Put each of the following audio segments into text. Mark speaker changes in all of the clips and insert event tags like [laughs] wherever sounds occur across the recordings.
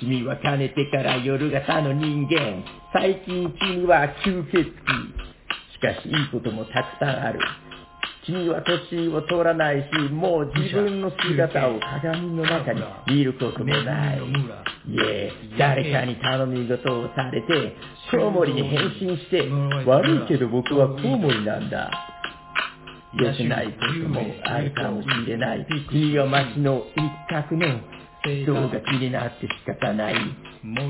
Speaker 1: 君はかねてから夜型の人間。最近君は吸血鬼。しかしいいこともたくさんある。君は年を取らないし、もう自分の姿を鏡の中に見ることもない。いえ、誰かに頼み事をされて、コウモリに変身して、悪いけど僕はコウモリなんだ。良くないこともあるかもしれない。君が町の一角の人が気になって仕方ない。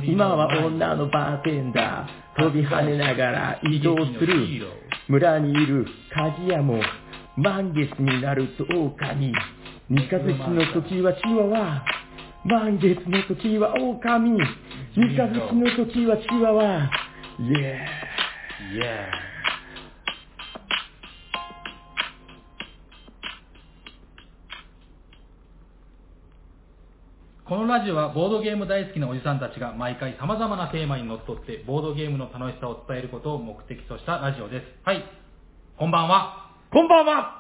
Speaker 1: 今は女のバーテンダー、飛び跳ねながら移動する。村にいる鍛冶屋も満月になると狼。三日月の時はチワワ。満月の時は狼。三日月の時はチワワ。イエー
Speaker 2: Yeah.
Speaker 3: このラジオはボードゲーム大好きなおじさんたちが毎回様々なテーマにのっとってボードゲームの楽しさを伝えることを目的としたラジオです。はい。こんばんは。
Speaker 1: こんばんは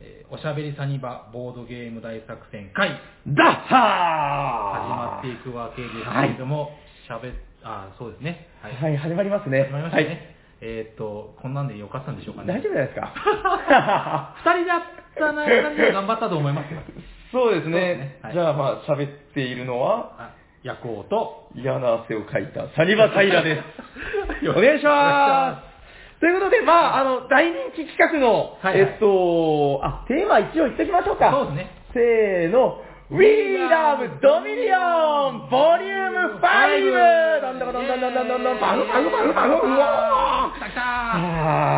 Speaker 3: えーおしゃべりサニバボードゲーム大作戦会
Speaker 1: ダッ
Speaker 3: 始
Speaker 1: ハー
Speaker 3: まっていくわけですけれども、喋っ、あ、そうですね。はい。
Speaker 1: はい、始まりますね。
Speaker 3: 始まりましたね。
Speaker 1: はい
Speaker 3: えーっと、こんなんでよかったんでしょうかね。 [laughs]
Speaker 1: 大丈夫じゃないですか
Speaker 3: 二人だったな感じで頑張ったと思いますよ。
Speaker 2: そうですね
Speaker 3: ね。はい
Speaker 2: じゃあまあ喋っているのは、
Speaker 3: あ夜行と、
Speaker 2: 嫌な汗をかいたサニバタイラです。
Speaker 3: [laughs]
Speaker 2: お願いし
Speaker 3: お願いし
Speaker 2: ま。
Speaker 3: ます
Speaker 2: ということで、まあ、あの、大人気企画の、
Speaker 3: はいはい
Speaker 2: えっと、あ、テーマ一応言っときましょうか。
Speaker 3: そうですね。
Speaker 2: せーの。We Love Dominion Volume 5! どんどんどんどんどんどんどんどん、パフパフパフパフ、うわ
Speaker 3: 来た来
Speaker 2: ー
Speaker 3: た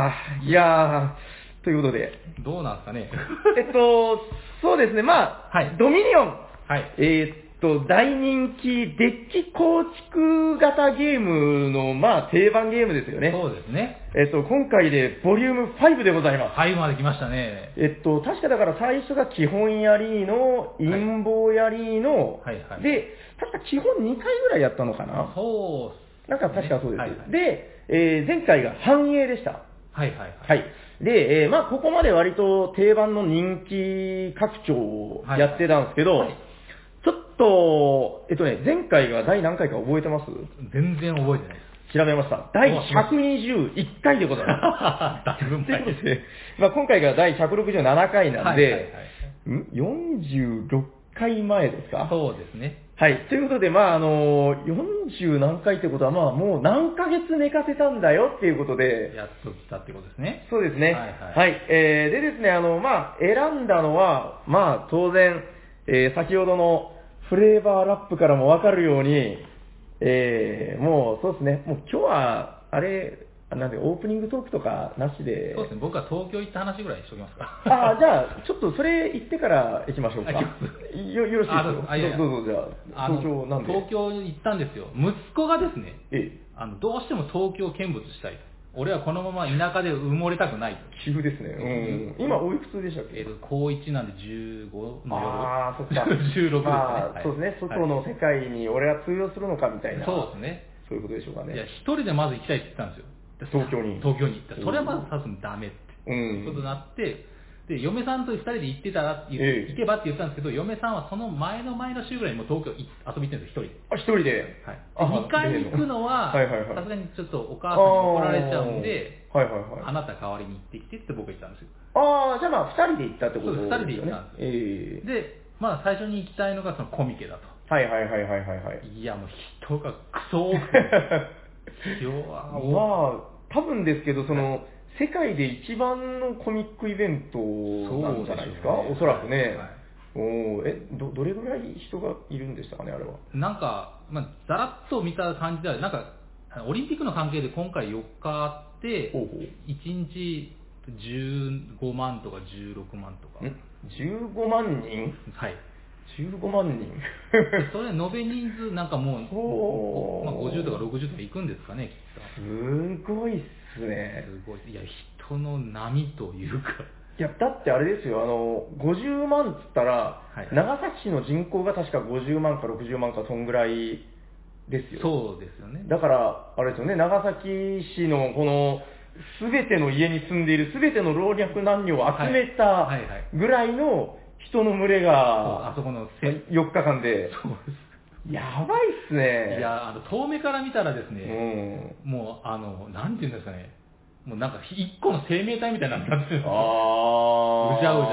Speaker 2: あーいやー、ということで、
Speaker 3: ーどうなんすかね
Speaker 2: えっと、そうですね、まあ、
Speaker 3: はい
Speaker 2: ドミニオン、
Speaker 3: はい。
Speaker 2: えーっと、大人気デッキ構築型ゲームの、まあ、定番ゲームですよね。
Speaker 3: そうですね。
Speaker 2: えーっと、今回でボリューム5でございます。
Speaker 3: 最後まで来ましたね。
Speaker 2: えっと、確かだから最初が基本やりの、陰謀やりの、
Speaker 3: はいはい
Speaker 2: で、確か基本2回ぐらいやったのかな。
Speaker 3: そうっす
Speaker 2: なんか確かそうです。
Speaker 3: はいはい、
Speaker 2: で、えー前回が繁栄でした。
Speaker 3: はいはい
Speaker 2: は。い。で、えーまあここまで割と定番の人気拡張をやってたんですけど、
Speaker 3: はいはい
Speaker 2: ちょっと、えっとね、前回が第何回か覚えてます
Speaker 3: 全然覚えてないです。
Speaker 2: 調べました。第
Speaker 3: おしまい
Speaker 2: 121回でございま
Speaker 3: [laughs] だいぶ
Speaker 2: す。という
Speaker 3: 前
Speaker 2: こ
Speaker 3: で
Speaker 2: とで、 [laughs] まあ今回が第167回なんで、
Speaker 3: はいはい
Speaker 2: ん ?46 回前ですか
Speaker 3: そうですね。
Speaker 2: はい。ということで、まあ、あのー、40何回ってことは、まあ、もう何ヶ月寝かせたんだよっていうことで、
Speaker 3: やっと来たってことですね。
Speaker 2: そうですね。
Speaker 3: はい
Speaker 2: は。
Speaker 3: はい
Speaker 2: えーでですね、あの、まあ、選んだのは、まあ、当然、えー先ほどのフレーバーラップからもわかるように、えーもう、そうですね、もう今日は、あれ、なんで、オープニングトークとかなしで、
Speaker 3: そうですね。僕は東京行った話ぐらいにしときますか。
Speaker 2: ああ、じゃあ、ちょっとそれ行ってから行きましょうか。
Speaker 3: あ
Speaker 2: よ
Speaker 3: 行き
Speaker 2: よろしい
Speaker 3: あどうぞあいや
Speaker 2: です
Speaker 3: い
Speaker 2: か
Speaker 3: や
Speaker 2: どうぞ、じゃあ、
Speaker 3: あの
Speaker 2: 東京なんで。
Speaker 3: 東京に行ったんですよ。息子がですね、
Speaker 2: ええ
Speaker 3: あのどうしても東京見物したいと。俺はこのまま田舎で埋もれたくないと。
Speaker 2: 急ですね。うん。今、おいくつでしたっ
Speaker 3: え
Speaker 2: け
Speaker 3: ーと、高1なんで15の夜。。
Speaker 2: ああ、そっか
Speaker 3: 16です [laughs] ね。
Speaker 2: ま
Speaker 3: は
Speaker 2: あ、
Speaker 3: い
Speaker 2: そうですね。外の世界に俺は通用するのかみたいな。
Speaker 3: そうですね。
Speaker 2: そういうことでしょうか
Speaker 3: い
Speaker 2: ね。、
Speaker 3: や一人でまず行きたいって言ったんですよ。で
Speaker 2: 東京に
Speaker 3: 東京に行った。それはまずさすがにダメっ
Speaker 2: う
Speaker 3: て。いうことに
Speaker 2: ん。
Speaker 3: なって、で、嫁さんと二人で行ってたら、い
Speaker 2: ええ
Speaker 3: 行けばって言ったんですけど、嫁さんはその前の前の週ぐらいにもう東京い遊びに行ってるんですよ、一人で。
Speaker 2: あ、一人で。あ
Speaker 3: はい、2回行くのは、
Speaker 2: はいはいはい
Speaker 3: さすがにちょっとお母さんに怒られちゃうんで、
Speaker 2: あーはいはい
Speaker 3: あ
Speaker 2: はい。
Speaker 3: なた代わりに行ってきてって僕は言ったんですよ。
Speaker 2: ああ、じゃあまあ、二人で行ったってこと
Speaker 3: そうです二人で行ったんです
Speaker 2: よね。ええ
Speaker 3: で、まあ最初に行きたいのがそのコミケだと。
Speaker 2: はいはいはいはいはいはい。
Speaker 3: いや、もう人がクソ多くて、今日は多くて
Speaker 2: まあ、多分ですけど、その、世界で一番のコミックイベントなんじゃないですか
Speaker 3: そう
Speaker 2: お
Speaker 3: でしょうね
Speaker 2: そらくね
Speaker 3: はい。
Speaker 2: おーえ、ど、どれぐらい人がいるんでしたかね、あれは。
Speaker 3: なんか、まあ、ざらっと見た感じでは、なんか、あのオリンピックの関係で今回4日あって、
Speaker 2: ほうほう
Speaker 3: 1日15万とか16万とか。
Speaker 2: ん ?15 万人
Speaker 3: はい。
Speaker 2: 15万人
Speaker 3: [laughs] それ、延べ人数なんかも
Speaker 2: ほ
Speaker 3: う、
Speaker 2: う
Speaker 3: まあ、50とか60とかいくんですかね、きっ
Speaker 2: すごいっす
Speaker 3: と。
Speaker 2: ね。
Speaker 3: すごい。いや、人の波というか、
Speaker 2: いや、だってあれですよ、あの、50万っつったら、
Speaker 3: はい
Speaker 2: 長崎市の人口が確か50万か60万か、そんぐらいですよ。
Speaker 3: そうですよね。
Speaker 2: だから、あれですよね、長崎市のこの、すべての家に住んでいるすべての老若男女を集めた
Speaker 3: はいはいはい
Speaker 2: ぐらいの人の群れ
Speaker 3: そうあ
Speaker 2: が、
Speaker 3: そこのせ、
Speaker 2: 4日間で
Speaker 3: そうです。
Speaker 2: やばいっすね。
Speaker 3: い、や、あの、遠目から見たらです
Speaker 2: う
Speaker 3: ね、
Speaker 2: ん。
Speaker 3: もう、あの、なんていうんですかね、もうなんか、一個の生命体みたいになったんです
Speaker 2: あ
Speaker 3: よ。
Speaker 2: あ。
Speaker 3: うじゃうじ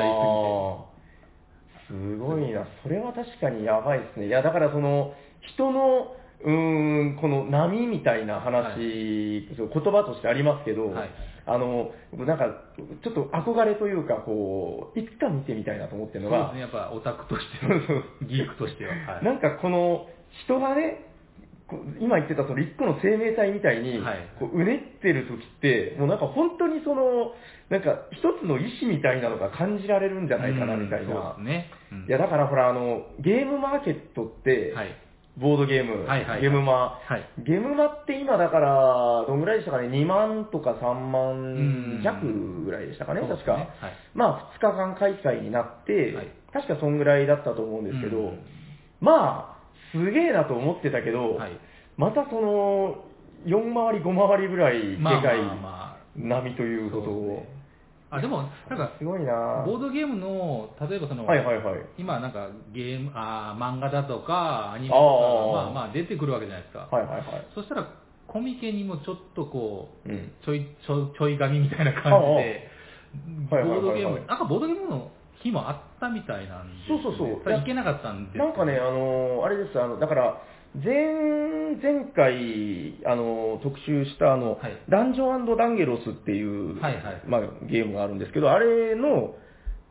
Speaker 3: ゃ
Speaker 2: す
Speaker 3: 言
Speaker 2: ごいな。それは確かにやばいですね。いや、だからその、人の、うーん、この波みたいな話、
Speaker 3: は
Speaker 2: そう言葉としてありますけど、
Speaker 3: はい
Speaker 2: あの、なんか、ちょっと憧れというか、こう、いつか見てみたいなと思ってるの
Speaker 3: そう
Speaker 2: が、
Speaker 3: ですね、やっぱオタクとして
Speaker 2: そうそう
Speaker 3: は、ギークとしては。はい
Speaker 2: なんかこの人がね、こう今言ってたその一個の生命体みたいに、
Speaker 3: はい
Speaker 2: こううねってる時って、もうなんか本当にその、なんか一つの意志みたいなのが感じられるんじゃないかなみたい
Speaker 3: うん
Speaker 2: な
Speaker 3: そう。ですね。うん
Speaker 2: いやだからほらあの、ゲームマーケットって、
Speaker 3: はい。
Speaker 2: ボードゲーム、
Speaker 3: はいはいはい
Speaker 2: ゲームマ、
Speaker 3: はい。
Speaker 2: ゲームマって今だから、どんぐらいでしたかね、2万とか3
Speaker 3: ん
Speaker 2: 万弱ぐらいでしたかね、
Speaker 3: そうで
Speaker 2: 確
Speaker 3: す
Speaker 2: か。
Speaker 3: ねはい
Speaker 2: まあ、2日間開催になって、
Speaker 3: はい
Speaker 2: 確かそんぐらいだったと思うんですけど、
Speaker 3: うん
Speaker 2: まあ、すげえなと思ってたけど、
Speaker 3: はい
Speaker 2: またその、4回り、5回りぐらい、で
Speaker 3: まあ
Speaker 2: かい
Speaker 3: まあま
Speaker 2: 波ということ
Speaker 3: そう
Speaker 2: を
Speaker 3: で。あ、でも、なんか、
Speaker 2: すごいな
Speaker 3: ボードゲームの、例えばその、
Speaker 2: はいはいはい。
Speaker 3: 今なんかゲーム、あー漫画だとか、アニメと
Speaker 2: あ
Speaker 3: か
Speaker 2: ー、
Speaker 3: まあまあ出てくるわけじゃないですか。
Speaker 2: はいはいはい。
Speaker 3: そしたら、コミケにもちょっとこう、
Speaker 2: うん。
Speaker 3: ちょい、ちょちょい紙みたいな感じで、
Speaker 2: あーはい
Speaker 3: ボ
Speaker 2: はいはいはい
Speaker 3: ードゲーム、なんかボードゲームの日もあったみたいなんですよね、
Speaker 2: そうそうそう
Speaker 3: ただ行けなかったんですけど
Speaker 2: なんかね、あのーあれです、あの、だから、前、前回、あのー特集した、あの、
Speaker 3: はい
Speaker 2: ダンジョンダンゲロスっていう、
Speaker 3: はいはい
Speaker 2: まあ、ゲームがあるんですけど、あれの、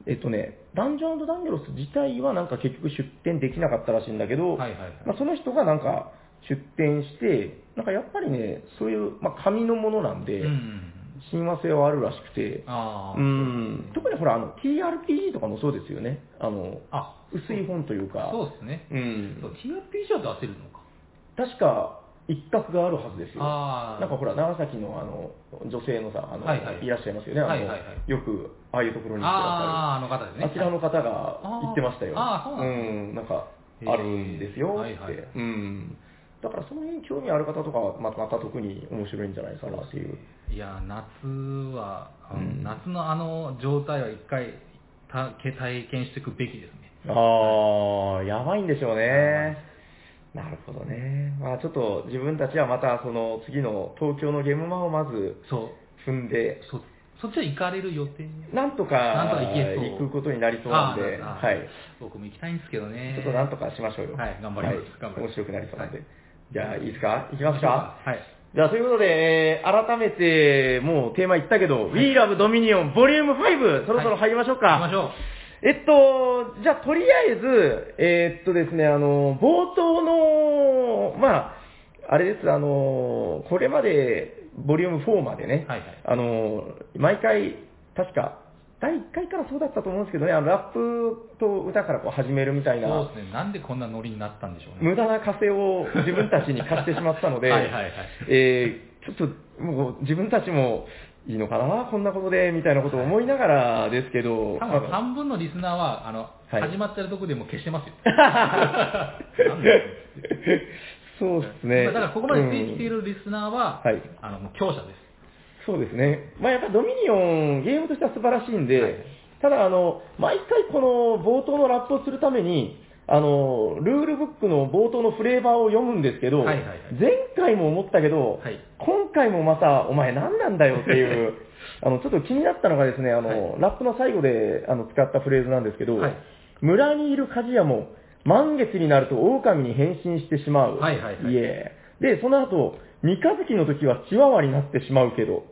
Speaker 2: えっとね、ダンジョンダンゲロス自体はなんか結局出展できなかったらしいんだけど、
Speaker 3: はいはいはい
Speaker 2: まあ、その人がなんか出展して、なんかやっぱりね、そういう、まあ、紙のものなんで、
Speaker 3: うんうん。
Speaker 2: 親和性はあるらしくて、
Speaker 3: ああ、
Speaker 2: うん、特にほら、あの、TRPG とかもそうですよね。あの、
Speaker 3: あ、
Speaker 2: 薄い本というか。
Speaker 3: そうですね。
Speaker 2: うん
Speaker 3: そう TRPG は出せるのか。
Speaker 2: 確か一角があるはずですよ。
Speaker 3: ああ。
Speaker 2: なんかほら、長崎のあの女性のさ、あの
Speaker 3: はいはい
Speaker 2: らっしゃいますよね、あの
Speaker 3: はいはいはい
Speaker 2: よくああいうところに来てらっしゃる。
Speaker 3: ああ、あの方ですね。
Speaker 2: あちらの方が
Speaker 3: あー
Speaker 2: 言ってましたよ。
Speaker 3: あーそうなんです
Speaker 2: ん、なんかあるんですよって、
Speaker 3: へーはいはい
Speaker 2: うん。だからその辺興味ある方とかはままた特に面白いんじゃないかなっていう。
Speaker 3: いや、夏は、あの
Speaker 2: うん
Speaker 3: 夏のあの状態は一回た体験していくべきですね。
Speaker 2: ああ、やばいんでしょうね。なるほどね。まあちょっと自分たちはまたその次の東京のゲームマをまず
Speaker 3: そう。
Speaker 2: 踏んで、
Speaker 3: そそっちは行かれる予定
Speaker 2: なんとか
Speaker 3: なんとか行けそう
Speaker 2: 行くことになりそうなんで、
Speaker 3: あーあー
Speaker 2: はい。
Speaker 3: 僕も行きたいんですけどね。
Speaker 2: ちょっとなんとかしましょうよ。
Speaker 3: はい頑張ります頑張り
Speaker 2: 面
Speaker 3: ます
Speaker 2: 白くなりそうなんで。
Speaker 3: はい
Speaker 2: じゃあ、いいですか行きますか
Speaker 3: はい。
Speaker 2: じゃあ、ということで、えー改めて、もうテーマ言ったけど、We Love Dominion Vol. 5、そろそろ入りましょうか。
Speaker 3: 行きましょう。
Speaker 2: えっと、じゃあ、とりあえず、えーっとですね、あの、冒頭の、まあ、あれです、あの、これまで、ボリューム4までね、
Speaker 3: はいはい
Speaker 2: あの、毎回、確か、第1回からそうだったと思うんですけどね、あのラップと歌からこう始めるみたいな、
Speaker 3: そうですね。なんでこんなノリになったんでしょうね。
Speaker 2: 無駄な枷を自分たちに課してしまったので、
Speaker 3: [laughs] はいはいはい
Speaker 2: えーちょっともう自分たちもいいのかな、こんなことで、みたいなことを思いながらですけど、
Speaker 3: 多分半分のリスナーは、あの、
Speaker 2: い
Speaker 3: 始まってるとこでもう消してますよ。
Speaker 2: [laughs]
Speaker 3: なんだよ
Speaker 2: [laughs] そうですね。
Speaker 3: だからここまでついてきているリスナーは、
Speaker 2: うんはい
Speaker 3: あの、もう強者
Speaker 2: う
Speaker 3: です。
Speaker 2: んそうですね。まあやっぱドミニオン、ゲームとしては素晴らしいんで、ただあの、毎回この冒頭のラップをするために、あの、ルールブックの冒頭のフレーバーを読むんですけど、
Speaker 3: はいはいはい
Speaker 2: 前回も思ったけど、
Speaker 3: はい
Speaker 2: 今回もまた、お前何なんだよって
Speaker 3: [laughs]
Speaker 2: いう、あの、ちょっと気になったのがですね、あの、ラップの最後であの使ったフレーズなんですけど、
Speaker 3: はい
Speaker 2: 村にいる鍛冶屋も、満月になると狼に変身してしまう。
Speaker 3: はいはいはい
Speaker 2: いえ。で、その後、三日月の時はチワワになってしまうけど、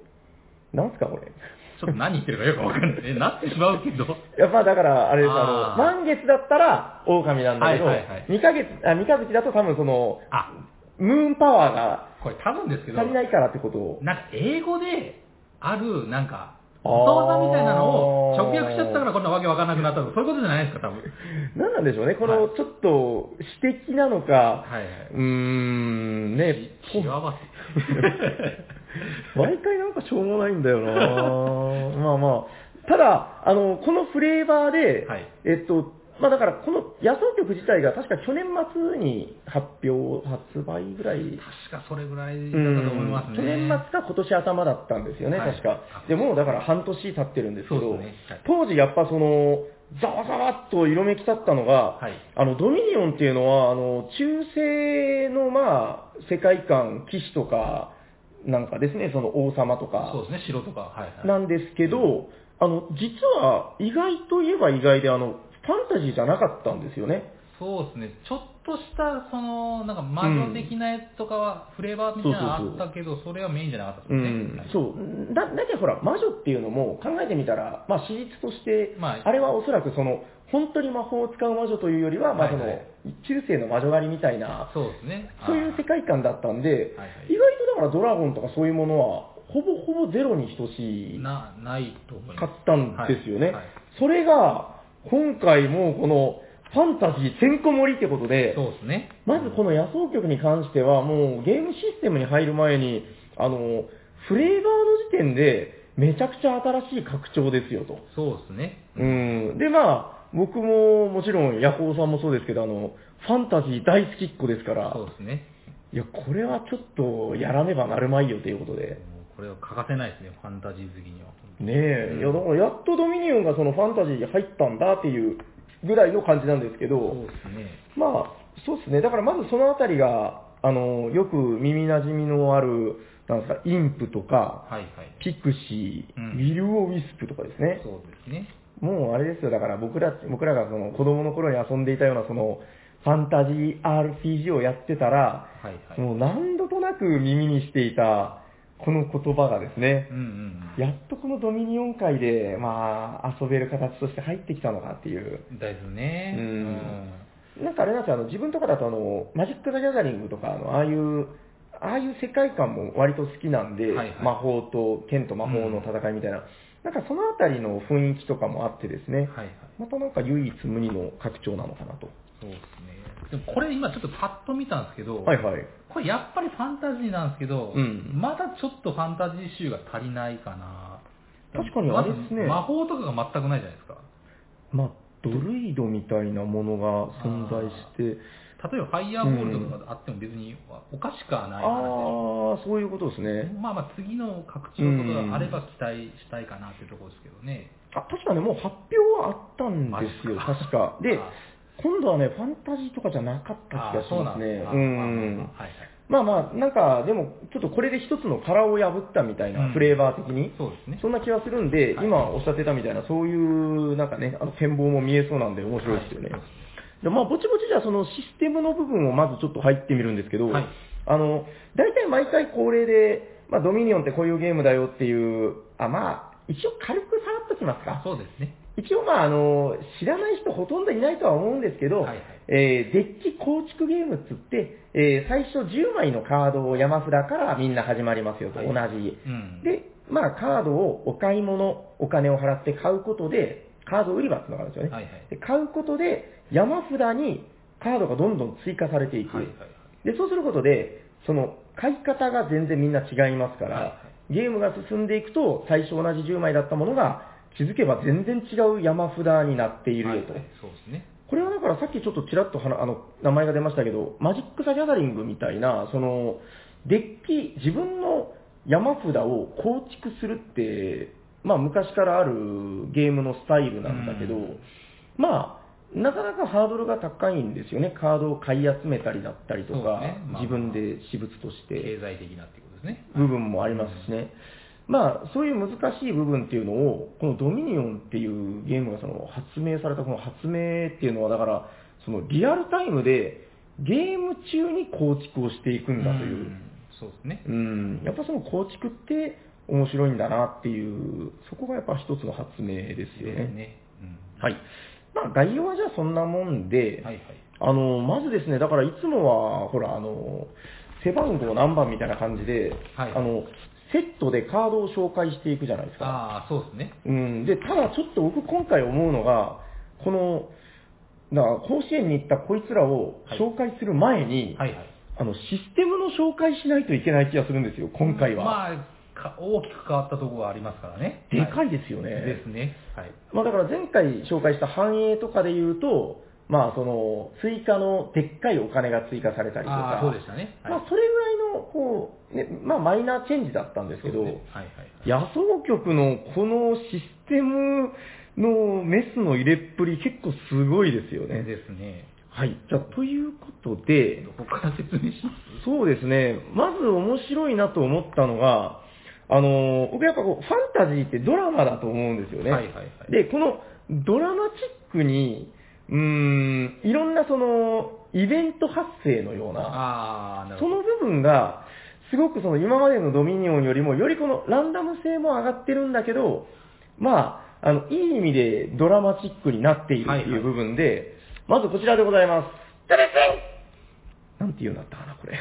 Speaker 2: なんすかこれ。
Speaker 3: ちょっと何言ってるかよくわかんない。えなってしまうけど。
Speaker 2: いや、まあだから、あれです、あ
Speaker 3: あー
Speaker 2: の、満月だったら狼なんだけど、
Speaker 3: はいはいはい
Speaker 2: 三ヶ月、あ、三日月だと多分その、
Speaker 3: あ、
Speaker 2: ムーンパワーが
Speaker 3: これ多分ですけど、
Speaker 2: 足りないからってことを。
Speaker 3: なんか英語である、なんか、
Speaker 2: あー
Speaker 3: お父さんみたいなのを直訳しちゃったからこんなわけわかんなくなったとか、そういうことじゃないですか、多分。
Speaker 2: なんなんでしょうね、こ
Speaker 3: は
Speaker 2: の、ちょっと、詩的なのか、
Speaker 3: はいはいう
Speaker 2: ーん、ね、
Speaker 3: 幸せ。
Speaker 2: 毎回なんかしょうもないんだよなまあまあ。ただ、あの、このフレーバーで、
Speaker 3: はい
Speaker 2: えっと、まあだから、この野草曲自体が確か去年末に発表、発売ぐらい。
Speaker 3: 確かそれぐらいだっ
Speaker 2: う
Speaker 3: たと思います
Speaker 2: ん
Speaker 3: ね。
Speaker 2: 去年末か今年頭だったんですよね、
Speaker 3: はい
Speaker 2: 確か
Speaker 3: あ。
Speaker 2: でもうだから半年経ってるんですけど、
Speaker 3: そうですねはい
Speaker 2: 当時やっぱその、ざわざわっと色めき立ったのが、
Speaker 3: はい
Speaker 2: あの、ドミニオンっていうのは、あの、中世の、まあ、世界観、騎士とか、なんかですね、その王様とか、
Speaker 3: そうですね、城とか。はい、は。
Speaker 2: ないんですけど、あの、実は意外といえば意外で、あの、ファンタジーじゃなかったんですよね。
Speaker 3: そうですね、ちょっとした、その、なんか魔女的なやつとかは、フレーバーみたいなのあったけど、それはメインじゃなかった
Speaker 2: う
Speaker 3: ですね。
Speaker 2: ん
Speaker 3: はい、
Speaker 2: そう。だ、だってほら、魔女っていうのも考えてみたら、まあ、史実として、
Speaker 3: まあ
Speaker 2: あれはおそらくその、本当に魔法を使う魔女というよりは、まあ、その、
Speaker 3: はいはい
Speaker 2: 中世の魔女狩りみたいな、
Speaker 3: そうですね。
Speaker 2: そういう世界観だったんで、
Speaker 3: はいはい
Speaker 2: 意外とだからドラゴンとかそういうものは、ほぼほぼゼロに等しい
Speaker 3: な、ないと思い
Speaker 2: か
Speaker 3: ま
Speaker 2: ったんですよね。
Speaker 3: はいはい。、
Speaker 2: それが、今回もうこの、ファンタジーてんこ盛りってことです
Speaker 3: そうですね。
Speaker 2: まずこの野草局に関しては、もうゲームシステムに入る前に、あの、フレーバーの時点で、めちゃくちゃ新しい拡張ですよと。
Speaker 3: そうですね。
Speaker 2: うん。で、まあ、僕ももちろん、ヤコウさんもそうですけど、あの、ファンタジー大好きっ子ですから
Speaker 3: そ、うですね。
Speaker 2: いや、これはちょっと、やらねばなるまいよということで。
Speaker 3: もうこれは欠かせないですね、ファンタジー好きには。
Speaker 2: ねえ、いや、だからやっとドミニオンがそのファンタジーに入ったんだっていうぐらいの感じなんですけど、
Speaker 3: そうですね。
Speaker 2: まあ、そうですね。だからまずそのあたりが、あの、よく耳馴染みのある、なんですか、インプとか、
Speaker 3: はいはい。
Speaker 2: ピクシー、
Speaker 3: うん
Speaker 2: ウィル・オウィスプとかですね。
Speaker 3: そうですね。
Speaker 2: もうあれですよ、だから僕ら、僕らがその子供の頃に遊んでいたような、その、ファンタジー RPG をやってたら、
Speaker 3: はいはい。
Speaker 2: もう何度となく耳にしていた、この言葉がですね、
Speaker 3: うんうん
Speaker 2: やっとこのドミニオン界で、まあ、遊べる形として入ってきたのかっていう。
Speaker 3: うん。だいぶね。
Speaker 2: うんなんかあれなんですよ、あの自分とかだとあの、マジック・ザ・ギャザリングとか、あのああいう、ああいう世界観も割と好きなんで、
Speaker 3: はいはい
Speaker 2: 魔法と、剣と魔法の戦いみたいな、なんかそのあたりの雰囲気とかもあってですね、
Speaker 3: はいはい。
Speaker 2: またなんか唯一無二の拡張なのかなと。
Speaker 3: そうですね。でもこれ今ちょっとパッと見たんですけど、
Speaker 2: はいはい。
Speaker 3: これやっぱりファンタジーなんですけど、
Speaker 2: うん
Speaker 3: まだちょっとファンタジー集が足りないかな。
Speaker 2: 確かにあれですね
Speaker 3: まず魔法とかが全くないじゃないですか。
Speaker 2: まあ、ドルイドみたいなものが存在して、
Speaker 3: 例えばファイヤーボールとかがあっても別におかしくは
Speaker 2: あ
Speaker 3: な
Speaker 2: あ
Speaker 3: い話
Speaker 2: ー、そういうことです
Speaker 3: でし
Speaker 2: ね。
Speaker 3: ょ。まあまあ次の拡張とかがあれば期待したいかなというところですけどね。
Speaker 2: あ確かね、もう発表はあったんですよ、
Speaker 3: マジか
Speaker 2: 確か。で
Speaker 3: あ、
Speaker 2: 今度はね、ファンタジーとかじゃなかった
Speaker 3: あ
Speaker 2: 気が
Speaker 3: ー
Speaker 2: し
Speaker 3: そう
Speaker 2: ま
Speaker 3: な
Speaker 2: す
Speaker 3: ん
Speaker 2: ね。
Speaker 3: ですね。あ
Speaker 2: う
Speaker 3: ー
Speaker 2: ん。
Speaker 3: まあまあはいは
Speaker 2: まあま
Speaker 3: い。
Speaker 2: あ、なんか、でも、ちょっとこれで一つの殻を破ったみたいな、
Speaker 3: うん
Speaker 2: フレーバー的に。
Speaker 3: そうですね。
Speaker 2: そんな気はするんで、
Speaker 3: はい
Speaker 2: 今おっしゃってたみたいな、そういう、なんかね、あの、展望も見えそうなんで面白いですよね。
Speaker 3: はい
Speaker 2: で、まあ、ぼちぼちじゃあ、そのシステムの部分をまずちょっと入ってみるんですけど、
Speaker 3: はい
Speaker 2: あの、大体毎回恒例で、まあ、ドミニオンってこういうゲームだよっていう、あ、まあ、一応軽くさらっときますか。
Speaker 3: そうですね。
Speaker 2: 一応まああの、知らない人ほとんどいないとは思うんですけど、
Speaker 3: はいはい
Speaker 2: えーデッキ構築ゲームっつって、えー最初10枚のカードを山札からみんな始まりますよと、
Speaker 3: はい
Speaker 2: 同じ。
Speaker 3: うん。
Speaker 2: で、まあカードをお買い物、お金を払って買うことで、カード売り場っていうのがあるんですよね。
Speaker 3: はいはい
Speaker 2: で買うことで山札にカードがどんどん追加されていく。
Speaker 3: はいはいはい
Speaker 2: で、そうすることで、その、買い方が全然みんな違いますから、
Speaker 3: はいは
Speaker 2: ゲームが進んでいくと、最初同じ10枚だったものが、気づけば全然違う山札になっているよと。
Speaker 3: はいはいそうですね。
Speaker 2: これはだからさっきちょっとちらっとはなあの名前が出ましたけど、マジック・ザ・ギャザリングみたいな、その、デッキ、自分の山札を構築するって、まあ昔からあるゲームのスタイルなんだけど、
Speaker 3: うん
Speaker 2: まあ、なかなかハードルが高いんですよね。カードを買い集めたりだったりと
Speaker 3: そう
Speaker 2: か、
Speaker 3: ですねまあ
Speaker 2: 自分で私物として。
Speaker 3: 経済的なっていうことですね。。
Speaker 2: 部分もありますしね。まあ、そういう難しい部分っていうのを、このドミニオンっていうゲームがその発明されたこの発明っていうのは、だから、そのリアルタイムでゲーム中に構築をしていくんだといううん
Speaker 3: そうですね。
Speaker 2: うん、やっぱその構築って面白いんだなっていう、そこがやっぱ一つの発明ですよ
Speaker 3: です
Speaker 2: ね。
Speaker 3: ね。うん。
Speaker 2: はい。まあ、概要はじゃあそんなもんで、
Speaker 3: はいはい。
Speaker 2: あの、まずですね、だからいつもは、ほら、あの、背番号何番みたいな感じで、
Speaker 3: はい
Speaker 2: あの、セットでカードを紹介していくじゃないですか。
Speaker 3: ああ、そうですね。
Speaker 2: うん。で、ただちょっと僕今回思うのが、この、な甲子園に行ったこいつらを
Speaker 3: はい
Speaker 2: 紹介する前に、
Speaker 3: はいはい。
Speaker 2: あの、システムの紹介しないといけない気がするんですよ、今回は。
Speaker 3: まあ、か大きく変わったところがありますからね。
Speaker 2: でか
Speaker 3: はい
Speaker 2: ですよね。
Speaker 3: ですね。はい。
Speaker 2: まあだから前回紹介した繁栄とかで言うと、まあその、追加のでっかいお金が追加されたりと
Speaker 3: あ
Speaker 2: か
Speaker 3: あ、、そうでしたね。はい
Speaker 2: まあ、それぐらいの、こう、ね、まあ、マイナーチェンジだったんですけど、
Speaker 3: そうですねはいはいはい。
Speaker 2: 野草局のこのシステムのメスの入れっぷり結構すごいですよね。
Speaker 3: ですね。
Speaker 2: はい。じゃあ、ということで
Speaker 3: ど、こから説明します
Speaker 2: そうですね。まず面白いなと思ったのが、あのー僕やっぱこう、ファンタジーってドラマだと思うんですよね。
Speaker 3: はいはいはい
Speaker 2: で、このドラマチックに、うーん、いろんなその、イベント発生のような、
Speaker 3: ああ、なる
Speaker 2: そ
Speaker 3: ほど。
Speaker 2: の部分が、すごくその今までのドミニオンよりも、よりこのランダム性も上がってるんだけど、まあ、あの、いい意味でドラマチックになっているっていう部分で、まずこちらでございます。なんていうんだったかな、こ
Speaker 3: [laughs]
Speaker 2: れ。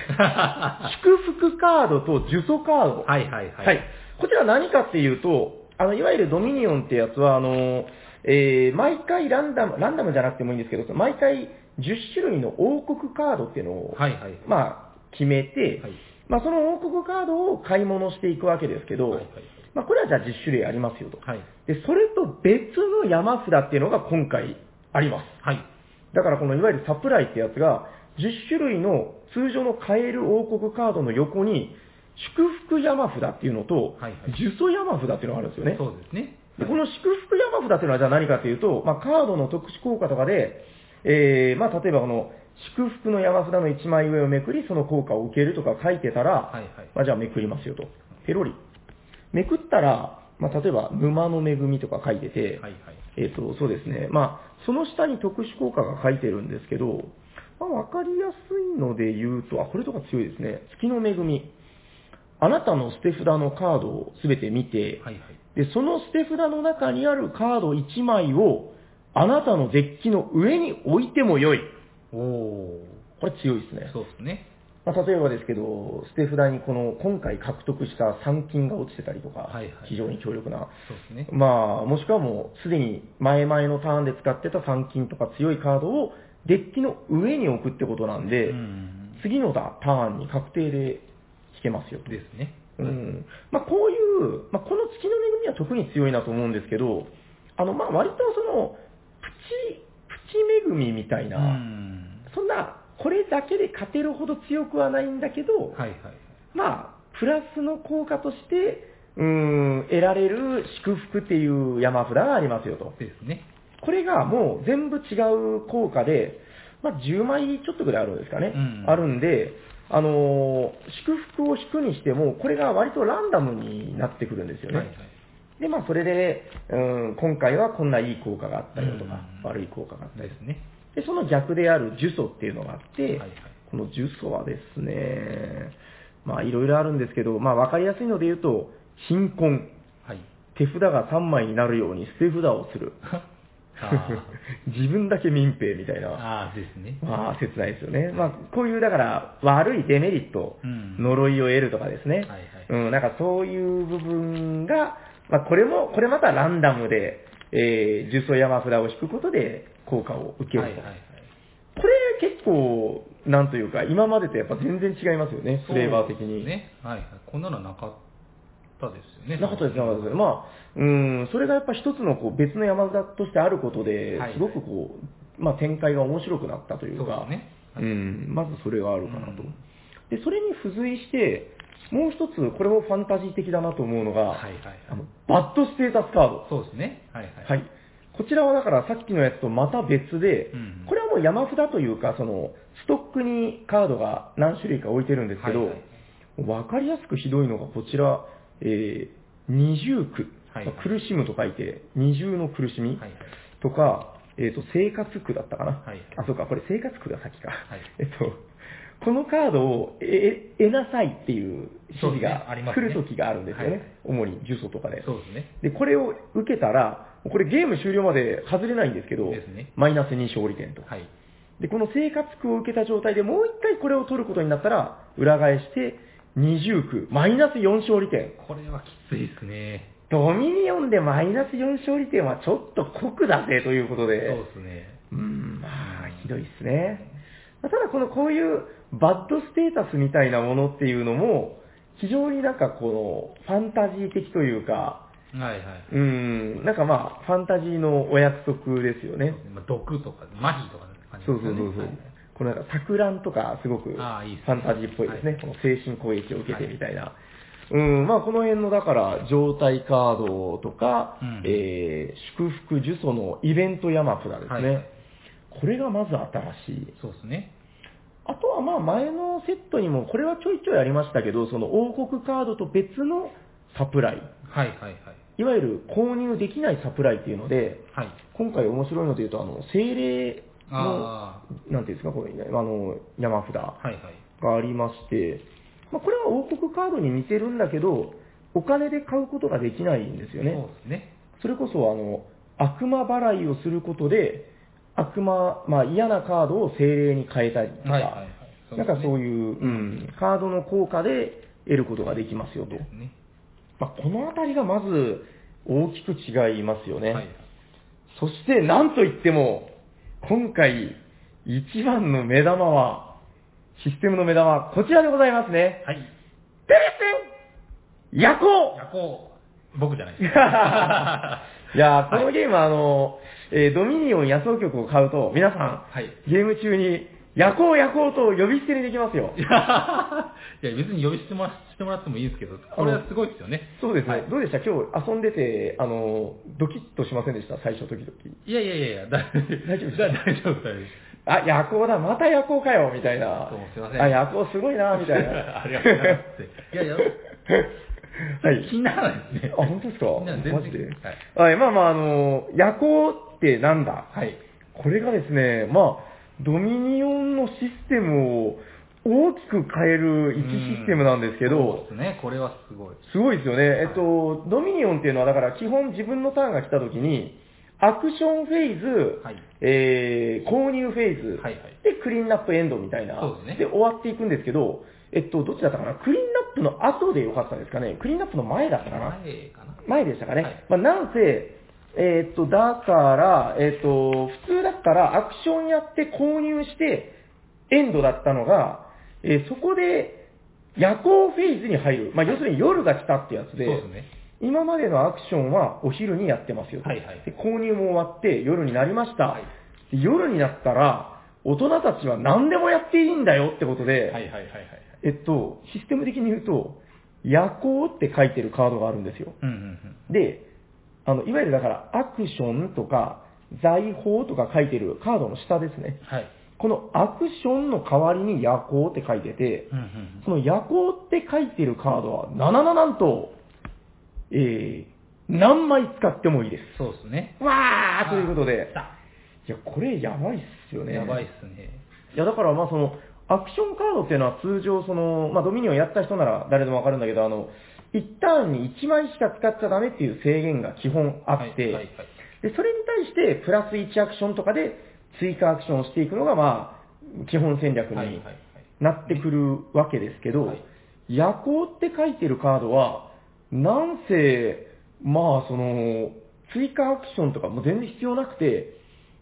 Speaker 2: 祝福カードと呪詛カード。
Speaker 3: はいはいはい。
Speaker 2: はい。こちら何かっていうと、あの、いわゆるドミニオンってやつは、あの、えー毎回ランダム、ランダムじゃなくてもいいんですけど、毎回10種類の王国カードっていうのを、
Speaker 3: はいはい。
Speaker 2: まあ、決めて、
Speaker 3: はい
Speaker 2: まあ、その王国カードを買い物していくわけですけど、
Speaker 3: はいはい
Speaker 2: まあ、これはじゃあ10種類ありますよと。
Speaker 3: はい。
Speaker 2: で、それと別の山札っていうのが今回あります。
Speaker 3: はい。
Speaker 2: だからこのいわゆるサプライってやつが、10種類の通常のカエル王国カードの横に、祝福山札っていうのと、
Speaker 3: はいはい
Speaker 2: 呪詛山札っていうのがあるんですよね。
Speaker 3: そうですね。
Speaker 2: でこの祝福山札っていうのはじゃあ何かというと、まあ、カードの特殊効果とかで、えーまあ、例えばこの祝福の山札の1枚上をめくり、その効果を受けるとか書いてたら、
Speaker 3: はいはい
Speaker 2: まあ、じゃあめくりますよと。ペロリ。めくったら、まあ、例えば沼の恵みとか書いてて、
Speaker 3: はいはい。
Speaker 2: えっ、と、そうですね。まあ、その下に特殊効果が書いてるんですけど、まあ、わかりやすいので言うと、あ、これとか強いですね。月の恵み。あなたの捨て札のカードをすべて見て、
Speaker 3: はいはい。
Speaker 2: で、その捨て札の中にあるカード1枚を、あなたのデッキの上に置いてもよい。
Speaker 3: おお。
Speaker 2: これ強いですね。
Speaker 3: そうですね。
Speaker 2: まあ、例えばですけど、捨て札にこの、今回獲得した参金が落ちてたりとか、
Speaker 3: はいはい
Speaker 2: 非常に強力な
Speaker 3: そうですね。
Speaker 2: まあ、もしくはもう、すでに前々のターンで使ってた参金とか強いカードをデッキの上に置くってことなんで、
Speaker 3: うん。
Speaker 2: 次のだターンに確定で引けますよと。
Speaker 3: ですね。
Speaker 2: うん。まあ、こういう、まあ、この月の恵みは特に強いなと思うんですけど、あの、まあ、割とその、プチ、プチ恵みみたいうな、
Speaker 3: ん。
Speaker 2: そんな、これだけで勝てるほど強くはないんだけど、
Speaker 3: はいはい。
Speaker 2: まあ、プラスの効果として、うーん、得られる祝福っていう山札がありますよと。
Speaker 3: ですね。
Speaker 2: これがもう全部違う効果で、まあ、10枚ちょっとぐらいあるんですかね。
Speaker 3: うん
Speaker 2: あるんで、あのー祝福を引くにしても、これが割とランダムになってくるんですよね。
Speaker 3: はいはい。
Speaker 2: で、まあ、それで、うん、今回はこんないい効果があったよとか、
Speaker 3: うん
Speaker 2: 悪い効果があった
Speaker 3: で
Speaker 2: り
Speaker 3: すね。
Speaker 2: で、その逆である呪詛っていうのがあって、
Speaker 3: はいはい
Speaker 2: この呪詛はですね、まあいろいろあるんですけど、まあわかりやすいので言うと、貧困。 [laughs]
Speaker 3: はい。
Speaker 2: 手札が3枚になるように捨て札をする。
Speaker 3: あ
Speaker 2: [laughs] 自分だけ民兵みたいな。
Speaker 3: あ。ああ、ですね。
Speaker 2: まあ切ないですよね。まあこういうだから悪いデメリット、
Speaker 3: うん
Speaker 2: 呪いを得るとかですね。
Speaker 3: いはい
Speaker 2: うん、なんかそういう部分が、まあこれも、これまたランダムで、えー、呪詛山札を引くことで効果を受けると。
Speaker 3: はいはいはい。
Speaker 2: これ結構、なんというか、今までとやっぱ全然違いますよね、フレーバー的
Speaker 3: そうです
Speaker 2: に。
Speaker 3: ね。はいはい。こんなのなかったですよね。
Speaker 2: なかったです、なかったです。まあ、うん、それがやっぱ一つのこう別の山札としてあることで
Speaker 3: はい、
Speaker 2: すごくこう、まあ展開が面白くなったという
Speaker 3: そう
Speaker 2: か、
Speaker 3: ですねはい
Speaker 2: うん、まずそれがあるかな
Speaker 3: う
Speaker 2: と
Speaker 3: ん。
Speaker 2: で、それに付随して、もう一つ、これもファンタジー的だなと思うのが、
Speaker 3: はいはいはい
Speaker 2: あのバッドステータスカード。
Speaker 3: そうですね。はいはい。
Speaker 2: はい。こちらはだからさっきのやつとまた別で、
Speaker 3: うん
Speaker 2: これはもう山札というか、その、ストックにカードが何種類か置いてるんですけど、
Speaker 3: は
Speaker 2: わ
Speaker 3: い、
Speaker 2: かりやすくひどいのがこちら、えー、二重苦、
Speaker 3: はい
Speaker 2: まあ苦しむと書いて、二重の苦しみ
Speaker 3: はいはい
Speaker 2: とか、えっ、と、生活苦だったかな、
Speaker 3: はい
Speaker 2: あ、そうか、これ生活苦が先か。
Speaker 3: い
Speaker 2: えっと、このカードをええ得なさいっていう指示
Speaker 3: そうですねあ
Speaker 2: が
Speaker 3: ります
Speaker 2: 来る
Speaker 3: ね
Speaker 2: 時があるんですよね。
Speaker 3: はいはい
Speaker 2: 主に呪詛とかで。
Speaker 3: そうですね。
Speaker 2: で、これを受けたら、これゲーム終了まで外れないんですけど、
Speaker 3: ですね
Speaker 2: マイナス2勝利点と。
Speaker 3: はい。
Speaker 2: で、この生活苦を受けた状態でもう一回これを取ることになったら、裏返して、20区、マイナス4勝利点。
Speaker 3: これはきついですね。
Speaker 2: ドミニオンでマイナス4勝利点はちょっと酷だぜということ
Speaker 3: そう
Speaker 2: で、
Speaker 3: ですね。
Speaker 2: うーん、まあ、ひどいですね。まあただ、この、こういうバッドステータスみたいなものっていうのも、非常になんかこの、ファンタジー的というか、
Speaker 3: はいはい。
Speaker 2: うーん、なんかまあ、ファンタジーのお約束ですよね。
Speaker 3: まあ、毒とか、麻痺とかの感じ
Speaker 2: そ
Speaker 3: で
Speaker 2: う
Speaker 3: す
Speaker 2: そ
Speaker 3: よ
Speaker 2: う
Speaker 3: ね。
Speaker 2: そうそ。
Speaker 3: はいう
Speaker 2: このなんか、錯乱とか、すごく、フ
Speaker 3: ああいいですね
Speaker 2: ァンタジーっぽいですね。
Speaker 3: はい
Speaker 2: この精神攻撃を受けてみたいな。うん、まあこの辺のだから、状態カードとか、
Speaker 3: うん
Speaker 2: えー祝福呪詛のイベント山札ですね。
Speaker 3: はい
Speaker 2: これがまず新しい。
Speaker 3: そうですね。
Speaker 2: あとはまあ前のセットにも、これはちょいちょいありましたけど、その王国カードと別のサプライ。
Speaker 3: はいはいはい。
Speaker 2: いわゆる購入できないサプライっていうので、
Speaker 3: はい。
Speaker 2: 今回面白いので言うと、あの、精霊の、
Speaker 3: あ
Speaker 2: なんていうんですか、これ、あの、山札
Speaker 3: あ、はいはい。
Speaker 2: がありまして、まあ、これは王国カードに似てるんだけど、お金で買うことができないんですよ
Speaker 3: そう
Speaker 2: ね。
Speaker 3: ですね。
Speaker 2: それこそ、あの、悪魔払いをすることで、悪魔、まあ嫌なカードを精霊に変えたりとか、
Speaker 3: はいはいはい。
Speaker 2: なんかそう
Speaker 3: う
Speaker 2: いう、うん、カードの効果で得ることができますよと
Speaker 3: で。すね。
Speaker 2: まあ、このあたりがまず大きく違いますよね。
Speaker 3: はい。
Speaker 2: そして、なんといっても、今回、一番の目玉は、システムの目玉はこちらでございますね。
Speaker 3: はい。
Speaker 2: テレスン夜行
Speaker 3: 夜行、僕じゃない
Speaker 2: [laughs]
Speaker 3: です。
Speaker 2: いやー、このゲームはあの、えードミニオン野草局を買うと、皆さ
Speaker 3: はい。
Speaker 2: ん、ゲーム中に、夜行夜行と呼び捨てにできますよ
Speaker 3: い。や、別に呼び捨てもしてもらってもいいんですけど、これはすごいですよね。
Speaker 2: そうですね。
Speaker 3: はい
Speaker 2: どうでした今日遊んでて、あの、ドキッとしませんでした最初時々。
Speaker 3: いやいやいやいや、だ
Speaker 2: 大丈夫です
Speaker 3: だ大丈夫大丈夫です。
Speaker 2: あ、夜行だ、また夜行かよ、みたいな。
Speaker 3: どうもすいません
Speaker 2: あ、夜行すごいな、みたいな。
Speaker 3: [laughs] ありがとうございます。いやいや、
Speaker 2: [laughs] はい
Speaker 3: 気。にならないですね。
Speaker 2: あ、本当ですか
Speaker 3: みんな全然
Speaker 2: マジで
Speaker 3: はい。
Speaker 2: はい、まあまあ、あの、夜行ってなんだ
Speaker 3: はい。
Speaker 2: これがですね、まあ、ドミニオンのシステムを大きく変える1システムなんですけ
Speaker 3: そうで
Speaker 2: ど、
Speaker 3: すね、これはすごい。
Speaker 2: すごいですよね。えっと、ドミニオンっていうのは、だから基本自分のターンが来た時に、アクションフェーズ、
Speaker 3: はい
Speaker 2: えー購入フェーズ、
Speaker 3: はいはい
Speaker 2: で、クリーンナップエンドみたいな。
Speaker 3: そうですね
Speaker 2: 終わっていくんですけど、えっと、どっちだったかなクリーンナップの後でよかったですかねクリーンナップの前だったかな
Speaker 3: 前かな
Speaker 2: 前でしたかね。
Speaker 3: はい
Speaker 2: まあ、なんせ、えーっと、だから、えーっと、普通だったらアクションやって購入して、エンドだったのが、えーそこで夜行フェーズに入る。まあ、要するに夜が来たってやつで、
Speaker 3: そうですね。
Speaker 2: 今までのアクションはお昼にやってますよと。
Speaker 3: はいはい
Speaker 2: で購入も終わって夜になりました、
Speaker 3: はい
Speaker 2: で夜になったら、大人たちは何でもやっていいんだよってことで、
Speaker 3: はいはいはいはいはい。
Speaker 2: えっと、システム的に言うと、夜行って書いてるカードがあるんですよ。
Speaker 3: うんうんうん。
Speaker 2: で、あの、いわゆるだから、アクションとか、財宝とか書いてるカードの下ですね。
Speaker 3: はい。
Speaker 2: このアクションの代わりに夜行って書いてて、
Speaker 3: うんうんうん。
Speaker 2: その夜行って書いてるカードは、ななななんと、えー、何枚使ってもいいで
Speaker 3: そうですね。
Speaker 2: す。わーということで
Speaker 3: 来、た
Speaker 2: いや、これやばいっすよね。
Speaker 3: やばいっすね。
Speaker 2: いや、だからまあその、アクションカードっていうのは通常その、まあドミニオンやった人なら誰でもわかるんだけど、あの、一ターンに1枚しか使っちゃダメっていう制限が基本あって、
Speaker 3: はいはいはい
Speaker 2: で、それに対してプラス1アクションとかで追加アクションをしていくのがまあ、基本戦略
Speaker 3: はいはい
Speaker 2: に
Speaker 3: はい。
Speaker 2: なってくるわけですけど、
Speaker 3: はい
Speaker 2: 夜行って書いてるカードは、なんせ、まあその、追加アクションとかも全然必要なくて、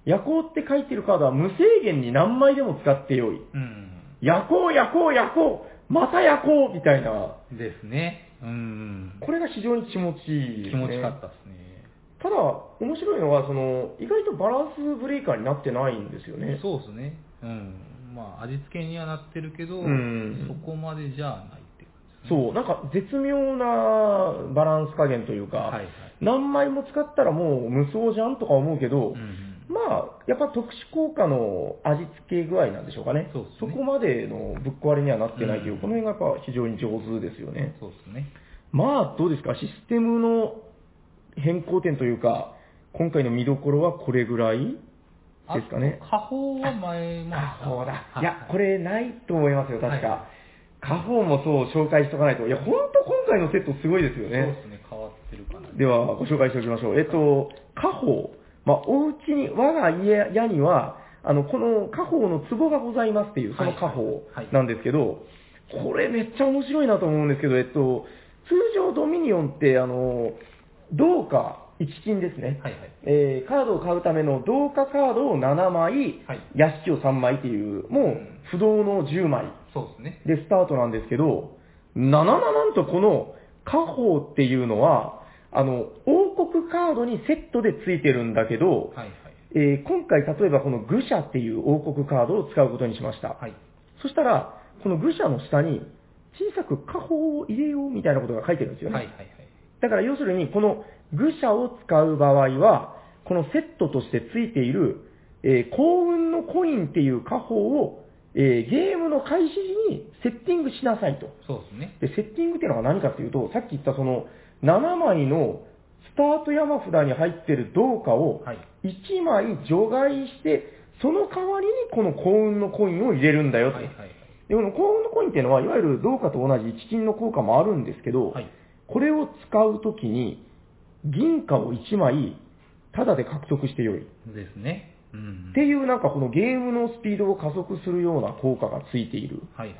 Speaker 2: 夜行って書いてるカードは無制限に何枚でも使ってよい。
Speaker 3: うんうん
Speaker 2: 夜行、夜行、夜行、また夜行みたいな、
Speaker 3: うん。ですね。うん
Speaker 2: これが非常に気持ちいい、
Speaker 3: うん。
Speaker 2: ね。
Speaker 3: 気持ちよかったですね。
Speaker 2: ただ、面白いのは、その、意外とバランスブレーカーになってないんですよね。
Speaker 3: そうですね。うん。まあ、味付けにはなってるけど、
Speaker 2: うん
Speaker 3: そこまでじゃないって感じですね。
Speaker 2: そう、なんか絶妙なバランス加減というか、
Speaker 3: はいはい
Speaker 2: 何枚も使ったらもう無双じゃんとか思うけど、
Speaker 3: うんうん
Speaker 2: まあ、やっぱ特殊効果の味付け具合なんでしょうかね。
Speaker 3: そうですね
Speaker 2: こまでのぶっ壊れにはなってないという、
Speaker 3: うん
Speaker 2: この辺がやっぱ非常に上手ですよね。
Speaker 3: そうですね。
Speaker 2: まあ、どうですか、システムの変更点というか、今回の見どころはこれぐらい
Speaker 3: あ
Speaker 2: ですかね。
Speaker 3: 家宝は前も
Speaker 2: あ、そうだ。いや、こ
Speaker 3: れ、
Speaker 2: れないと思いますよ、確か。
Speaker 3: は
Speaker 2: 家宝もそう紹介しとかないと。いや、ほんと今回のセットすごいですよ
Speaker 3: そうで
Speaker 2: ね。
Speaker 3: すね、変わってるかな。
Speaker 2: では、ご紹介しておきましょう。えっと、家宝。まあ、お家に、我が家家には、あの、この家宝の壺がございますっていう、その家宝
Speaker 3: はいはい
Speaker 2: なんですけど、これめっちゃ面白いなと思うんですけど、えっと、通常ドミニオンって、あの、銅貨1金ですね。
Speaker 3: はいはい。
Speaker 2: えーカードを買うための同化カードを7枚、
Speaker 3: はい
Speaker 2: 屋敷を3枚っていう、もう不動の10枚
Speaker 3: そうですね。
Speaker 2: でスタートなんですけど、ななななんとこの家宝っていうのは、あの、王国カードにセットでついてるんだけど、
Speaker 3: はいはい。
Speaker 2: えー今回例えばこの愚者っていう王国カードを使うことにしました。
Speaker 3: はい。
Speaker 2: そしたら、この愚者の下に、小さく下方を入れようみたいなことが書いてるんですよね。
Speaker 3: はいはいはい。
Speaker 2: だから要するに、この愚者を使う場合は、このセットとしてついている、えー幸運のコインっていう家宝を、えーゲームの開始時にセッティングしなさいと。
Speaker 3: そうですね。
Speaker 2: で、セッティングっていうのが何かっていうと、さっき言ったその7枚のスタート山札に入ってる銅貨を
Speaker 3: はい。
Speaker 2: 1枚除外して、その代わりにこの幸運のコインを入れるんだよと。
Speaker 3: はいはい
Speaker 2: で、この幸運のコインっていうのは、いわゆる銅貨と同じ一金の効果もあるんですけど、
Speaker 3: はい。はい。
Speaker 2: これを使うときに、銀貨を1枚、タダで獲得してよい。っ
Speaker 3: ですね。うん。
Speaker 2: ていうなんかこのゲームのスピードを加速するような効果がついている。
Speaker 3: はいはい。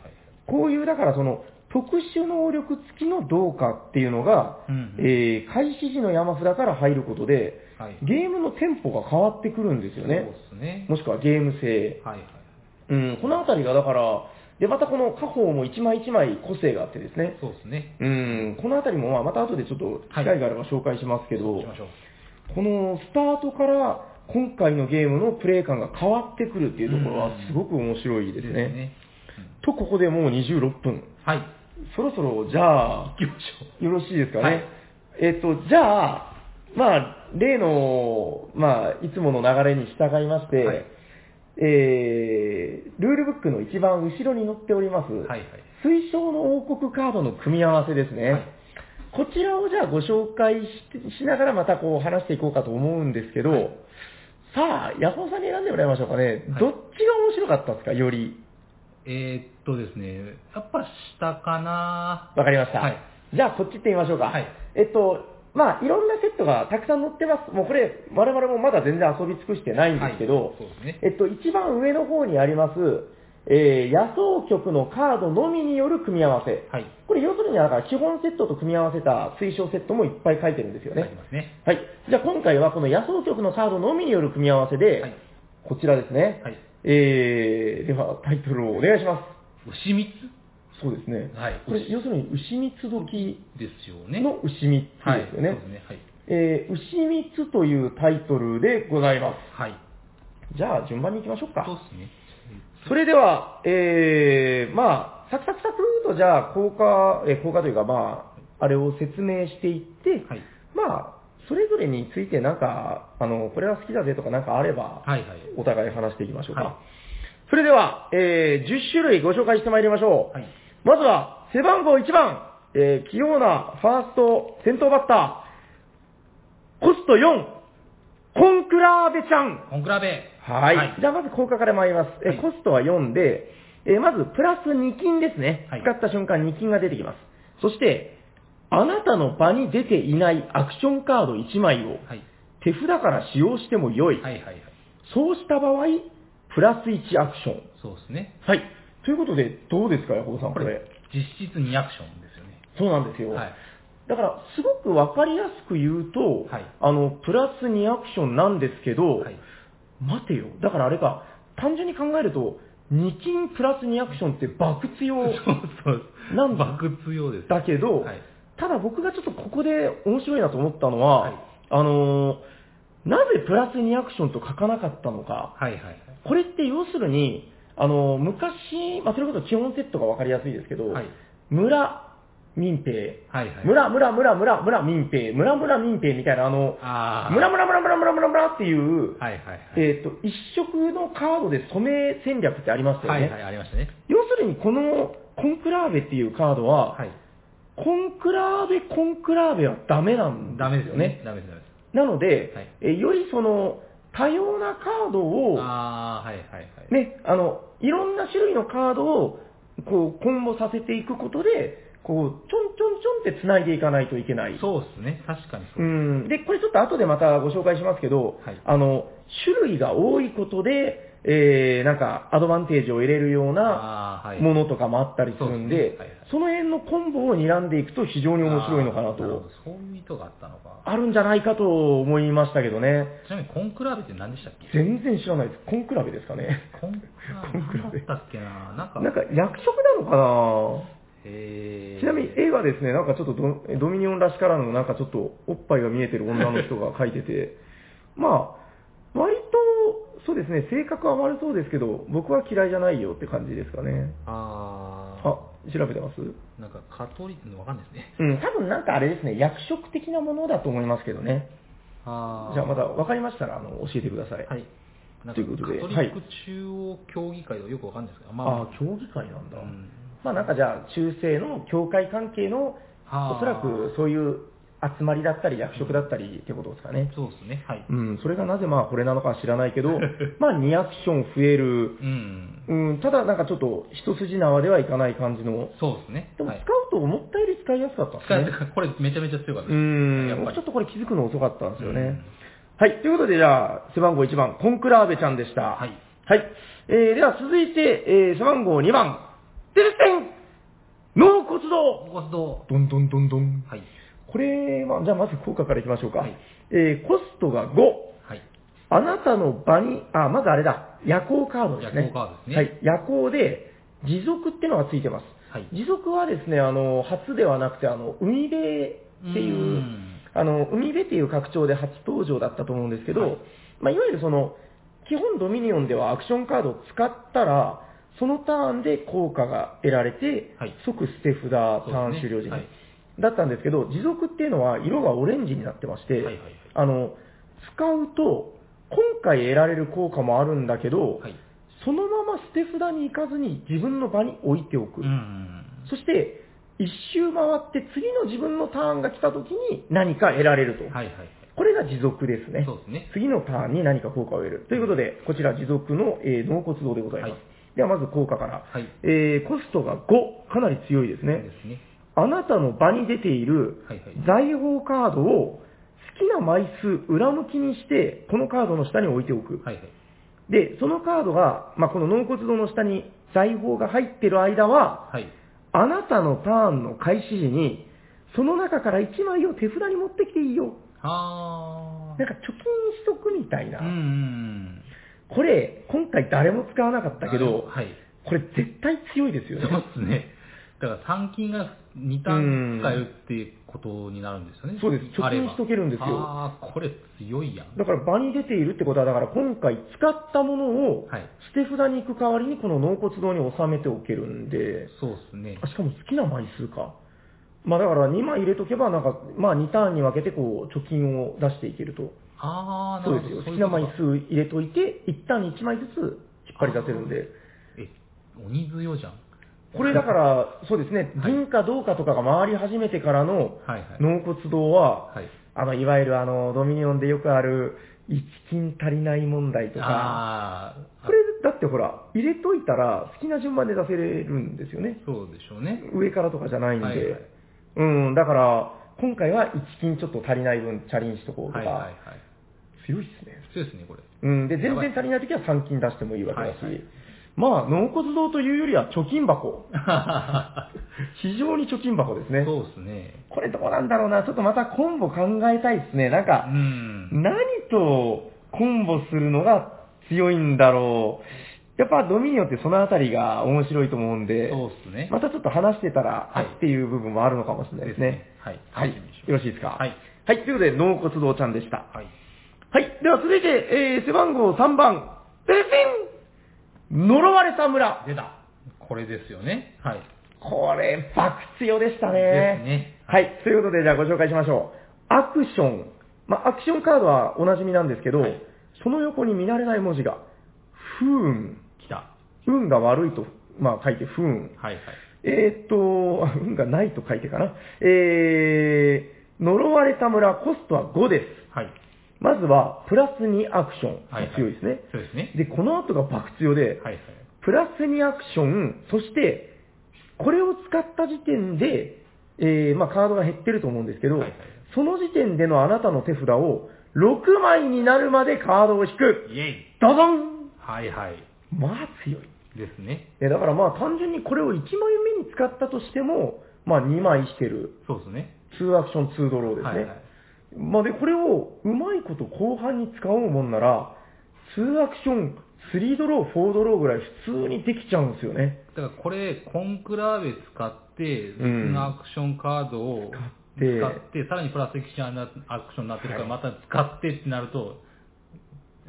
Speaker 2: こういう、だからその、特殊能力付きの銅貨っていうのが、
Speaker 3: うんうん
Speaker 2: えー開始時の山札から入ることで、
Speaker 3: はい。
Speaker 2: ゲームのテンポが変わってくるんですよね。
Speaker 3: そうですね。
Speaker 2: もしくはゲーム性。
Speaker 3: はいはい。
Speaker 2: うん、このあたりがだから、で、またこの家宝も一枚一枚個性があってですね。
Speaker 3: そうですね。
Speaker 2: うん、このあたりもまあまた後でちょっと機会があれば紹介しますけど、
Speaker 3: しましょう。
Speaker 2: このスタートから今回のゲームのプレイ感が変わってくるっていうところは
Speaker 3: うん
Speaker 2: すごく面白いですね。
Speaker 3: うん
Speaker 2: と、ここでもう26分。
Speaker 3: はい。
Speaker 2: そろそろ、じゃあ
Speaker 3: 行、きましょ
Speaker 2: よろしいですかね。
Speaker 3: はい
Speaker 2: えっ、と、じゃあ、まあ、例の、まあ、いつもの流れに従いまして、
Speaker 3: はい
Speaker 2: えー、ルールブックの一番後ろに載っております、
Speaker 3: う。はいはい。
Speaker 2: 水晶の王国カードの組み合わせですね。
Speaker 3: はい
Speaker 2: こちらをじゃあご紹介ししながらまたこう話していこうかと思うんですけど、さあ、ヤホーさんに選んでもらいましょうかね。
Speaker 3: はい
Speaker 2: どっちが面白かったですか、より。
Speaker 3: えーっとですね、やっぱ下かな
Speaker 2: わかりました。
Speaker 3: はい
Speaker 2: じゃあ、こっち行ってみましょうか。
Speaker 3: はい
Speaker 2: えっと、まあ、いろんなセットがたくさん載ってます。もうこれ、我々もまだ全然遊び尽くしてないんですけど、
Speaker 3: はいそうですね
Speaker 2: えっと、一番上の方にあります、えー、野草局のカードのみによる組み合わせ。
Speaker 3: はい
Speaker 2: これ、要するに、だから基本セットと組み合わせた推奨セットもいっぱい書いてるんですよ
Speaker 3: あり
Speaker 2: ね。
Speaker 3: ますね。
Speaker 2: はい。じゃあ、今回はこの野草局のカードのみによる組み合わせで、
Speaker 3: はい
Speaker 2: こちらですね。
Speaker 3: はい
Speaker 2: えー、では、タイトルをお願いしま
Speaker 3: 牛蜜
Speaker 2: す。そうですね。
Speaker 3: はい
Speaker 2: これ、要するに、牛蜜時
Speaker 3: ですよね。
Speaker 2: の牛蜜ですよね。
Speaker 3: はい。そうですね。はい。
Speaker 2: えー牛蜜というタイトルでございま
Speaker 3: はい。
Speaker 2: す。じゃあ、順番に行きましょう
Speaker 3: そう
Speaker 2: か。
Speaker 3: ですね。
Speaker 2: それでは、えー、まあ、サクサクサクっとじゃあ、効果、えー効果というか、まあ、あれを説明していって、
Speaker 3: はい
Speaker 2: まあ、それぞれについてなんか、あの、これは好きだぜとかなんかあれば、
Speaker 3: はいはい。
Speaker 2: お互い話していきましょうか。
Speaker 3: はい
Speaker 2: それでは、えー、10種類ご紹介してまいりましょう。
Speaker 3: はい
Speaker 2: まずは、背番号1番、えー、器用なファースト先頭バッター、コスト4、コンクラーベちゃん。
Speaker 3: コンクラベ。
Speaker 2: はい。
Speaker 3: はい
Speaker 2: じゃあまず効果から参ります。えー
Speaker 3: はい
Speaker 2: コストは4で、えーまずプラス2金ですね。
Speaker 3: はい
Speaker 2: 使った瞬間2金が出てきます。そして、あなたの場に出ていないアクションカード1枚を
Speaker 3: はい。
Speaker 2: 手札から使用しても良い。
Speaker 3: はいはいはい。
Speaker 2: そうした場合、プラス1アクション。
Speaker 3: そうですね。
Speaker 2: はい。ということで、どうですか、ヤコブさん、これ。
Speaker 3: 実質2アクションですよね。
Speaker 2: そうなんですよ。
Speaker 3: はい
Speaker 2: だから、すごくわかりやすく言うと、
Speaker 3: はい
Speaker 2: あの、プラス2アクションなんですけど、
Speaker 3: はい
Speaker 2: 待てよ。だからあれか、単純に考えると、2金プラス2アクションって爆強
Speaker 3: そうそう。
Speaker 2: なんだ
Speaker 3: 爆強です。
Speaker 2: だけど、
Speaker 3: はい
Speaker 2: ただ僕がちょっとここで面白いなと思ったのは、
Speaker 3: はい
Speaker 2: あのーなぜプラス2アクションと書かなかったのか、
Speaker 3: はいはいはい。
Speaker 2: これって要するに、あの、昔、まあ、それこそ基本セットがわかりやすいですけど、
Speaker 3: はい
Speaker 2: 村、民兵、
Speaker 3: はいはい
Speaker 2: 村、村、村、村、村、民兵、村、村、民兵みたいな、あの、
Speaker 3: あー
Speaker 2: 村、村、村、村、村、村、村っていう、
Speaker 3: はいはいはい。
Speaker 2: えっ、と、一色のカードで染め戦略ってありましたよ
Speaker 3: は
Speaker 2: ね。
Speaker 3: いはい、ありましたね。
Speaker 2: 要するに、このコンクラーベっていうカードは、
Speaker 3: はい。
Speaker 2: コンクラーベ、コンクラーベはダメなん
Speaker 3: ダメ
Speaker 2: で
Speaker 3: ですす
Speaker 2: よ
Speaker 3: よ
Speaker 2: ね
Speaker 3: ね。。ダメです、ダメです。
Speaker 2: なので、
Speaker 3: はい
Speaker 2: えよりその、多様なカードを、
Speaker 3: ああ、はいはいはい。
Speaker 2: ね、あの、いろんな種類のカードを、こう、混合させていくことで、こう、ちょんちょんちょんって繋いでいかないといけない。
Speaker 3: そうですね。確かにそうう。
Speaker 2: ん。で、これちょっと後でまたご紹介しますけど、
Speaker 3: はい
Speaker 2: あの、種類が多いことで、えー、なんか、アドバンテージを得れるような
Speaker 3: ああ、はい。
Speaker 2: ものとかもあったりするんで、
Speaker 3: そうですねはいはい
Speaker 2: その辺のコンボを睨んでいくと非常に面白いのかな
Speaker 3: あーるほ
Speaker 2: と
Speaker 3: ど、そういう意図があったのか。
Speaker 2: あるんじゃないかと思いましたけどね。
Speaker 3: ちなみに、コンクラベって何でしたっけ
Speaker 2: 全然知らないです。コンクラベですかね。
Speaker 3: コン
Speaker 2: コンク
Speaker 3: ク
Speaker 2: ラ
Speaker 3: ラ
Speaker 2: ベ
Speaker 3: ベ。何だったっけななんか、
Speaker 2: なんか、役職なのかな
Speaker 3: えー、
Speaker 2: ちなみに絵がですね、なんかちょっとドドミニオンらしからぬ、なんかちょっとおっぱいが見えてる女の人が描いてて、まあ、割と、そうですね、性格は悪そうですけど、僕は嫌いじゃないよって感じですかね。
Speaker 3: あー
Speaker 2: あ、調べてます
Speaker 3: なんか、カトリ、わかんないですね。
Speaker 2: うん、多分なんかあれですね、役職的なものだと思いますけどね。
Speaker 3: あー
Speaker 2: じゃあまた分かりましたら、あの、教えてください。
Speaker 3: はい。なん
Speaker 2: と
Speaker 3: か
Speaker 2: いうことで
Speaker 3: カトリック中央協議会はよくわかんないですけど、まあ
Speaker 2: ああ、協議会なんだ。
Speaker 3: うん
Speaker 2: まあなんかじゃあ、中世の教会関係の、
Speaker 3: はあ
Speaker 2: おそらくそういう集まりだったり、役職だったりってことですかね。
Speaker 3: そうですね。はい。
Speaker 2: うん、それがなぜまあこれなのかは知らないけど、
Speaker 3: [laughs]
Speaker 2: まあ2アクション増える、
Speaker 3: うん。
Speaker 2: うん、ただなんかちょっと一筋縄ではいかない感じの、
Speaker 3: そうですね。
Speaker 2: でも
Speaker 3: は
Speaker 2: 使
Speaker 3: い。
Speaker 2: うと思ったより使いやすかったです
Speaker 3: 使え
Speaker 2: ね
Speaker 3: て。かこれめちゃめちゃ強かっ
Speaker 2: う
Speaker 3: たです。やっ
Speaker 2: ん
Speaker 3: ぱ、り
Speaker 2: ちょっとこれ気づくの遅かったんですよ
Speaker 3: う
Speaker 2: ね
Speaker 3: ん。
Speaker 2: はい、ということでじゃあ、背番号1番、コンクラーベちゃんでした。
Speaker 3: はい
Speaker 2: はい。えー、では続いて、えー、背番号2番、てるてん脳骨道
Speaker 3: ご活動。
Speaker 2: どんどんどんどん。
Speaker 3: はい。
Speaker 2: これは、じゃあまず効果からいきましょうか。
Speaker 3: はい
Speaker 2: えー、コストが5。
Speaker 3: はい。
Speaker 2: あなたの場に、あ、まずあれだ、夜行カードですね。
Speaker 3: 夜行カードですね
Speaker 2: はい、夜行で、持続ってのがついてます。
Speaker 3: はい
Speaker 2: 持続はですね、あの、初ではなくて、あの、海辺っていう、
Speaker 3: うん
Speaker 2: あの、海辺っていう拡張で初登場だったと思うんですけど、
Speaker 3: はい
Speaker 2: い、まあ、いわゆるその、基本ドミニオンではアクションカードを使ったら、そのターンで効果が得られて、
Speaker 3: はい
Speaker 2: 即捨て札、ターン終了時に、
Speaker 3: そうですねはい
Speaker 2: だったんですけど、持続っていうのは色がオレンジになってまして、
Speaker 3: はいはいはい
Speaker 2: あの、使うと、今回得られる効果もあるんだけど、
Speaker 3: はい。
Speaker 2: そのまま捨て札に行かずに自分の場に置いておく。
Speaker 3: うん。
Speaker 2: そして、一周回って次の自分のターンが来た時に何か得られると。
Speaker 3: はいはいはい。
Speaker 2: これが持続ですね。
Speaker 3: そうですね
Speaker 2: 次のターンに何か効果を得る。ということで、こちら持続の、えー、脳骨動でございます。
Speaker 3: はい
Speaker 2: ではまず効果から、
Speaker 3: はい
Speaker 2: えーコストが5。かなり強いです
Speaker 3: そう
Speaker 2: ね。
Speaker 3: ですね。
Speaker 2: あなたの場に出ている
Speaker 3: はいはい
Speaker 2: 財宝カードを好きな枚数裏向きにして、このカードの下に置いておく。
Speaker 3: はいはい。
Speaker 2: で、そのカードが、まあ、この納骨堂の下に財宝が入ってる間は、
Speaker 3: はい。
Speaker 2: あなたのターンの開始時に、その中から1枚を手札に持ってきていいよ。
Speaker 3: は
Speaker 2: なんか貯金しとくみたいな。
Speaker 3: あ。うんうんうん。
Speaker 2: これ、今回誰も使わなかったけど、
Speaker 3: はい。
Speaker 2: これ絶対強いです
Speaker 3: そう
Speaker 2: よ
Speaker 3: で
Speaker 2: ね。
Speaker 3: すね。だから、単金が2単使えるっていうことになるんですよね。
Speaker 2: そうです貯金しとけるんですよ
Speaker 3: あればあー、これ強いやん。
Speaker 2: だから場に出ているってことは、だから今回使ったものを
Speaker 3: はい
Speaker 2: 捨て札に行く代わりにこの納骨堂に収めておけるんで、
Speaker 3: そうですね。
Speaker 2: あしかも好きな枚数か。まあだから2枚入れとけば、なんか、まあ2ターンに分けてこう貯金を出していけると。
Speaker 3: ああ、
Speaker 2: そう
Speaker 3: な
Speaker 2: です
Speaker 3: る
Speaker 2: よ。
Speaker 3: ほど。
Speaker 2: 好きな枚
Speaker 3: ういうこ
Speaker 2: 数入れといて、1ターンに1枚ずつ引っ張り出せるんで。
Speaker 3: とか。え、鬼強じゃん。
Speaker 2: これだから、そうですね、
Speaker 3: はい
Speaker 2: 銀か銅かとかが回り始めてからの
Speaker 3: はいはい
Speaker 2: 納骨堂は、
Speaker 3: はい
Speaker 2: あの、いわゆるあの、ドミニオンでよくある、一金足りない問題とか、
Speaker 3: ああ、
Speaker 2: これだってほら、入れといたら好きな順番で出せれるんですよね。
Speaker 3: そうでしょうね。
Speaker 2: 上からとかじゃないんで。
Speaker 3: はいはい
Speaker 2: うん、だから、今回は一金ちょっと足りない分、チャリンしとこうとか、
Speaker 3: はいはいはい。
Speaker 2: 強いっすね。
Speaker 3: 強いですね、これ。
Speaker 2: うん、で、
Speaker 3: や
Speaker 2: 全
Speaker 3: ばい
Speaker 2: 然足りないときは3金出してもいいわけだし、
Speaker 3: はいはい
Speaker 2: まあ、納骨堂というよりは貯金箱。
Speaker 3: そ
Speaker 2: 非常に貯金箱ですね。
Speaker 3: うですね。
Speaker 2: これどうなんだろうな、ちょっとまたコンボ考えたいですね。なん
Speaker 3: う
Speaker 2: か、
Speaker 3: ん。
Speaker 2: 何とコンボするのが強いんだろう。やっぱドミニオンってそのあたりが面白いと思うんで、
Speaker 3: そうですね。
Speaker 2: またちょっと話してたら、
Speaker 3: はい
Speaker 2: あっていう部分もあるのかもしれないですね。
Speaker 3: はい
Speaker 2: はい。
Speaker 3: 楽しみにしましょう
Speaker 2: よろしいですか
Speaker 3: はい。
Speaker 2: はい。ということで、納骨堂ちゃんでした。
Speaker 3: はい。
Speaker 2: はい。では続いて、えー、背番号3番、ペペン呪われた村。
Speaker 3: 出た。これですよね。はい。
Speaker 2: これ、爆強でしたね。
Speaker 3: ですね
Speaker 2: はい。ということで、じゃあご紹介しましょう。アクション。まあ、アクションカードはおなじみなんですけど、
Speaker 3: はい
Speaker 2: その横に見慣れない文字が、不運。
Speaker 3: 来た。は
Speaker 2: 運が悪いと、まあ、書いて不運。
Speaker 3: いはい。
Speaker 2: えーっと、 [laughs] 運がないと書いてかな。えー、呪われた村、コストは5です。
Speaker 3: はい。
Speaker 2: まずは、プラス2アクション。
Speaker 3: はいはい
Speaker 2: 強いですね。
Speaker 3: そうですね
Speaker 2: で、この後が爆強で、
Speaker 3: はいはい。
Speaker 2: プラス2アクション、そして、これを使った時点で、えーまあ、カードが減ってると思うんですけど、
Speaker 3: はいはい
Speaker 2: その時点でのあなたの手札を6枚になるまでカードを引く。
Speaker 3: イェイ。
Speaker 2: ドドン
Speaker 3: はいはい。
Speaker 2: まあ強い。
Speaker 3: ですね。
Speaker 2: えだからまあ単純にこれを1枚目に使ったとしても、まあ2枚してる。
Speaker 3: そうですね。
Speaker 2: 2アクション2ドローですね。
Speaker 3: はいはい
Speaker 2: まあで、これをうまいこと後半に使おうもんなら、2アクション3ドロー、4ドローぐらい普通にできちゃうんですよね。
Speaker 3: だからこれ、コンクラーベ使って、別
Speaker 2: うん
Speaker 3: のアクションカードを使
Speaker 2: って
Speaker 3: って、さらにプラスエキシアンなアクションになってるから、また使ってってなると、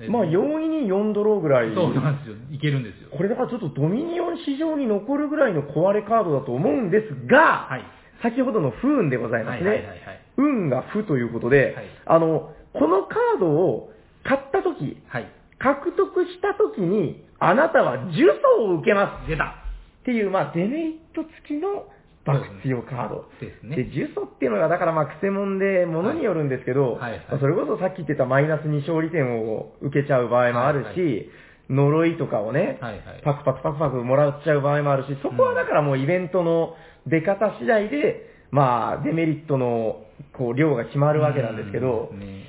Speaker 3: えっと
Speaker 2: まあ、容易に4ドローぐらい。
Speaker 3: そうなんですよ。いけるんですよ。
Speaker 2: これだからちょっとドミニオン市場に残るぐらいの壊れカードだと思うんですが、
Speaker 3: はい
Speaker 2: 先ほどの不運でございますね。
Speaker 3: はいはいはいはい
Speaker 2: 運が不ということで、
Speaker 3: はい
Speaker 2: あの、このカードを買ったとき、
Speaker 3: はい。
Speaker 2: 獲得したときに、あなたは呪詛を受けます
Speaker 3: 出た。
Speaker 2: っていう、まあ、デメリット付きの爆用カード。
Speaker 3: です
Speaker 2: で、
Speaker 3: ね。
Speaker 2: 呪詛っていうのが、だからまあ、くせ者で、ものによるんですけど、
Speaker 3: はいはいはい
Speaker 2: まあそれこそさっき言ってたマイナス2勝利点を受けちゃう場合もあるし、
Speaker 3: はいは
Speaker 2: 呪いとかをね、
Speaker 3: はいはい
Speaker 2: パクパクパクパクもらっちゃう場合もあるし、そこはだからもうイベントの出方次第で、まあ、デメリットの、こう、量が決ま
Speaker 3: あ
Speaker 2: るわけなんですけど、
Speaker 3: ね、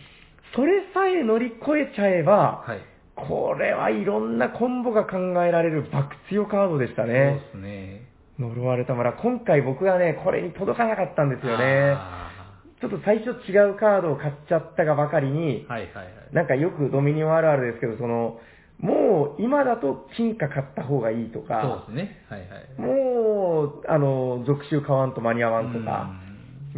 Speaker 2: それさえ乗り越えちゃえば、
Speaker 3: はい。
Speaker 2: これはいろんなコンボが考えられる爆強カードでした
Speaker 3: そう
Speaker 2: ね
Speaker 3: で。すね。
Speaker 2: 呪われた村、今回僕はね、これに届かなかったんですよね。
Speaker 3: あ
Speaker 2: ちょっと最初違うカードを買っちゃったがばかりに
Speaker 3: ー、はいはいはい。
Speaker 2: なんかよくドミニオンあるあるですけど、その、もう今だと金貨買った方がいいとか、
Speaker 3: そうですね。はいはい。
Speaker 2: もう、あの、続州買わんと間に合わんとか、
Speaker 3: うん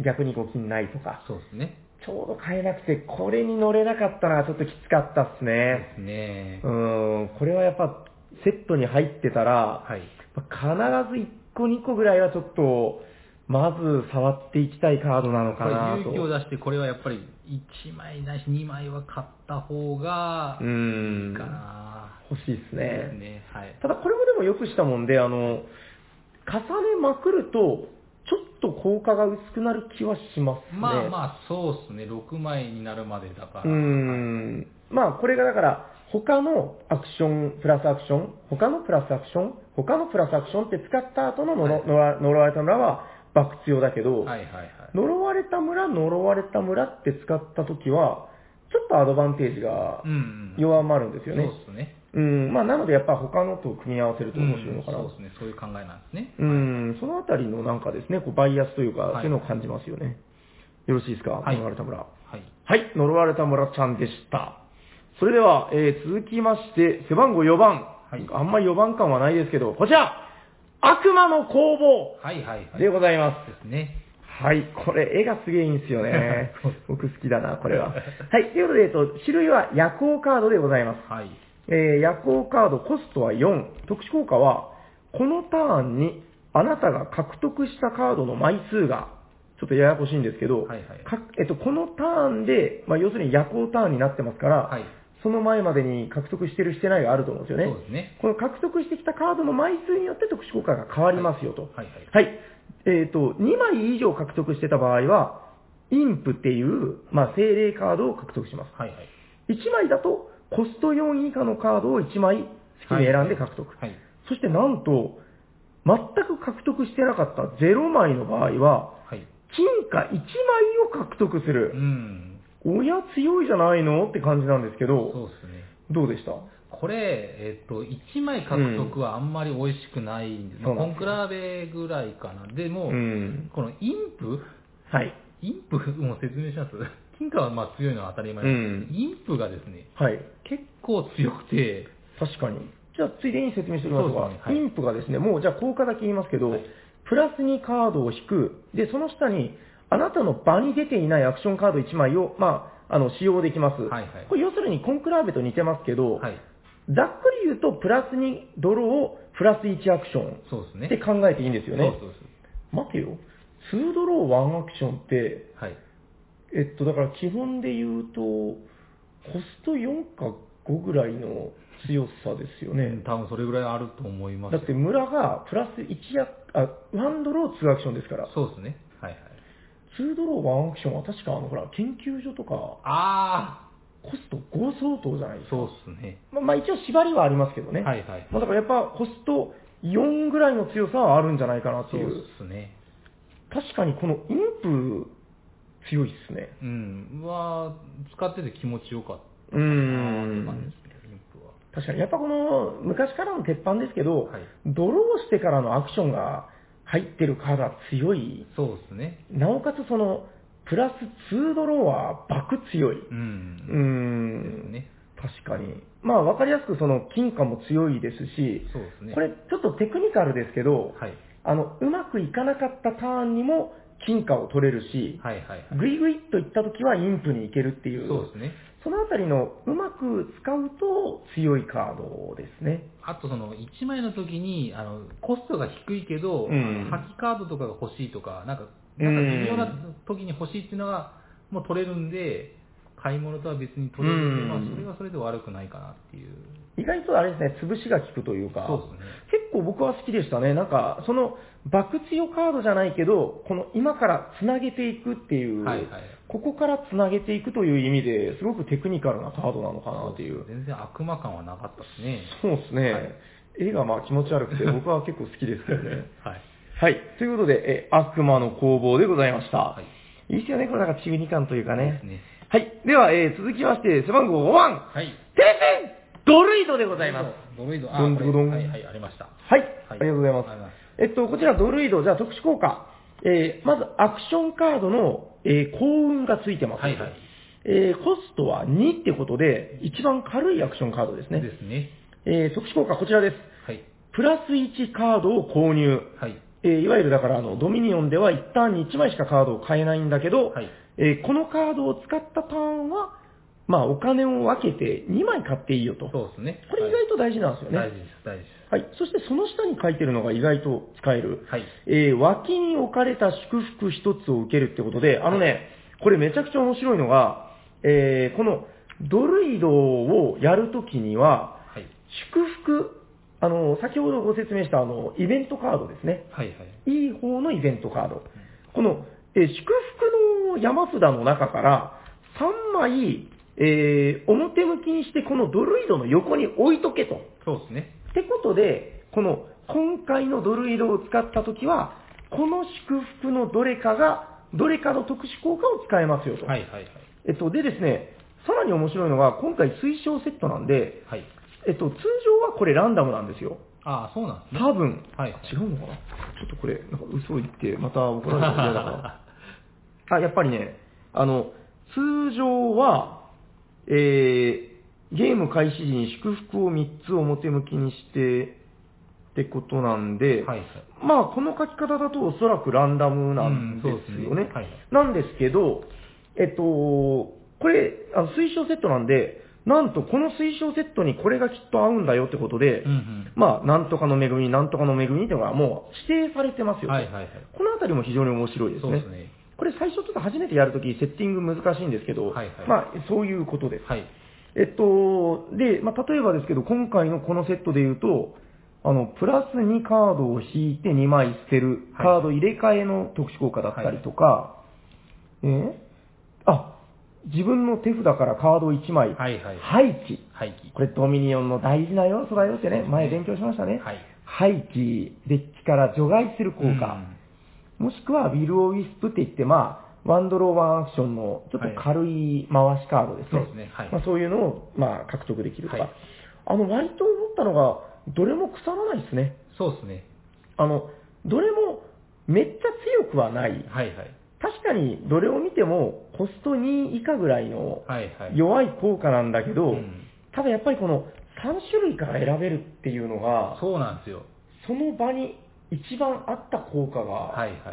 Speaker 2: 逆にご金ないとか、
Speaker 3: そうですね。
Speaker 2: ちょうど買えなくて、これに乗れなかったのはちょっときつかったっす
Speaker 3: で
Speaker 2: ね。
Speaker 3: すね
Speaker 2: う。ん、これはやっぱセットに入ってたら、
Speaker 3: はい。
Speaker 2: 必ず1個2個ぐらいはちょっと、まず触っていきたいカードなの
Speaker 3: こ
Speaker 2: か
Speaker 3: れ
Speaker 2: なと。
Speaker 3: 勇気を出して、これはやっぱり1枚ないし2枚は買った方が
Speaker 2: う
Speaker 3: い
Speaker 2: ん
Speaker 3: いかな。
Speaker 2: 欲しいです
Speaker 3: です
Speaker 2: ね。
Speaker 3: ね。はい。
Speaker 2: ただこれもでもよくしたもんで、あの、重ねまくると、ちょっと効果が薄くなる気はしますね。
Speaker 3: まあまあ、そうですね。6枚になるまでだから。
Speaker 2: うーん。まあこれがだから、他のアクション、プラスアクション、他のプラスアクション、他のプラスアクションって使った後の
Speaker 3: は
Speaker 2: 呪
Speaker 3: い
Speaker 2: 呪わ呪われた村は爆強だけど、
Speaker 3: はいはいはい。
Speaker 2: 呪われた村、呪われた村って使った時は、ちょっとアドバンテージが
Speaker 3: うんうん。
Speaker 2: 弱まるんですよね。
Speaker 3: そうですね。
Speaker 2: うん、まあなのでやっぱ他のと組み合わせると面白いのかな。
Speaker 3: うんそうですね。そういう考えなんですね。
Speaker 2: うん、そのあたりのなんかですね、こうバイアスというか、
Speaker 3: はい
Speaker 2: そういうのを感じますよね。よろしいですか、
Speaker 3: はい
Speaker 2: 呪われた村。は
Speaker 3: はい。
Speaker 2: い、呪われた村ちゃんでした。それでは、えー続きまして、背番号4番。
Speaker 3: はい
Speaker 2: あんまり4番感はないですけど、こちら悪魔の工房
Speaker 3: はいはいはい。
Speaker 2: でございます。
Speaker 3: ですね。
Speaker 2: はい、これ、絵がすげえいいんですよ
Speaker 3: [laughs]
Speaker 2: ね
Speaker 3: そうです。
Speaker 2: 僕好きだな、これは。はい、ということで、えっと、種類は夜行カードでございます。
Speaker 3: はい。
Speaker 2: えー夜行カードコストは4。特殊効果は、このターンにあなたが獲得したカードの枚数が、ちょっとややこしいんですけど、
Speaker 3: はいはい
Speaker 2: かえっと、このターンで、まあ、要するに夜行ターンになってますから、
Speaker 3: はい。
Speaker 2: その前までに獲得してるしてないがあると思うんですよね。
Speaker 3: そうですね。
Speaker 2: この獲得してきたカードの枚数によって特殊効果が変わりますよと。
Speaker 3: はいはい。
Speaker 2: はい。えっ、と、2枚以上獲得してた場合は、インプっていう、まあ、精霊カードを獲得します。
Speaker 3: はいはい。
Speaker 2: 1枚だと、コスト4以下のカードを1枚好きに選んで獲得。
Speaker 3: はい。
Speaker 2: そしてなんと、全く獲得してなかった0枚の場合は、
Speaker 3: はい。
Speaker 2: 金貨1枚を獲得す
Speaker 3: う
Speaker 2: る。
Speaker 3: ん。
Speaker 2: おや、強いじゃないのって感じなんですけど、
Speaker 3: そうですね。
Speaker 2: どうでした
Speaker 3: これ、えっと、1枚獲得はあんまり美味しくないんです。
Speaker 2: うん
Speaker 3: まあコンクラベぐらいかな。でも、
Speaker 2: うん。
Speaker 3: このインプ
Speaker 2: はい。
Speaker 3: インプもう説明します。 [laughs] 金貨はまあ強いのは当たり前なんですけど、インプがですね、
Speaker 2: はい。
Speaker 3: 結構強くて、
Speaker 2: 確かに。じゃあ、ついでに説明しておきましょう
Speaker 3: そ
Speaker 2: か
Speaker 3: う。ですねはい
Speaker 2: インプがですね、もうじゃあ効果だけ言いますけど、
Speaker 3: はい
Speaker 2: プラスにカードを引く。で、その下に、あなたの場に出ていないアクションカード1枚を、まあ、あの、使用できます。
Speaker 3: はいはい
Speaker 2: これ要するにコンクラーベと似てますけど、
Speaker 3: はい。
Speaker 2: ざっくり言うと、プラスにドローをプラス1アクション
Speaker 3: そうですね。
Speaker 2: って考えていいんですよね。
Speaker 3: そうそうそう。
Speaker 2: 待てよ。2ドロー1アクションって、
Speaker 3: はい。
Speaker 2: えっと、だから基本で言うと、コスト4か5ぐらいの強さですよね。
Speaker 3: うん多分それぐらいあると思います
Speaker 2: だ
Speaker 3: よ。
Speaker 2: って村がプラス1アあ、1ドロー2アクションですから、
Speaker 3: そうですね。はいはい。
Speaker 2: 2ドロー1アクションは確かあの、ほら、研究所とか、
Speaker 3: あ
Speaker 2: コスト5相当じゃないで
Speaker 3: あ、
Speaker 2: すか。
Speaker 3: そうですね。
Speaker 2: まあ、まあ一応縛りはありますけどね。
Speaker 3: はいはい。
Speaker 2: まあだからやっぱコスト4ぐらいの強さはあるんじゃないかなって
Speaker 3: そう
Speaker 2: い
Speaker 3: で
Speaker 2: う。
Speaker 3: すね。
Speaker 2: 確かにこのインプ強いっすね。
Speaker 3: うん。は、使ってて気持ちよかった。
Speaker 2: うー
Speaker 3: って感じで
Speaker 2: ん。
Speaker 3: すね、リンプは。
Speaker 2: 確かに。やっぱこの昔からの鉄板ですけど、
Speaker 3: はい
Speaker 2: ドローしてからのアクションが入ってるカードは強い
Speaker 3: そうですね。
Speaker 2: なおかつその、プラス2ドローは爆強い。う
Speaker 3: うん。
Speaker 2: ー
Speaker 3: です
Speaker 2: ん。
Speaker 3: ね。
Speaker 2: 確かに。まあ、わかりやすくその、金貨も強いですし、
Speaker 3: そうですね。
Speaker 2: これ、ちょっとテクニカルですけど、
Speaker 3: はい。
Speaker 2: あの、うまくいかなかったターンにも金貨を取れるし、
Speaker 3: はいはいはい。
Speaker 2: グイグイっといった時はインプに行けるっていう、
Speaker 3: そうですね。
Speaker 2: そのあたりのうまく使うと強いカードですね。
Speaker 3: あとその1枚の時にあのコストが低いけど、
Speaker 2: うん
Speaker 3: 先カードとかが欲しいとか、なんか、なんか微妙な時に欲しいっていうのが、もう取れるんで、買い物とは別に取れるんで、
Speaker 2: うん
Speaker 3: まあそれはそれで悪くないかなっていう。
Speaker 2: 意外とあれですね、潰しが効くというか、
Speaker 3: そうですね
Speaker 2: 結構僕は好きでしたね。なんか、その、爆強カードじゃないけど、この今からつなげていくっていう、
Speaker 3: はいはい
Speaker 2: ここからつなげていくという意味ですごくテクニカルなカードなのかなという。
Speaker 3: 全然悪魔感はなかったですね。
Speaker 2: そうですね。
Speaker 3: はい
Speaker 2: 絵がまあ気持ち悪
Speaker 3: [laughs]
Speaker 2: くて、僕は結構好きですけどね。
Speaker 3: はい。
Speaker 2: はい。ということで、え悪魔の工房でございました。、
Speaker 3: はい
Speaker 2: いですよね、これなんか中二感というかね。
Speaker 3: ですね
Speaker 2: はい。では、えー続きまして、背番号5ン
Speaker 3: はい。
Speaker 2: 天然ドルイドでございます。
Speaker 3: ドロイド、あ、
Speaker 2: どん
Speaker 3: こ
Speaker 2: どん
Speaker 3: れはいはい、ありました。
Speaker 2: はい、あ
Speaker 3: はい
Speaker 2: りがとうございま。
Speaker 3: ありがとうございます
Speaker 2: えっと、こちらドルイド、じゃあ特殊効果。えーまずアクションカードの、えー幸運がついてます。
Speaker 3: はいはい
Speaker 2: えーコストは2ってことで、一番軽いアクションカードですね。
Speaker 3: ですね。
Speaker 2: えー特殊効果こちらです。
Speaker 3: はい。
Speaker 2: プラス1カードを購入。
Speaker 3: はい。
Speaker 2: えーいわゆるだからあの、ドミニオンでは一旦に1枚しかカードを買えないんだけど、
Speaker 3: はい
Speaker 2: えーこのカードを使ったターンは、まあお金を分けて2枚買っていいよと。
Speaker 3: そうですね。
Speaker 2: これ意外と大事なんですよね。
Speaker 3: はい大事です、大事です。
Speaker 2: はい。そしてその下に書いてるのが意外と使える。
Speaker 3: はい
Speaker 2: えー脇に置かれた祝福一つを受けるってことで、あのね、これめちゃくちゃ面白いのが、えーこのドル移動をやるときには、
Speaker 3: はい。
Speaker 2: 祝福、あの、先ほどご説明したあの、イベントカードですね。
Speaker 3: はいはい。
Speaker 2: いい方のイベントカード。この、えー祝福の山札の中から、3枚、えー表向きにしてこのドル移動の横に置いとけと。
Speaker 3: そうですね。
Speaker 2: ってことで、この今回のドル移動を使ったときは、この祝福のどれかが、どれかの特殊効果を使えますよと。
Speaker 3: はいはいはい。
Speaker 2: えっと、でですね、さらに面白いのが、今回推奨セットなんで、
Speaker 3: はい。
Speaker 2: えっと、通常はこれランダムなんですよ。
Speaker 3: ああ、そうなんですね。
Speaker 2: 多分。
Speaker 3: はい
Speaker 2: 違うのかなちょっとこれ、なんか嘘を言って、また怒られたら嫌だ
Speaker 3: [laughs]
Speaker 2: から。あ、やっぱりね、あの、通常は、えー、ゲーム開始時に祝福を3つ表向きにして、ってことなんで、
Speaker 3: はいはい
Speaker 2: まあ、この書き方だとおそらくランダムなんです
Speaker 3: うんそ
Speaker 2: よ
Speaker 3: うで
Speaker 2: ね。
Speaker 3: すねはい
Speaker 2: なんですけど、えっと、これ、あの推奨セットなんで、なんとこの推奨セットにこれがきっと合うんだよってことで、
Speaker 3: うんうん
Speaker 2: まあ、なんとかの恵み、なんとかの恵みっていうのがもう指定されてますよ、
Speaker 3: はいはいはい
Speaker 2: このあたりも非常に面白いです
Speaker 3: そう
Speaker 2: ね。
Speaker 3: ですね
Speaker 2: これ最初ちょっと初めてやるとき、セッティング難しいんですけど、
Speaker 3: はいはい
Speaker 2: まあ、そういうことです。
Speaker 3: はい。
Speaker 2: えっと、で、まあ、例えばですけど、今回のこのセットで言うと、あの、プラス2カードを引いて2枚捨てる、
Speaker 3: はい
Speaker 2: カード入れ替えの特殊効果だったりとか、えーあ、自分の手札からカード1枚、
Speaker 3: はいはい
Speaker 2: 廃棄。
Speaker 3: 廃棄。
Speaker 2: これドミニオンの大事な要素だよってね、
Speaker 3: そうですね
Speaker 2: 前勉強しましたね。
Speaker 3: はい
Speaker 2: 廃棄、デッキから除外する効果。もしくは、ウィル・オウィスプって言って、まあ、ワンドローワンアクションのちょっと軽い回しカードですね。
Speaker 3: はいそうですねはい
Speaker 2: まあ、そういうのを、まあ、獲得できるとか。
Speaker 3: はい
Speaker 2: あの、割と思ったのが、どれも腐らないですね。
Speaker 3: そうですね。
Speaker 2: あの、どれもめっちゃ強くはない。
Speaker 3: はいはい。
Speaker 2: 確かに、どれを見ても、コスト2以下ぐらいの
Speaker 3: はいはい。
Speaker 2: 弱い効果なんだけど、
Speaker 3: うん
Speaker 2: ただやっぱりこの3種類から選べるっていうのが、
Speaker 3: そうなんですよ。
Speaker 2: その場に一番合った効果が、
Speaker 3: はいはいは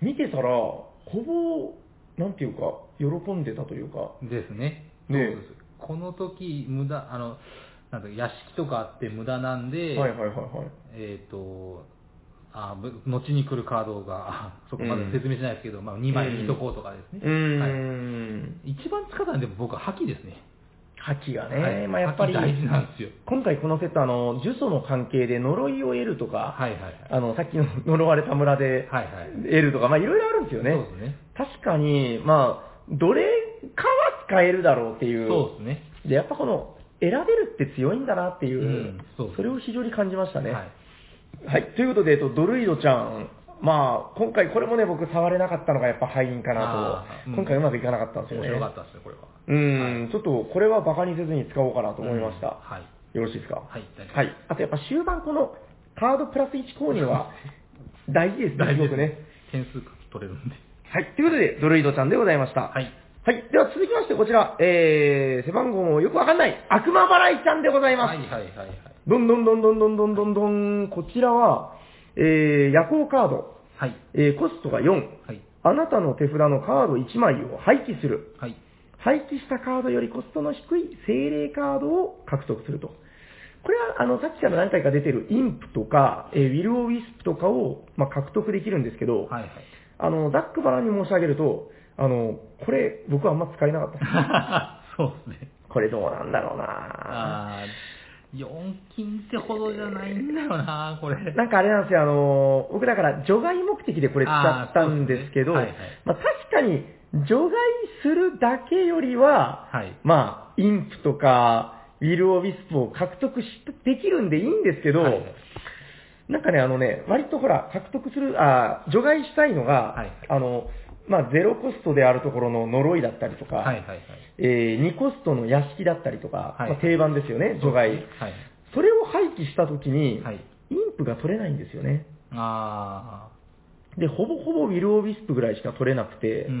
Speaker 2: 見てたら、ほぼ、なんていうか、喜んでたというか、
Speaker 3: い。ですね。
Speaker 2: ね
Speaker 3: そうですこの時、無駄、あの、なんか屋敷とかあって無駄なんで、
Speaker 2: はいはいはいはい。
Speaker 3: えっ、と、あぶ後に来るカードが、 [laughs] あそこまで説明しないですけど、まあ2枚引いとこうとかですね。
Speaker 2: うー
Speaker 3: はい、
Speaker 2: ん、
Speaker 3: 一番使ったのでも僕は覇気ですね。
Speaker 2: 覇気がね、
Speaker 3: はい
Speaker 2: まあやっぱり、
Speaker 3: 覇気大事なんですよ
Speaker 2: 今回このセット、あの、呪詛の関係で呪いを得るとか、
Speaker 3: はいはいはい。
Speaker 2: あの、さっきの [laughs] 呪われた村で
Speaker 3: はいはい
Speaker 2: 得るとか、まあいろいろあるんですよね。
Speaker 3: そうですね
Speaker 2: 確かに、まあ、どれかは使えるだろうっていう。
Speaker 3: そうですね。
Speaker 2: で、やっぱこの、選べるって強いんだなっていう、
Speaker 3: うんそうです
Speaker 2: れを非常に感じましたね。
Speaker 3: はい。
Speaker 2: はい、ということで、えっと、ドルイドちゃん、まあ、今回これもね、僕触れなかったのがやっぱ敗因かな
Speaker 3: あ
Speaker 2: と、
Speaker 3: ーうん
Speaker 2: 今回うまくいかなかったんですよ
Speaker 3: 面
Speaker 2: ね。
Speaker 3: 白かったですね、これは。
Speaker 2: うん、ちょっとこれはバカにせずに使おうかなと思いました。
Speaker 3: うんはい
Speaker 2: よろしいですか
Speaker 3: はい大丈夫
Speaker 2: はい。あとやっぱ終盤このカードプラス1購入は大事ですね、すごくね。。
Speaker 3: 点数取れるんで。
Speaker 2: はい、ということで、ドルイドちゃんでございました。
Speaker 3: はい。
Speaker 2: はい。では続きましてこちら、えー、背番号もよくわかんない、悪魔払いちゃんでございます。
Speaker 3: はいはいはいはい。
Speaker 2: どんどんどんどんどんどんどんどん、こちらは、えー、夜行カード、
Speaker 3: はい。
Speaker 2: えー、コストが4、
Speaker 3: はい。
Speaker 2: あなたの手札のカード1枚を廃棄する。
Speaker 3: はい。
Speaker 2: 廃棄したカードよりコストの低い精霊カードを獲得すると。これは、あの、さっきから何回か出てるインプとか、えーウィル・オ・ウィスプとかを、まあ、獲得できるんですけど、 [laughs]
Speaker 3: はいはい。
Speaker 2: あの、ざっくばらんに申し上げると、あの、これ、僕はあんま使えなかったです。
Speaker 3: そうですね。
Speaker 2: これどうなんだろうな
Speaker 3: あー、4金ってほどじゃないんだよな、これ。 [laughs]
Speaker 2: なんかあれなんですよ、あの、僕だから除外目的でこれ使ったんですけど、
Speaker 3: あーそうですね
Speaker 2: まあ確かに除外するだけよりは、
Speaker 3: はい。
Speaker 2: まあ、インプとか、ウィル・オ・ビスプを獲得し、できるんでいいんですけど、
Speaker 3: はいはい
Speaker 2: なんかね、あのね、割とほら、獲得する、あー除外したいのが、
Speaker 3: はい
Speaker 2: あの、まあ、ゼロコストであるところの呪いだったりとか、
Speaker 3: はいはいはい。
Speaker 2: えー2コストの屋敷だったりとか、
Speaker 3: はい
Speaker 2: まあ定番ですよね、除
Speaker 3: は
Speaker 2: 外
Speaker 3: い。。
Speaker 2: それを廃棄したときに、
Speaker 3: はい
Speaker 2: インプが取れないんですよね。
Speaker 3: あ
Speaker 2: で、ほぼほぼウィル・オ・ビスプぐらいしか取れなくて、
Speaker 3: ー。うんうんう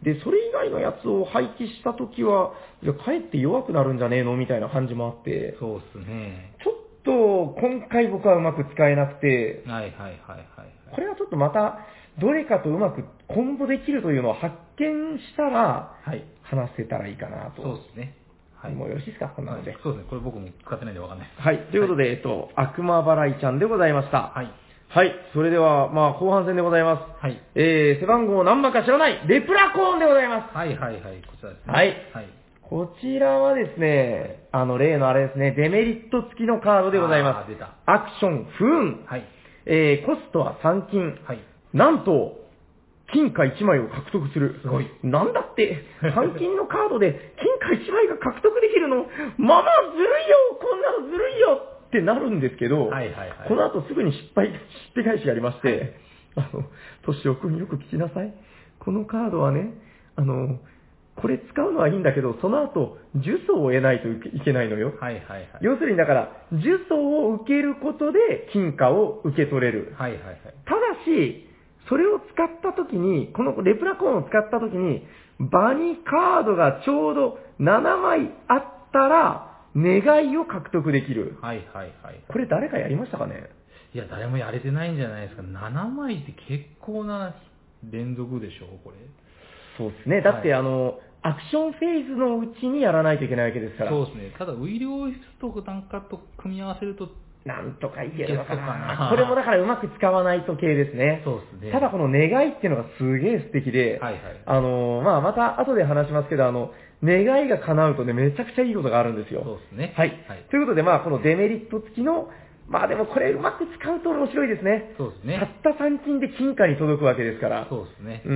Speaker 3: ん。
Speaker 2: で、それ以外のやつを廃棄したときは、いや、かえって弱くなるんじゃねえのみたいな感じもあって、
Speaker 3: そうですね。
Speaker 2: ちょっと今回僕はうまく使えなくて、
Speaker 3: はいはいはいはいはい。
Speaker 2: これはちょっとまた、どれかとうまくコンボできるというのを発見したら、
Speaker 3: はい。
Speaker 2: 話せたらいいかなと。
Speaker 3: そうですね。はい。
Speaker 2: もうよろしいですか、こんなので。
Speaker 3: そうですね。これ僕も使ってないんでわかんないです。
Speaker 2: はい。ということで、えっと、悪魔払いちゃんでございました。
Speaker 3: はい。
Speaker 2: はい。それでは、まあ、後半戦でございます。
Speaker 3: はい。
Speaker 2: えー、背番号何番か知らない、レプラコーンでございます。
Speaker 3: はいはいはい。こちらですね。
Speaker 2: はい
Speaker 3: はい。
Speaker 2: こちらはですね、あの、例のあれですね、デメリット付きのカードでございま
Speaker 3: あー
Speaker 2: す
Speaker 3: 出た。
Speaker 2: アクション、不運。
Speaker 3: はい。
Speaker 2: えー、コストは3金。
Speaker 3: はい。
Speaker 2: なんと、金貨1枚を獲得する。
Speaker 3: すごい
Speaker 2: なんだって、3金のカードで金貨1枚が獲得できるの、まあまあずるいよこんなのずるいよってなるんですけど、
Speaker 3: はいはいはい
Speaker 2: この後すぐに失敗、 [laughs] 失敗返しがありまして、あの、としおくんよく聞きなさい。このカードはね、あの、これ使うのはいいんだけど、その後、呪詛を得ないといけないのよ。
Speaker 3: はいはいはい。
Speaker 2: 要するにだから、呪詛を受けることで金貨を受け取れる。
Speaker 3: はいはいはい。
Speaker 2: ただし、それを使ったときに、このレプラコーンを使ったときに、場にカードがちょうど7枚あったら、願いを獲得できる。
Speaker 3: はいはいはい。
Speaker 2: これ誰かやりましたかね
Speaker 3: いや、誰もやれてないんじゃないですか。7枚って結構な連続でしょ、これ。
Speaker 2: そうですね。だって、
Speaker 3: は
Speaker 2: あの、アクションフェーズのうちにやらないといけないわけですから。
Speaker 3: そうですね。ただ、ウィリオフィスとなんかと組み合わせると、
Speaker 2: なんとかいけるのか
Speaker 3: いけそう
Speaker 2: な。
Speaker 3: かな
Speaker 2: これもだからうまく使わないと系ですね。
Speaker 3: そうですね
Speaker 2: ただこの願いっていうのがすげえ素敵で、
Speaker 3: はいはい
Speaker 2: あのーまあ、また後で話しますけど、あの、願いが叶うとね、めちゃくちゃいいことがあるんですよ。
Speaker 3: そうですね
Speaker 2: はい。
Speaker 3: はい
Speaker 2: ということで、まあ、このデメリット付きの、まあでもこれうまく使うと面白いですね。
Speaker 3: そうですね
Speaker 2: たった3金で金貨に届くわけですから。
Speaker 3: そうですね。
Speaker 2: うー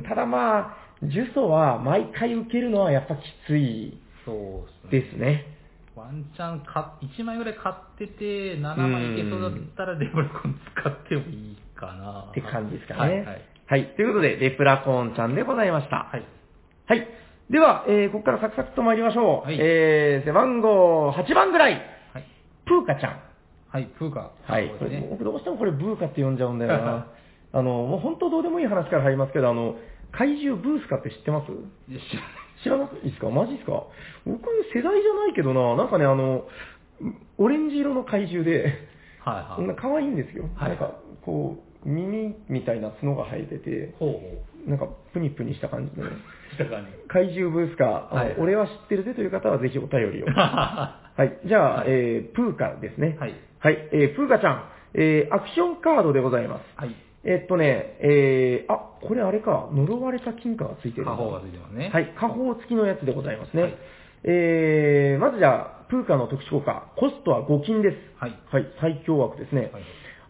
Speaker 2: ん、ただまあ、呪詛は毎回受けるのはやっぱきつい
Speaker 3: そうです
Speaker 2: で
Speaker 3: ね。
Speaker 2: すね。
Speaker 3: ワンチャンか、1枚ぐらい買ってて、7枚いけそうだったら、デブラコン使ってもいいかな。
Speaker 2: って感じですかね。
Speaker 3: はいはい。
Speaker 2: はいということで、レプラコーンちゃんでございました。は。
Speaker 3: はいい。
Speaker 2: では、えーここからサクサクと参りましょう。
Speaker 3: はい
Speaker 2: えー、背番号8番ぐらい、
Speaker 3: はい。
Speaker 2: プーカちゃん。
Speaker 3: はい、プーカ。
Speaker 2: はい。こ
Speaker 3: そう
Speaker 2: れ
Speaker 3: ですね。
Speaker 2: 僕どうしてもこれブーカって呼んじゃうんだよな。
Speaker 3: [laughs]
Speaker 2: あの、もう本当どうでもいい話から入りますけど、あの、怪獣ブースカって知ってます
Speaker 3: よし
Speaker 2: 知らないですかマジですか僕世代じゃないけどな、なんかね、あの、オレンジ色の怪獣で、
Speaker 3: は
Speaker 2: そ
Speaker 3: い
Speaker 2: ん
Speaker 3: は。
Speaker 2: ない可愛いんですよ。
Speaker 3: はい
Speaker 2: なんか、こう、耳みたいな角が生えてて、
Speaker 3: ほうほ
Speaker 2: なんか、プニプニした感じのね。
Speaker 3: う。したかに。
Speaker 2: 怪獣ブースカー、あの
Speaker 3: はい
Speaker 2: 俺は知ってるぜという方はぜひお便
Speaker 3: [laughs]
Speaker 2: りを。は。
Speaker 3: はい
Speaker 2: じゃあ、
Speaker 3: はい
Speaker 2: えー、プーカですね。
Speaker 3: はい。
Speaker 2: えー、プーカちゃん、えー、アクションカードでございます。
Speaker 3: い。
Speaker 2: えっとね、えー、あ、これあれか、呪われた金貨がついてるんだ
Speaker 3: 過方がついてますね。
Speaker 2: はい、下方付きのやつでございますね。
Speaker 3: はい
Speaker 2: えー、まずじゃあ、プーカの特殊効果、コストは5金です。
Speaker 3: はい
Speaker 2: 最強枠ですね。
Speaker 3: はい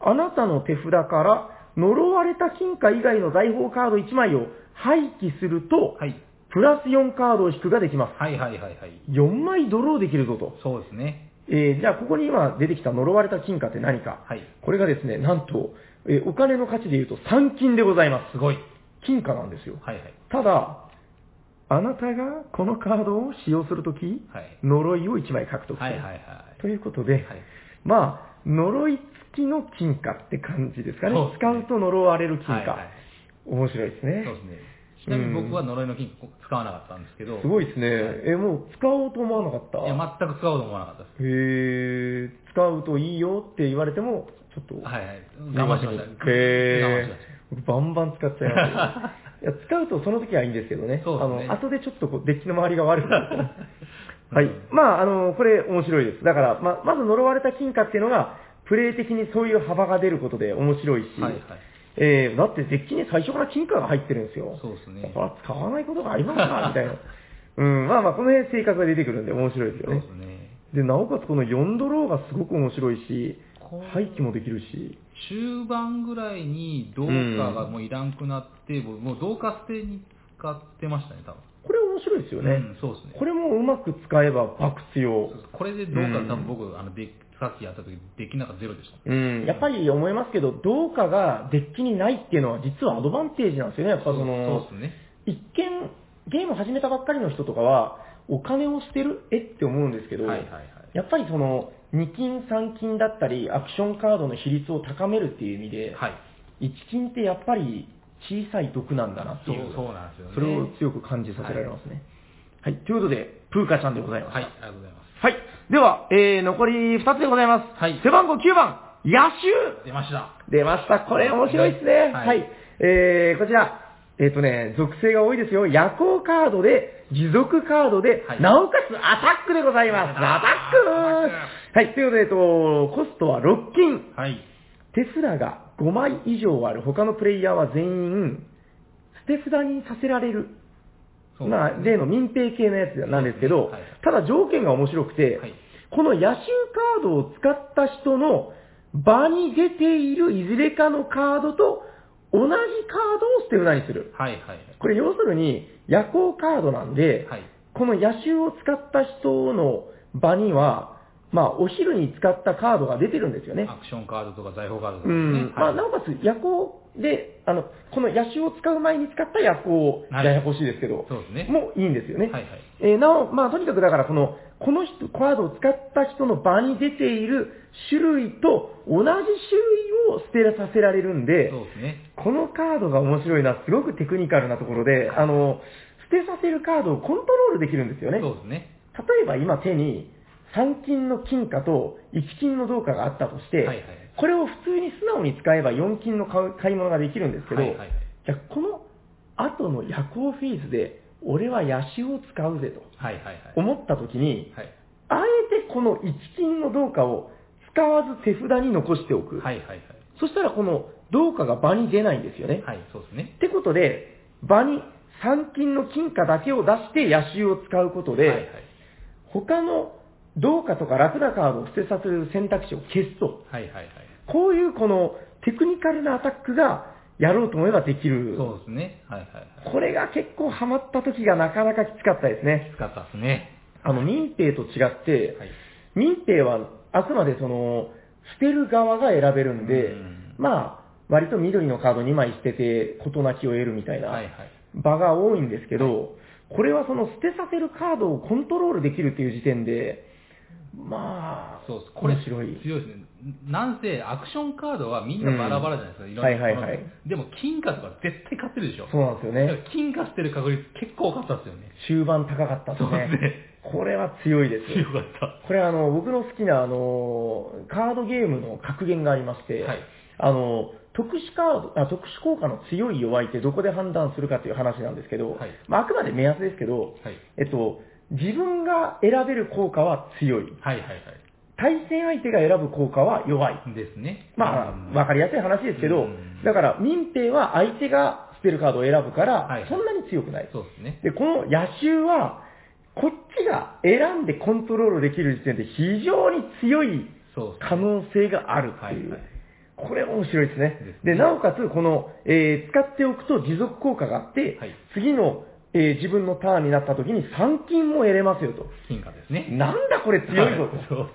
Speaker 2: あなたの手札から、呪われた金貨以外の財宝カード1枚を廃棄すると、
Speaker 3: はい。
Speaker 2: プラス4カードを引くができま
Speaker 3: はいはいはいはい。
Speaker 2: す。4枚ドローできるぞと。
Speaker 3: そうですね。
Speaker 2: えー、じゃあ、ここに今出てきた呪われた金貨って何か。
Speaker 3: はい
Speaker 2: これがですね、なんと、えーお金の価値で言うと3金でございます
Speaker 3: ごい。
Speaker 2: す。金貨なんですよ。
Speaker 3: はいはい。
Speaker 2: ただ、あなたがこのカードを使用するとき、
Speaker 3: はい
Speaker 2: 呪いを1枚獲得する。
Speaker 3: はいはいはい。
Speaker 2: ということで、まあ、呪い付きの金貨って感じですかね。
Speaker 3: そうですね
Speaker 2: 使うと呪われる金貨。
Speaker 3: はいはい
Speaker 2: 面白いですね。
Speaker 3: そうですね。ちなみに僕は呪いの金庫使わなかったんですけど。
Speaker 2: すごいですね。え、もう使おうと思わなかった
Speaker 3: いや、全く使おうと思わなかったです。
Speaker 2: へー、使うといいよって言われても、ちょっと。
Speaker 3: はいはい。我慢しました。
Speaker 2: へ
Speaker 3: 我慢しまし
Speaker 2: ー。バンバン使っちゃいますよ。
Speaker 3: [laughs]
Speaker 2: いや、使うとその時はいいんですけどね。
Speaker 3: そうですね
Speaker 2: あの、後でちょっとこうデッキの周りが悪くなるんですね
Speaker 3: うん
Speaker 2: はい。まあ、あの、これ面白いです。だから、ま、まず呪われた金貨っていうのが、プレイ的にそういう幅が出ることで面白いし、
Speaker 3: はいはい
Speaker 2: えー、だってデッキに最初から金貨が入ってるんですよ。
Speaker 3: そうですね
Speaker 2: これは使わないことがありますかみたいな。うん、まあまあ、この辺性格が出てくるんで面白いですよ
Speaker 3: そう
Speaker 2: ね
Speaker 3: で。すね。
Speaker 2: で、なおかつこの4ドローがすごく面白いし
Speaker 3: こ、う
Speaker 2: 廃棄もできるし、
Speaker 3: 中盤ぐらいに同化がもういらんくなって、もう同化捨てに使ってましたね、多分。
Speaker 2: これ面白いですよね。
Speaker 3: うん、そうですね。
Speaker 2: これもうまく使えば爆強
Speaker 3: そう。そうこれで同化多分僕、あのでさっきやった時できなかったゼロでした。
Speaker 2: うん、やっぱり思いますけど、同化がデッキにないっていうのは実はアドバンテージなんですよね、やっぱその、
Speaker 3: そうですね。
Speaker 2: 一見、ゲーム始めたばっかりの人とかは、お金を捨てるえって思うんですけど、
Speaker 3: はいはいはい
Speaker 2: やっぱりその、2金3金だったり、アクションカードの比率を高めるっていう意味で、
Speaker 3: はい。
Speaker 2: 1金ってやっぱり小さい毒なんだなって
Speaker 3: そう
Speaker 2: いう、
Speaker 3: そうなんですよね。
Speaker 2: それを強く感じさせられますね。はい、ということで、プーカちゃんでございます。
Speaker 3: はい、ありがとうございます。
Speaker 2: はい。では、えー、残り2つでございます。
Speaker 3: はい
Speaker 2: 背番号9番、野手
Speaker 3: 出ました。
Speaker 2: 出ました。これ面白いですね。
Speaker 3: は
Speaker 2: はいい。えー、こちら、えっ、とね、属性が多いですよ。夜行カードで、持続カードで、
Speaker 3: はい
Speaker 2: なおかつアタックでございます。
Speaker 3: やだー
Speaker 2: アタックはい、ということで、えっと、コストは6金。
Speaker 3: はい。
Speaker 2: 手札が5枚以上ある他のプレイヤーは全員、捨て札にさせられる。
Speaker 3: そう
Speaker 2: まあ、例の民兵系のやつなんですけど、
Speaker 3: はい
Speaker 2: ただ条件が面白くて、
Speaker 3: はい
Speaker 2: この野手カードを使った人の場に出ているいずれかのカードと同じカードを捨て札にする。
Speaker 3: はいはい。
Speaker 2: これ要するに夜行カードなんで、
Speaker 3: はい
Speaker 2: この野手を使った人の場には、まあ、お昼に使ったカードが出てるんですよね
Speaker 3: ア。クションカードとか財宝カードとか
Speaker 2: う
Speaker 3: ですね。
Speaker 2: んま
Speaker 3: は
Speaker 2: あ、
Speaker 3: い
Speaker 2: なおかつ、夜行で、あの、この野手を使う前に使った夜行、
Speaker 3: はい
Speaker 2: ややこしいですけど、
Speaker 3: そうですね
Speaker 2: もういいんですよね。
Speaker 3: はいはい
Speaker 2: えーなお、まあ、とにかくだから、この、この人、カードを使った人の場に出ている種類と同じ種類を捨てらさせられるんで、
Speaker 3: そうですね。
Speaker 2: このカードが面白いな、すごくテクニカルなところで、あの、捨てさせるカードをコントロールできるんですよね。
Speaker 3: そうですね。
Speaker 2: 例えば今手に3金の金貨と1金の銅貨があったとして、
Speaker 3: はいはい
Speaker 2: これを普通に素直に使えば4金の買う買い物ができるんですけど、
Speaker 3: はいはいはい
Speaker 2: じゃあこの後の夜行フェーズで、俺は野手を使うぜと
Speaker 3: はいはいはい。
Speaker 2: 思った時に、
Speaker 3: はい。
Speaker 2: あえてこの1金の銅貨を使わず手札に残しておく。
Speaker 3: はいはいはい。
Speaker 2: そしたらこの銅貨が場に出ないんですよね。
Speaker 3: はい、そうですね
Speaker 2: っ。てことで、場に3金の金貨だけを出して野手を使うことで、
Speaker 3: はいはい。
Speaker 2: 他のどうかとか楽なカードを捨てさせる選択肢を消すと。
Speaker 3: はいはいはい。
Speaker 2: こういうこのテクニカルなアタックがやろうと思えばできる。
Speaker 3: そうですね。はいはいは
Speaker 2: これが結構ハマった時がなかなかきつかったですね
Speaker 3: い。。使ったですね。
Speaker 2: あの、民兵と違って、
Speaker 3: はい。
Speaker 2: 民兵はあくまでその、捨てる側が選べるんで
Speaker 3: うん、
Speaker 2: まあ、割と緑のカード2枚捨てて事なきを得るみたいな
Speaker 3: はいはい
Speaker 2: 場が多いんですけど、これはその捨てさせるカードをコントロールできるっていう時点で、まあ、
Speaker 3: そうです。これ
Speaker 2: 面白い。
Speaker 3: 強いですね。なんせ、アクションカードはみんなバラバラじゃないですか。
Speaker 2: うん
Speaker 3: いろんな
Speaker 2: はいはいはい
Speaker 3: でも、金貨とか絶対買ってるでしょ。
Speaker 2: そうなんですよ
Speaker 3: だから
Speaker 2: ね。
Speaker 3: 金貨捨てる確率結構多かったですよね。
Speaker 2: 終盤高かったです
Speaker 3: そうで
Speaker 2: ね
Speaker 3: すね。
Speaker 2: これは強いです。
Speaker 3: 強かった。
Speaker 2: これあの、僕の好きなあの、カードゲームの格言がありまして、
Speaker 3: はい
Speaker 2: あの、特殊カードあ、特殊効果の強い弱いってどこで判断するかっていう話なんですけど、
Speaker 3: はい
Speaker 2: まあ、あくまで目安ですけど、
Speaker 3: はい
Speaker 2: えっと、自分が選べる効果は強い。
Speaker 3: はいはいは
Speaker 2: 対戦相手が選ぶ効果は弱い。
Speaker 3: い。ですね。
Speaker 2: ま
Speaker 3: うん
Speaker 2: あ、わかりやすい話ですけ
Speaker 3: う
Speaker 2: ど
Speaker 3: ん、
Speaker 2: だから民兵は相手が捨てるカードを選ぶか
Speaker 3: はい
Speaker 2: ら、そんなに強くない。
Speaker 3: そうですね。
Speaker 2: で、この野手は、こっちが選んでコントロールできる時点で非常に強い
Speaker 3: そうですね。
Speaker 2: 可能性があるってい
Speaker 3: は
Speaker 2: う
Speaker 3: いはい。
Speaker 2: これ面白いですね
Speaker 3: で。すね
Speaker 2: で、なおかつ、この、えー使っておくと持続効果があって
Speaker 3: はい、
Speaker 2: 次の、えー自分のターンになった時に3金も得れますよと。
Speaker 3: 金貨ですね。
Speaker 2: なんだこれ強いぞ
Speaker 3: はそうですね。
Speaker 2: と。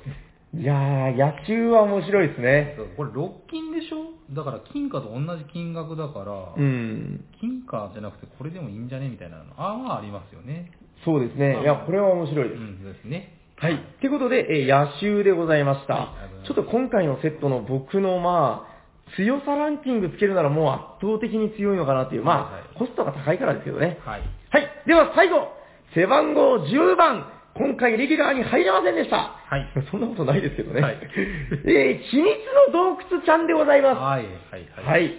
Speaker 2: いやー、野球は面白いですね。
Speaker 3: そうこれ6金でしょだから金貨と同じ金額だから、
Speaker 2: うん。
Speaker 3: 金貨じゃなくてこれでもいいんじゃねみたいなのあーまあありますよね。
Speaker 2: そうですね。いや、これは面白いうです。
Speaker 3: んですね。
Speaker 2: はい。ということで、えー野球でございました、
Speaker 3: はいありがと
Speaker 2: ちょっ
Speaker 3: うご
Speaker 2: と今回のセットの僕のまあ、強さランキングつけるならもう圧倒的に強いのかなっていう、まあ、
Speaker 3: はいはい
Speaker 2: コストが高いからですけどね。
Speaker 3: はい。
Speaker 2: はい。では最後、背番号10番、今回レギュラーに入れませんでした。
Speaker 3: はい。
Speaker 2: [laughs] そんなことないですけどね。
Speaker 3: はい
Speaker 2: [laughs] えー秘密の洞窟ちゃんでございます。
Speaker 3: はい、はい、
Speaker 2: はい。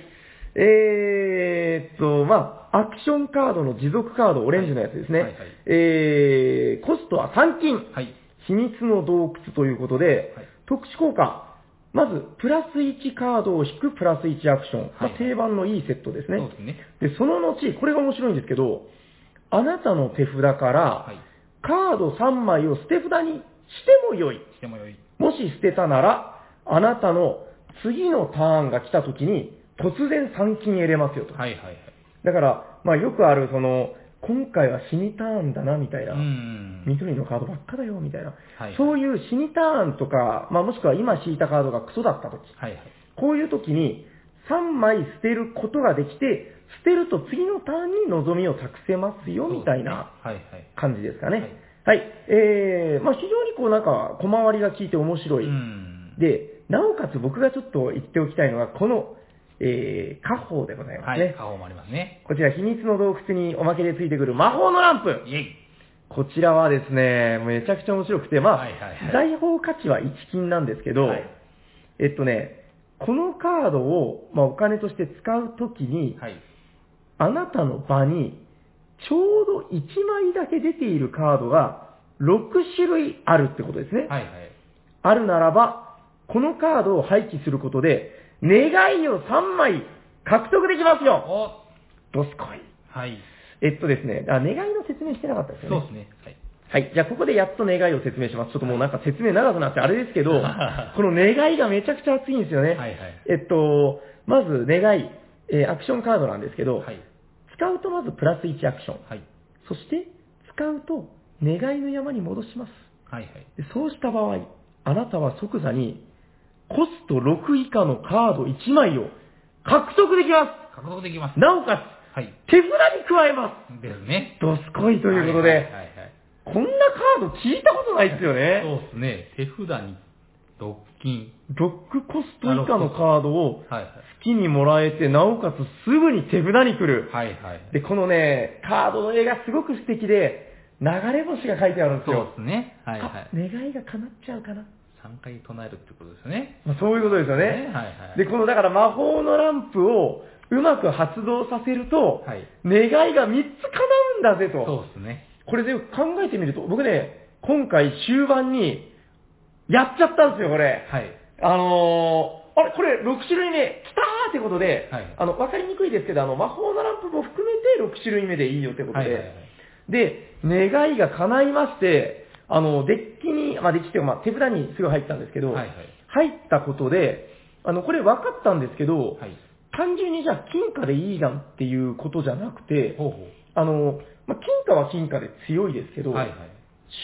Speaker 2: えーっと、まあ、アクションカードの持続カード、オレンジのやつですね。
Speaker 3: はいはい
Speaker 2: えー、コストは3金。
Speaker 3: はい。
Speaker 2: 秘密の洞窟ということで、
Speaker 3: はい
Speaker 2: 特殊効果。まず、プラス1カードを引くプラス1アクション。
Speaker 3: はいはい
Speaker 2: まあ定番のいいセットですね。
Speaker 3: そうですね。
Speaker 2: で、その後、これが面白いんですけど、あなたの手札から、
Speaker 3: はい。
Speaker 2: カード3枚を捨て札にしてもよい。
Speaker 3: してもよい。
Speaker 2: もし捨てたなら、あなたの次のターンが来た時に、突然3金得れますよと。
Speaker 3: はいはいはい。
Speaker 2: だから、まあよくある、その、今回は死にターンだな、みたいな。
Speaker 3: うん。
Speaker 2: 緑のカードばっかだよ、みたいな。
Speaker 3: はい
Speaker 2: そういう死にターンとか、まあもしくは今引いたカードがクソだった時。
Speaker 3: はいはい。
Speaker 2: こういう時に、3枚捨てることができて、捨てると次のターンに望みを託せますよ、みたいな。
Speaker 3: そうですね。はいはい。
Speaker 2: 感じですかね。はい。えー、まあ非常にこうなんか、小回りが効いて面白い。
Speaker 3: うん。
Speaker 2: で、なおかつ僕がちょっと言っておきたいのが、この、えー、家宝でございま
Speaker 3: は
Speaker 2: すね。
Speaker 3: い。顔もありますね。
Speaker 2: こちら、秘密の洞窟におまけでついてくる魔法のランプ。
Speaker 3: イェイ。
Speaker 2: こちらはですね、めちゃくちゃ面白くて、まあ、
Speaker 3: はいはいはい
Speaker 2: 財宝価値は1金なんですけど、
Speaker 3: はい
Speaker 2: えっとね、このカードを、まあ、お金として使うときに、
Speaker 3: はい。
Speaker 2: あなたの場に、ちょうど1枚だけ出ているカードが、6種類あるってことですね。
Speaker 3: はいはい。
Speaker 2: あるならば、このカードを廃棄することで、願いを3枚獲得できますよ
Speaker 3: お
Speaker 2: どすこい。
Speaker 3: はい。
Speaker 2: えっとですね、あ、願いの説明してなかったですよね。
Speaker 3: そうですね。はい。、
Speaker 2: はい。じゃあ、ここでやっと願いを説明します。ちょっともうなんか説明長くなってあれですけど
Speaker 3: [laughs]
Speaker 2: この願いがめちゃくちゃ熱いんですよね。
Speaker 3: はいはい
Speaker 2: えっと、まず願い、えーアクションカードなんですけど、
Speaker 3: はい。
Speaker 2: 使うとまずプラス1アクション。
Speaker 3: はい。
Speaker 2: そして、使うと願いの山に戻します。
Speaker 3: はいはい。
Speaker 2: でそうした場合、あなたは即座に、コスト6以下のカード1枚を獲得できま
Speaker 3: 獲得できますす。
Speaker 2: なおか
Speaker 3: はい。
Speaker 2: つ、手札に加えま
Speaker 3: ですね
Speaker 2: す。。ドスコイということで、
Speaker 3: はいはいはいはい。
Speaker 2: こんなカード聞いたことないですよね。
Speaker 3: そうですね。手札に、独金。
Speaker 2: ロックコスト以下のカードを
Speaker 3: はいはい。
Speaker 2: 好きにもらえて、なおかつすぐに手札に来る。
Speaker 3: はいはい。
Speaker 2: で、このね、カードの絵がすごく素敵で、流れ星が書いてあるんです
Speaker 3: そう
Speaker 2: よ。
Speaker 3: ですね。はいはい
Speaker 2: あ。願いが叶っちゃうかな。
Speaker 3: 3回唱えるってことですね。
Speaker 2: まあそういうことですよ
Speaker 3: ね
Speaker 2: ね。
Speaker 3: はいはい
Speaker 2: で、このだから魔法のランプをうまく発動させると、
Speaker 3: はい
Speaker 2: 願いが3つ叶うんだぜと。
Speaker 3: そうですね。
Speaker 2: これで考えてみると、僕ね、今回終盤に、やっちゃったんですよ、これ。
Speaker 3: はい。
Speaker 2: あのー、あれ、これ6種類目、来たーってことで、
Speaker 3: はい
Speaker 2: あの、わかりにくいですけど、あの、魔法のランプも含めて6種類目でいいよってことで、
Speaker 3: はいはいはい
Speaker 2: で、願いが叶いまして、あの、デッキに、まあ、デッキっていうか、まあ、手札にすぐ入ったんですけど、
Speaker 3: はいはい
Speaker 2: 入ったことで、あの、これ分かったんですけど、
Speaker 3: はい。
Speaker 2: 単純にじゃあ金貨でいいじゃんっていうことじゃなくて、
Speaker 3: ほうほ
Speaker 2: あの、まあ、金貨は金貨で強いですけ
Speaker 3: う。
Speaker 2: ど、
Speaker 3: はいはい。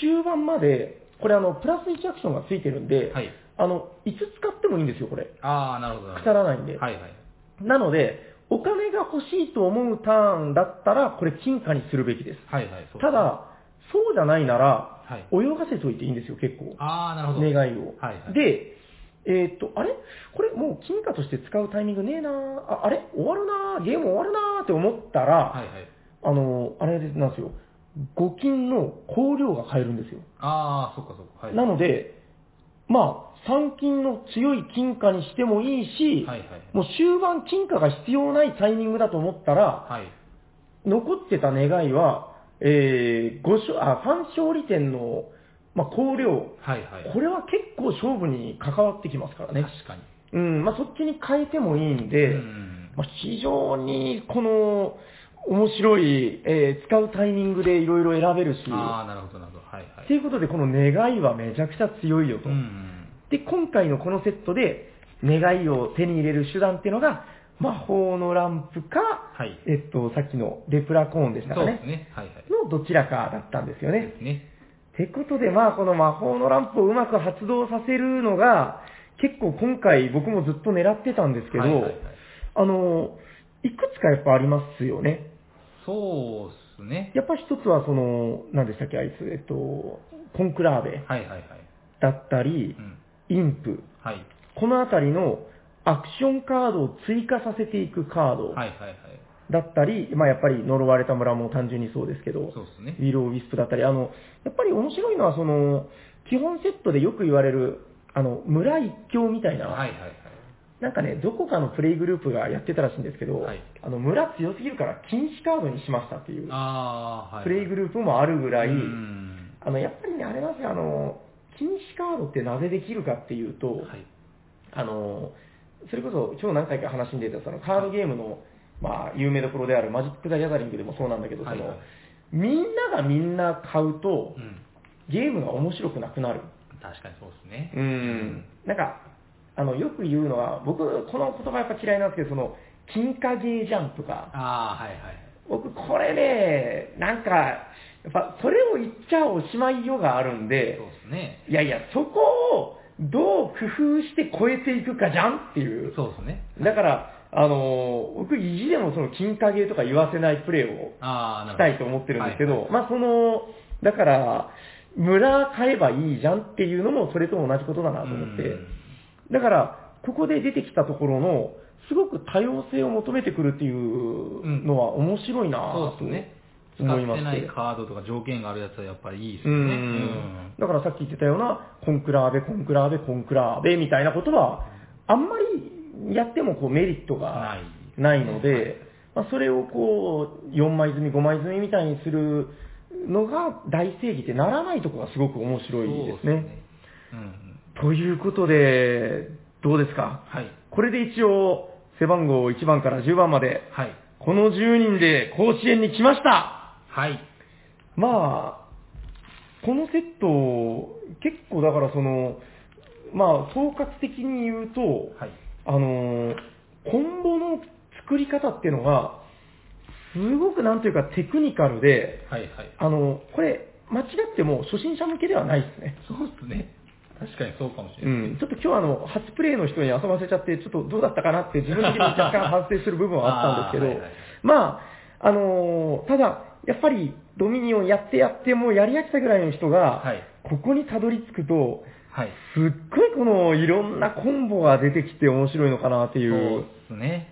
Speaker 2: 終盤まで、これあの、プラス1アクションがついてるんで、
Speaker 3: はい
Speaker 2: あの、5つ使ってもいいんですよ、これ。
Speaker 3: ああ、なるほど。
Speaker 2: 腐らないんで。
Speaker 3: はいはい。
Speaker 2: なので、お金が欲しいと思うターンだったら、これ金貨にするべきです。
Speaker 3: はいはい。そうですね
Speaker 2: た、だ、そうじゃないなら、
Speaker 3: はい
Speaker 2: 泳がせといていいんですよ、結構。
Speaker 3: ああ、なるほ
Speaker 2: 願
Speaker 3: ど。
Speaker 2: いを。
Speaker 3: はいはい。、
Speaker 2: で、えーっと、あれこれもう金貨として使うタイミングねえなあ、あれ終わるなーゲーム終わるなーって思ったら、
Speaker 3: はいはい。
Speaker 2: あの、あれなんですよ。5金の香料が買えるんですよ。
Speaker 3: ああ、そっかそっか。はい。
Speaker 2: なので、まあ、3金の強い金貨にしてもいいし、
Speaker 3: はいはい
Speaker 2: もう終盤金貨が必要ないタイミングだと思ったら、
Speaker 3: はい。
Speaker 2: 残ってた願いは、えー、5勝、あ、3勝利点の、まあ、香料。
Speaker 3: はいはい。
Speaker 2: これは結構勝負に関わってきますからね。
Speaker 3: 確かに。
Speaker 2: うん、まあ、そっちに変えてもいいんで、
Speaker 3: うん
Speaker 2: まあ、非常にこの、面白い、えー使うタイミングでいろいろ選べるし、
Speaker 3: ああ、なるほどなるほど。はいは
Speaker 2: って
Speaker 3: い。
Speaker 2: いうことで、この願いはめちゃくちゃ強いよと。
Speaker 3: うん。
Speaker 2: で、今回のこのセットで、願いを手に入れる手段っていうのが、魔法のランプか、
Speaker 3: はい
Speaker 2: えっと、さっきのレプラコーンでした
Speaker 3: そ
Speaker 2: か
Speaker 3: うで
Speaker 2: ね
Speaker 3: す。ね。はいはい。
Speaker 2: のどちらかだったんですよね
Speaker 3: で。すね。
Speaker 2: ってことで、まあ、この魔法のランプをうまく発動させるのが、結構今回僕もずっと狙ってたんですけど、
Speaker 3: はいはいはい
Speaker 2: あの、いくつかやっぱありますよね。
Speaker 3: そうですね。
Speaker 2: やっぱ一つはその、何でしたっけ、あいつ、えっと、コンクラーベ
Speaker 3: はいはいはい。
Speaker 2: だったり
Speaker 3: う、ん。
Speaker 2: インプ、
Speaker 3: はい。
Speaker 2: このあたりのアクションカードを追加させていくカード
Speaker 3: はいはいはい。
Speaker 2: だったり、まあやっぱり呪われた村も単純にそうですけど、
Speaker 3: そうですね
Speaker 2: ウ。ィロー・ウィスプだったり、あの、やっぱり面白いのはその、基本セットでよく言われる、あの、村一強みたいな、
Speaker 3: はいはいはい。
Speaker 2: なんかね、どこかのプレイグループがやってたらしいんですけど、
Speaker 3: はい
Speaker 2: あの村強すぎるから禁止カードにしましたっていう、
Speaker 3: ああ、はい。
Speaker 2: プレイグループもあるぐらい、
Speaker 3: うん
Speaker 2: あのやっぱりね、あれなんですよ、あの禁止カードってなぜできるかっていうと、
Speaker 3: はい。
Speaker 2: あのそれこそ今日何回か話に出たそのカードゲームの、まあ、有名どころであるマジック・ザ・ギャザリングでもそうなんだけど、
Speaker 3: はい
Speaker 2: そ
Speaker 3: は
Speaker 2: の
Speaker 3: い
Speaker 2: みんながみんな買うと
Speaker 3: う、ん。
Speaker 2: ゲームが面白くなくなる。
Speaker 3: 確かにそうですね。
Speaker 2: うんなんか、あの、よく言うのは、僕、この言葉やっぱ嫌いなんですけど、その、金貨ゲーじゃんとか、
Speaker 3: ああ、はいはい。
Speaker 2: 僕、これね、なんか、やっぱ、それを言っちゃおしまいよがあるんで
Speaker 3: そう、ですね。
Speaker 2: いやいや、そこをどう工夫して超えていくかじゃんっていう。
Speaker 3: そうですね。
Speaker 2: だから、あのー僕、意地でもその金貨ゲーとか言わせないプレーを
Speaker 3: ああ、な
Speaker 2: し
Speaker 3: るほど。
Speaker 2: たいと思ってるんですけど、
Speaker 3: はいはい
Speaker 2: まあその、だから、村買えばいいじゃんっていうのもそれと同じことだなと思って、
Speaker 3: うん
Speaker 2: だから、ここで出てきたところの、すごく多様性を求めてくるっていうのは面白いなぁ
Speaker 3: そうですね。
Speaker 2: と
Speaker 3: 使っ
Speaker 2: 思いま
Speaker 3: て
Speaker 2: して。
Speaker 3: ないカードとか条件があるやつはやっぱりいいです
Speaker 2: う
Speaker 3: よね。うんん。
Speaker 2: だからさっき言ってたような、コンクラーベ、コンクラーベ、コンクラーベみたいなことは、あんまりやってもこうメリット
Speaker 3: な
Speaker 2: が
Speaker 3: い
Speaker 2: ないので、まあ、それをこう、4枚積み、5枚積みみたいにするのが大正義ってならないとこがすごく面白いです
Speaker 3: そうっ
Speaker 2: ね。
Speaker 3: うん。
Speaker 2: ということで、どうですか
Speaker 3: はい。
Speaker 2: これで一応、背番号1番から10番まで、
Speaker 3: はい。
Speaker 2: この10人で甲子園に来ました
Speaker 3: はい。
Speaker 2: まあ、このセット、結構だからその、まあ、総括的に言うと、
Speaker 3: はい。
Speaker 2: あのー、コンボの作り方っていうのが、すごくなんというかテクニカルで、
Speaker 3: はい。はい。
Speaker 2: あのーこれ、間違っても初心者向けではないですね。
Speaker 3: そうですね。確かにそうかもしれ
Speaker 2: う
Speaker 3: ない。
Speaker 2: ん、ちょっと今日あの、初プレイの人に遊ばせちゃって、ちょっとどうだったかなって自分的に若干反省する部分はあったんですけ
Speaker 3: [laughs] あー
Speaker 2: ど、
Speaker 3: はいはいはい
Speaker 2: まあ、あのーただ、やっぱりドミニオンやってやってもうやり飽きたぐらいの人が、
Speaker 3: はい
Speaker 2: ここにたどり着くと、
Speaker 3: はい。
Speaker 2: すっごいこのいろんなコンボが出てきて面白いのかなってい
Speaker 3: そう
Speaker 2: う。
Speaker 3: ですね。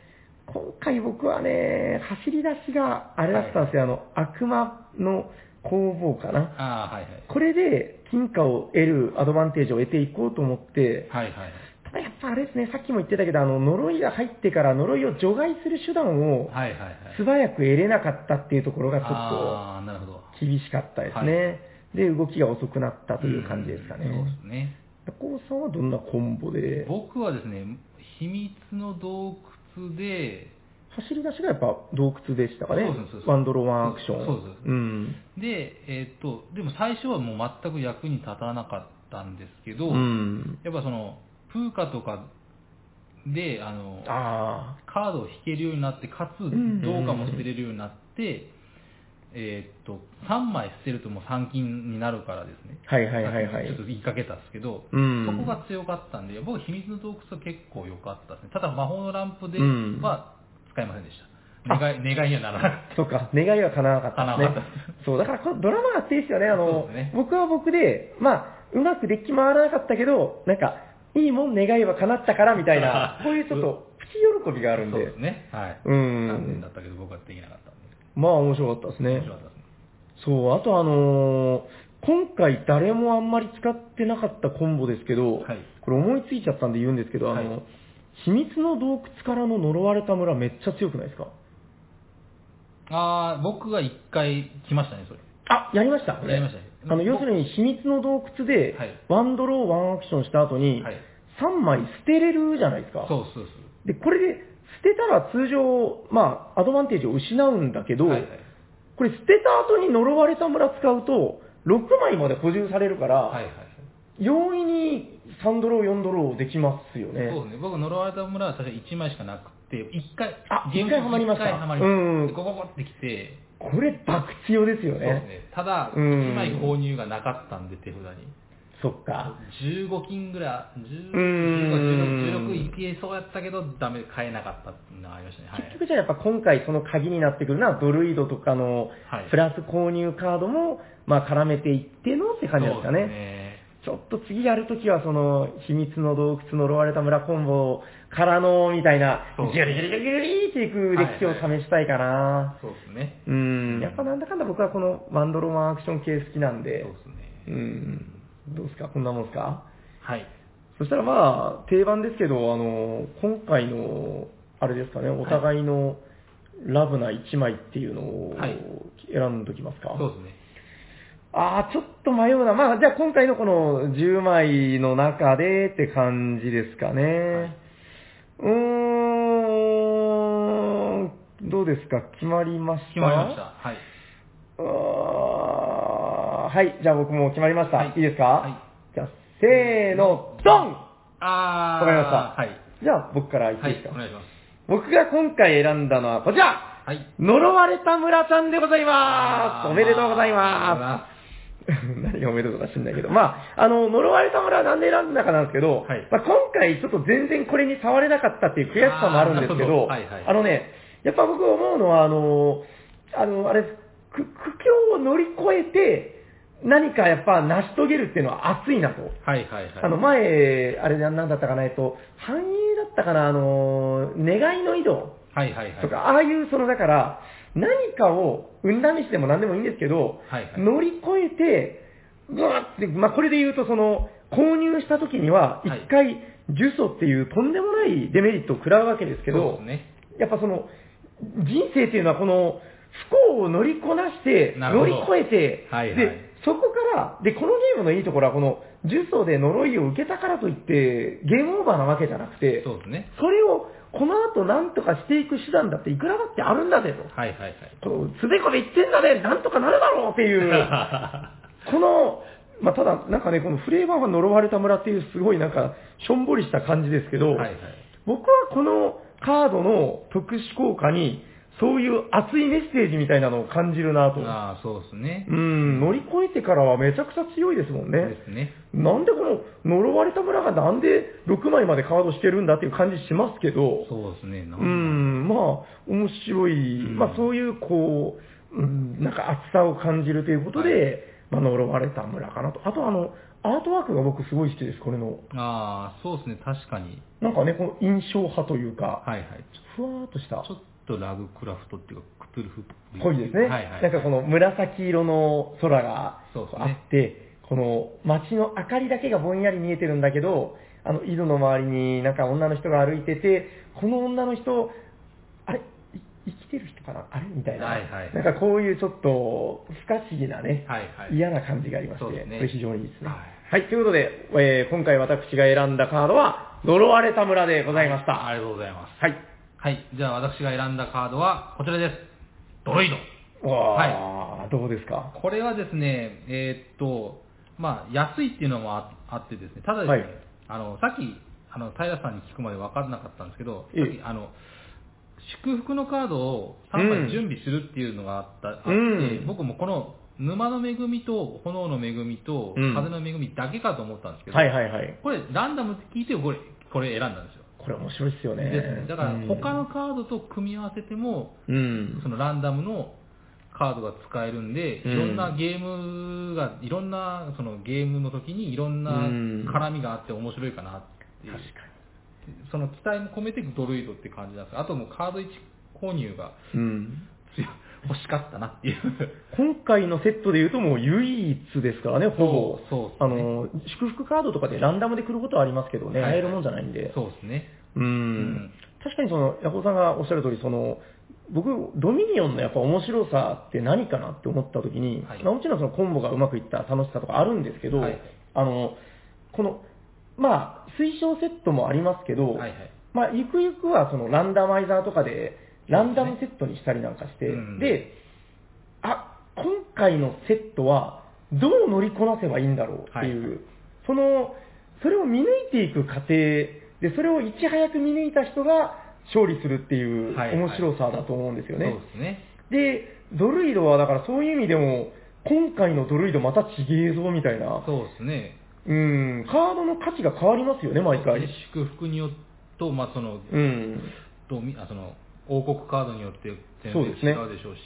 Speaker 2: 今回僕はね、走り出しがあれだったんですよ、あの、悪魔の工房かな。
Speaker 3: ああ、はいはい。
Speaker 2: これで金貨を得るアドバンテージを得ていこうと思って、
Speaker 3: はいはい。
Speaker 2: ただやっぱあれですね、さっきも言ってたけど、あの、呪いが入ってから呪いを除外する手段を
Speaker 3: はいはいはい。
Speaker 2: 素早く得れなかったっていうところがちょっ
Speaker 3: ああ、なるほど。
Speaker 2: と厳しかったです
Speaker 3: は
Speaker 2: ね。で、動きが遅くなったという感じですか
Speaker 3: うんそうで
Speaker 2: ね。
Speaker 3: すね。
Speaker 2: 高尾さんはどんなコンボで、
Speaker 3: 僕はですね、秘密の洞窟で、
Speaker 2: 走り出しがやっぱ洞窟でしたかね
Speaker 3: そうですそうで。す
Speaker 2: ワンドローワンアクション。
Speaker 3: そうですそうです
Speaker 2: ん。
Speaker 3: で、えーっと、でも最初はもう全く役に立たなかったんですけど、
Speaker 2: うん。
Speaker 3: やっぱその、プーカとかで、あの、
Speaker 2: あ
Speaker 3: カードを引けるようになって、かつ、
Speaker 2: ん
Speaker 3: どうかも捨てれるようになって、えーっと、3枚捨てるともう3金になるからですね。
Speaker 2: あ。はいはいはいはい
Speaker 3: ちょっ。と言いかけたんですけど、
Speaker 2: うん
Speaker 3: そこが強かったんで、僕、秘密の洞窟は結構良かったですね。ただ、魔法のランプで
Speaker 2: うん
Speaker 3: は使いませんでした。願い願いにはならなかっ
Speaker 2: そうか、願いは叶わなかったです
Speaker 3: 叶わな
Speaker 2: ね
Speaker 3: か。
Speaker 2: そう、だからこのドラマがあっていいですよね。あ
Speaker 3: そう
Speaker 2: の、
Speaker 3: ですね、
Speaker 2: 僕は僕で、まあ、うまくデッキ回らなかったけど、なんか、いいもん願いは叶ったからみたいな
Speaker 3: [laughs]
Speaker 2: こういうちょっと、プチ喜びがある
Speaker 3: た。
Speaker 2: ん
Speaker 3: そう
Speaker 2: で
Speaker 3: で、すね。はい。
Speaker 2: うん
Speaker 3: 残念だったけど、僕はできなかったんで。
Speaker 2: まあ面白かったですね
Speaker 3: 面。白かったですね。
Speaker 2: そう、あとあのー今回誰もあんまり使ってなかったコンボですけど、
Speaker 3: はい
Speaker 2: これ思いついちゃったんで言うんですけど、あの、
Speaker 3: はい
Speaker 2: 秘密の洞窟からの呪われた村めっちゃ強くないですか
Speaker 3: あー、僕が一回来ましたね、それ。
Speaker 2: あ、やりました。
Speaker 3: やりましたね
Speaker 2: あの、要するに秘密の洞窟で
Speaker 3: はい、
Speaker 2: ワンドロー、ワンアクションした後に
Speaker 3: はい、
Speaker 2: 3枚捨てれるじゃないですか。
Speaker 3: そうそうそう。
Speaker 2: で、これで捨てたら通常、まあ、アドバンテージを失うんだけど、
Speaker 3: はいはい
Speaker 2: これ捨てた後に呪われた村使うと、6枚まで補充されるから、
Speaker 3: はいはい。
Speaker 2: 容易に3ドロー、4ドローできますよね。
Speaker 3: そうですね。僕、呪われた村は確か1枚しかなくて、1回、
Speaker 2: あ
Speaker 3: ゲーム
Speaker 2: 一回ハマりました
Speaker 3: 一回ハマりま
Speaker 2: うん
Speaker 3: した。ゴゴゴってきて、
Speaker 2: これ、爆強ですよ
Speaker 3: そうです
Speaker 2: ね。
Speaker 3: ね。ただ、
Speaker 2: うん
Speaker 3: 1枚購入がなかったんで、手札に。
Speaker 2: そっか。
Speaker 3: 15金ぐらい、10
Speaker 2: うーん
Speaker 3: 15, 16いけそうやったけど、ダメ、買えなかったっていうのがありましたね。はい
Speaker 2: 結。局じゃあやっぱ今回その鍵になってくるのはドルイドとかの
Speaker 3: はい
Speaker 2: プラス購入カードもまあ絡めていってのって感じなんですか
Speaker 3: そう
Speaker 2: ね。
Speaker 3: ですね
Speaker 2: ちょっと次やるときはその秘密の洞窟呪われた村コンボからのみたいな
Speaker 3: そうです
Speaker 2: ギュリギュリギュリギュリっていくデッキを試したいかな。
Speaker 3: そうですね。
Speaker 2: うん。やっぱなんだかんだ僕はこのワンドローワンアクション系好きなんで
Speaker 3: そう。ですね。
Speaker 2: うん。どうですかこんなもんですか
Speaker 3: はい。
Speaker 2: そしたらまあ、定番ですけど、あの、今回の、あれですかね、お互いのラブな1枚っていうのを
Speaker 3: はい
Speaker 2: 選んどきますか。
Speaker 3: そうですね。
Speaker 2: ああ、ちょっと迷うな。まあ、じゃあ今回のこの10枚の中でって感じですかね。うーん、どうですか決まりました
Speaker 3: 決まりました。。はい。
Speaker 2: あーはい、じゃあ僕も決まりました。
Speaker 3: はい
Speaker 2: い、いですか、
Speaker 3: は
Speaker 2: じゃあ、せーの、ドン
Speaker 3: あ
Speaker 2: わ
Speaker 3: ー。
Speaker 2: かりました。
Speaker 3: はい。
Speaker 2: じゃあ僕からいって
Speaker 3: はい
Speaker 2: い
Speaker 3: い
Speaker 2: ですか、、
Speaker 3: お願いします。
Speaker 2: 僕が今回選んだのはこちら
Speaker 3: はい。
Speaker 2: 呪われた村ちゃんでございますおめでとうございます
Speaker 3: す。
Speaker 2: 何がおめでとうか知んないけど、まあ、あの、呪われた村は何で選んだかなんですけど、
Speaker 3: はい
Speaker 2: まあ、今回ちょっと全然これに触れなかったっていう悔しさもあるんですけど、
Speaker 3: あーなるほどはいはい
Speaker 2: あのね、やっぱ僕思うのは、あの、あの、あれです、く苦境を乗り越えて、何かやっぱ成し遂げるっていうのは熱いなと。
Speaker 3: はいはいはい。
Speaker 2: あの、前、あれななんだったかな、えっと、繁栄だったかな、あの、願いの井戸。
Speaker 3: はいはいはい。
Speaker 2: とか、ああいう、その、だから、何かを、運試しでも何でもいいんですけど、
Speaker 3: はいはい
Speaker 2: 乗り越えて、ぐわって、まあ、これで言うと、その、購入した時には、
Speaker 3: はい
Speaker 2: 一回、呪詛っていうとんでもないデメリットを食らうわけですけ
Speaker 3: そうで
Speaker 2: ど、
Speaker 3: すね。
Speaker 2: やっぱその、人生っていうのはこの、不幸を乗りこなして、
Speaker 3: なる
Speaker 2: 乗
Speaker 3: ほど
Speaker 2: り越えて、
Speaker 3: はいはい
Speaker 2: で、そこから、で、このゲームのいいところは、この、呪詛で呪いを受けたからといって、ゲームオーバーなわけじゃなくて、
Speaker 3: そうですね。
Speaker 2: それをこの後何とかしていく手段だっていくらだってあるんだぜと。
Speaker 3: はいはいはい。
Speaker 2: こうつべこべ言ってんだね、なんとかなるだろうって
Speaker 3: [laughs]
Speaker 2: いう、この、まあ、ただ、なんかね、このフレーバーは呪われた村っていうすごいなんか、しょんぼりした感じですけど、
Speaker 3: はいはい。
Speaker 2: 僕はこのカードの特殊効果に、そういう熱いメッセージみたいなのを感じるなと。
Speaker 3: ああ、そうですね
Speaker 2: う。ん、乗り越えてからはめちゃくちゃ強いですもんね。
Speaker 3: ですね。
Speaker 2: なんでこの呪われた村がなんで6枚までカードしてるんだっていう感じしますけど、
Speaker 3: そうですね。な
Speaker 2: う。ん、まあ、面白い、
Speaker 3: うん
Speaker 2: まあそういう、こう、うん、なんか熱さを感じるということで、まあ呪われた村かなと。あとあの、アートワークが僕すごい好きです、これの。
Speaker 3: ああ、そうですね。確かに。
Speaker 2: なんかね、この印象派というか、
Speaker 3: はいはい。ち
Speaker 2: ふわーっとした
Speaker 3: ょ、ちょっとラグクラフトっていうか、クトゥルフっぽい。
Speaker 2: 濃いですね。
Speaker 3: はいはい。
Speaker 2: なんかこの紫色の空が
Speaker 3: そうですね
Speaker 2: あって、この街の明かりだけがぼんやり見えてるんだけど、あの井戸の周りになんか女の人が歩いてて、この女の人、あれい生きてる人かなあれみたいな、
Speaker 3: はいはい
Speaker 2: なんかこういうちょっと不可思議なね、
Speaker 3: はいはい
Speaker 2: 嫌な感じがありまして、
Speaker 3: そうですね
Speaker 2: これ非常にいいですね。
Speaker 3: は
Speaker 2: はい、ということで、えー今回私が選んだカードは、呪われた村でございました。
Speaker 3: ありがとうございます。
Speaker 2: はい。
Speaker 3: はい。じゃあ私が選んだカードはこちらです。ドロイド。
Speaker 2: わー、どうですか
Speaker 3: これはですね、えーっと、まあ、安いっていうのもああってですね、ただですね、
Speaker 2: はい
Speaker 3: あの、さっき、あの、平さんに聞くまで分からなかったんですけど、さ
Speaker 2: ええ
Speaker 3: っきあの、祝福のカードを3
Speaker 2: うん
Speaker 3: 枚準備するっていうのがあった、あって、
Speaker 2: うん
Speaker 3: 僕もこの、沼の恵みと、炎の恵みと、
Speaker 2: うん
Speaker 3: 風の恵みだけかと思ったんですけど、
Speaker 2: はいはいはい。
Speaker 3: これ、ランダムって聞いて、これ、これ選んだんですよ。
Speaker 2: これ面白いっすよね。
Speaker 3: ですね。だから、
Speaker 2: うん
Speaker 3: 他のカードと組み合わせても、
Speaker 2: うん
Speaker 3: そ。のランダムのカードが使えるんで、い
Speaker 2: うん
Speaker 3: ろんなゲームが、いろんなそのゲームの時にいろんな
Speaker 2: うん
Speaker 3: 絡みがあって面白いかなっていう、その期待も込めてドルイドって感じなんですあともうカード1購入が
Speaker 2: うん。
Speaker 3: 強い欲しかったなっていう。
Speaker 2: 今回のセットで言うともう唯一ですからね、 [laughs] ほぼ。
Speaker 3: そうそう
Speaker 2: あの、祝福カードとかでランダムで来ることはありますけどね、
Speaker 3: はい
Speaker 2: 会えるもんじゃないんで。
Speaker 3: そうですね。
Speaker 2: うん,、
Speaker 3: ん
Speaker 2: 確かにその、ヤコウさんがおっしゃる通り、その、僕、ドミニオンのやっぱ面白さって何かなって思った時に、
Speaker 3: はい
Speaker 2: まあもちろんそのコンボがうまくいった楽しさとかあるんですけど、
Speaker 3: はい
Speaker 2: あの、この、まあ、推奨セットもありますけど、
Speaker 3: はいはい。
Speaker 2: まあ、ゆくゆくはそのランダマイザーとかで、ランダムセットにしたりなんかして、で,、
Speaker 3: うん
Speaker 2: あ、今回のセットは、どう乗りこなせばいいんだろうっていう、
Speaker 3: はい
Speaker 2: その、それを見抜いていく過程で、それをいち早く見抜いた人が勝利するっていう
Speaker 3: はいはい
Speaker 2: 面白さだと思うんですよね。
Speaker 3: そうですね。
Speaker 2: で、ドルイドはだからそういう意味でも、今回のドルイドまたちげえぞみたいな、
Speaker 3: そうですね。
Speaker 2: うん、カードの価値が変わりますよね、毎回。
Speaker 3: 祝福によって、とまあ、その、
Speaker 2: うん。
Speaker 3: とみあその、王国カードによって全然
Speaker 2: そう
Speaker 3: 違う
Speaker 2: ですね
Speaker 3: でしょうし、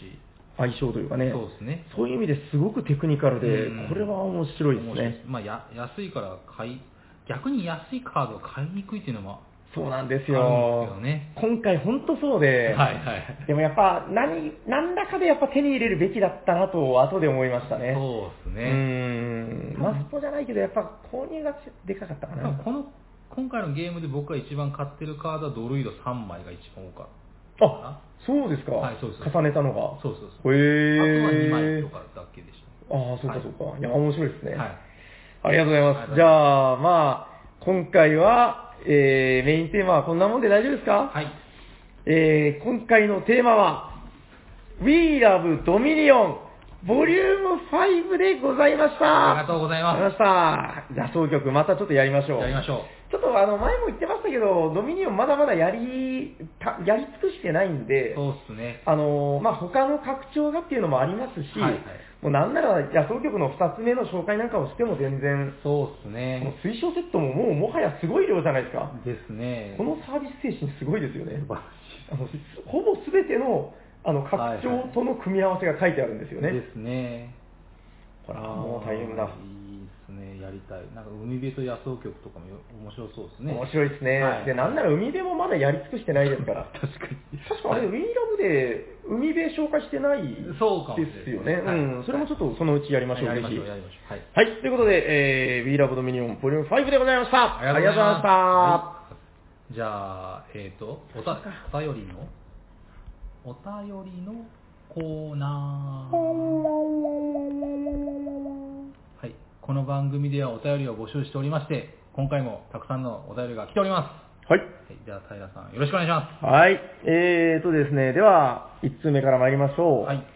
Speaker 2: 相性というかね。
Speaker 3: そうですね。
Speaker 2: そういう意味ですごくテクニカルで
Speaker 3: うん、
Speaker 2: これは面白いですね。
Speaker 3: まあ、や安いから買い、逆に安いカードを買いにくいっていうのも、
Speaker 2: そうなんです
Speaker 3: あ
Speaker 2: よ
Speaker 3: るん。です
Speaker 2: 今回本当そうで、
Speaker 3: はいはい。
Speaker 2: でもやっぱ何、何らかでやっぱ手に入れるべきだったなと、後で思いましたね。
Speaker 3: そうです
Speaker 2: う
Speaker 3: ね。
Speaker 2: ん。マスポじゃないけど、やっぱ購入がでかかったか
Speaker 3: でも
Speaker 2: な。
Speaker 3: この今回のゲームで僕が一番買ってるカードはドルイド3枚が一番多かっ
Speaker 2: あ、そうですか。
Speaker 3: はいそうです
Speaker 2: 重ねたのが
Speaker 3: た。。そうそうそう。
Speaker 2: へ
Speaker 3: あとは2
Speaker 2: え
Speaker 3: 枚と。かだけでし
Speaker 2: ああ、そう
Speaker 3: は
Speaker 2: か
Speaker 3: い
Speaker 2: そうか。いや、面白いです
Speaker 3: た
Speaker 2: ね。
Speaker 3: ね。はい。
Speaker 2: ありがとうござい
Speaker 3: あ
Speaker 2: ます。
Speaker 3: りがとうございます
Speaker 2: じゃあ、まあ、今回は、えー、メインテーマはこんなもんで大丈夫ですか
Speaker 3: はい。
Speaker 2: えー、今回のテーマは、We Love Dominion Vol.5 でございました。
Speaker 3: ありがとうございます
Speaker 2: ありがとうございました。じゃあ、当局またちょっとやりましょう。
Speaker 3: やりましょう。
Speaker 2: ちょっとあの、前も言ってましたけど、ドミニオンまだまだやり、たやり尽くしてないんで、
Speaker 3: そうっすね。
Speaker 2: あのーまあ、他の拡張がっていうのもありますし、
Speaker 3: はいはい
Speaker 2: もうなんなら野草局の2つ目の紹介なんかをしても全然、
Speaker 3: そうっす
Speaker 2: もう
Speaker 3: ね。
Speaker 2: 推奨セットももうもはやすごい量じゃないですか。
Speaker 3: ですね。
Speaker 2: このサービス精神すごいですよね
Speaker 3: 素晴。らし
Speaker 2: あのほぼ全てのあの拡張との組み合わせが書いてあるんですよ
Speaker 3: い
Speaker 2: ね。
Speaker 3: ですね。
Speaker 2: ほら、もう大変だ
Speaker 3: い。いですね。やりたい。なんか海辺と野草局とかもよ面白そうですね。
Speaker 2: 面白いですね。
Speaker 3: はい
Speaker 2: で、なんなら海辺もまだやり尽くしてないですから。
Speaker 3: 確かに。
Speaker 2: 確かあれ、ウィーラブで海辺紹介してないです
Speaker 3: そうかもしれ
Speaker 2: よね。
Speaker 3: ないはい
Speaker 2: うん、それもちょっとそのうちやりましょう、
Speaker 3: はいやりましょ
Speaker 2: ぜ
Speaker 3: う、
Speaker 2: ひ
Speaker 3: やりましょう。はい。
Speaker 2: はい、ということで、えー、We Love Dominion Vol. 5でございました。
Speaker 3: ありがとうございます。
Speaker 2: あ
Speaker 3: はいじゃあ、えっ、とおた、お便りの、お便りのコーナー。はい。この番組ではお便りを募集しておりまして、今回もたくさんのお便りが来ております。
Speaker 2: りがとうございまし
Speaker 3: はい。じゃあ、平さん、よろしくお願いしま
Speaker 2: た。はい。はい。えーとですね、では、1通目から参りましょう。
Speaker 3: す。はい。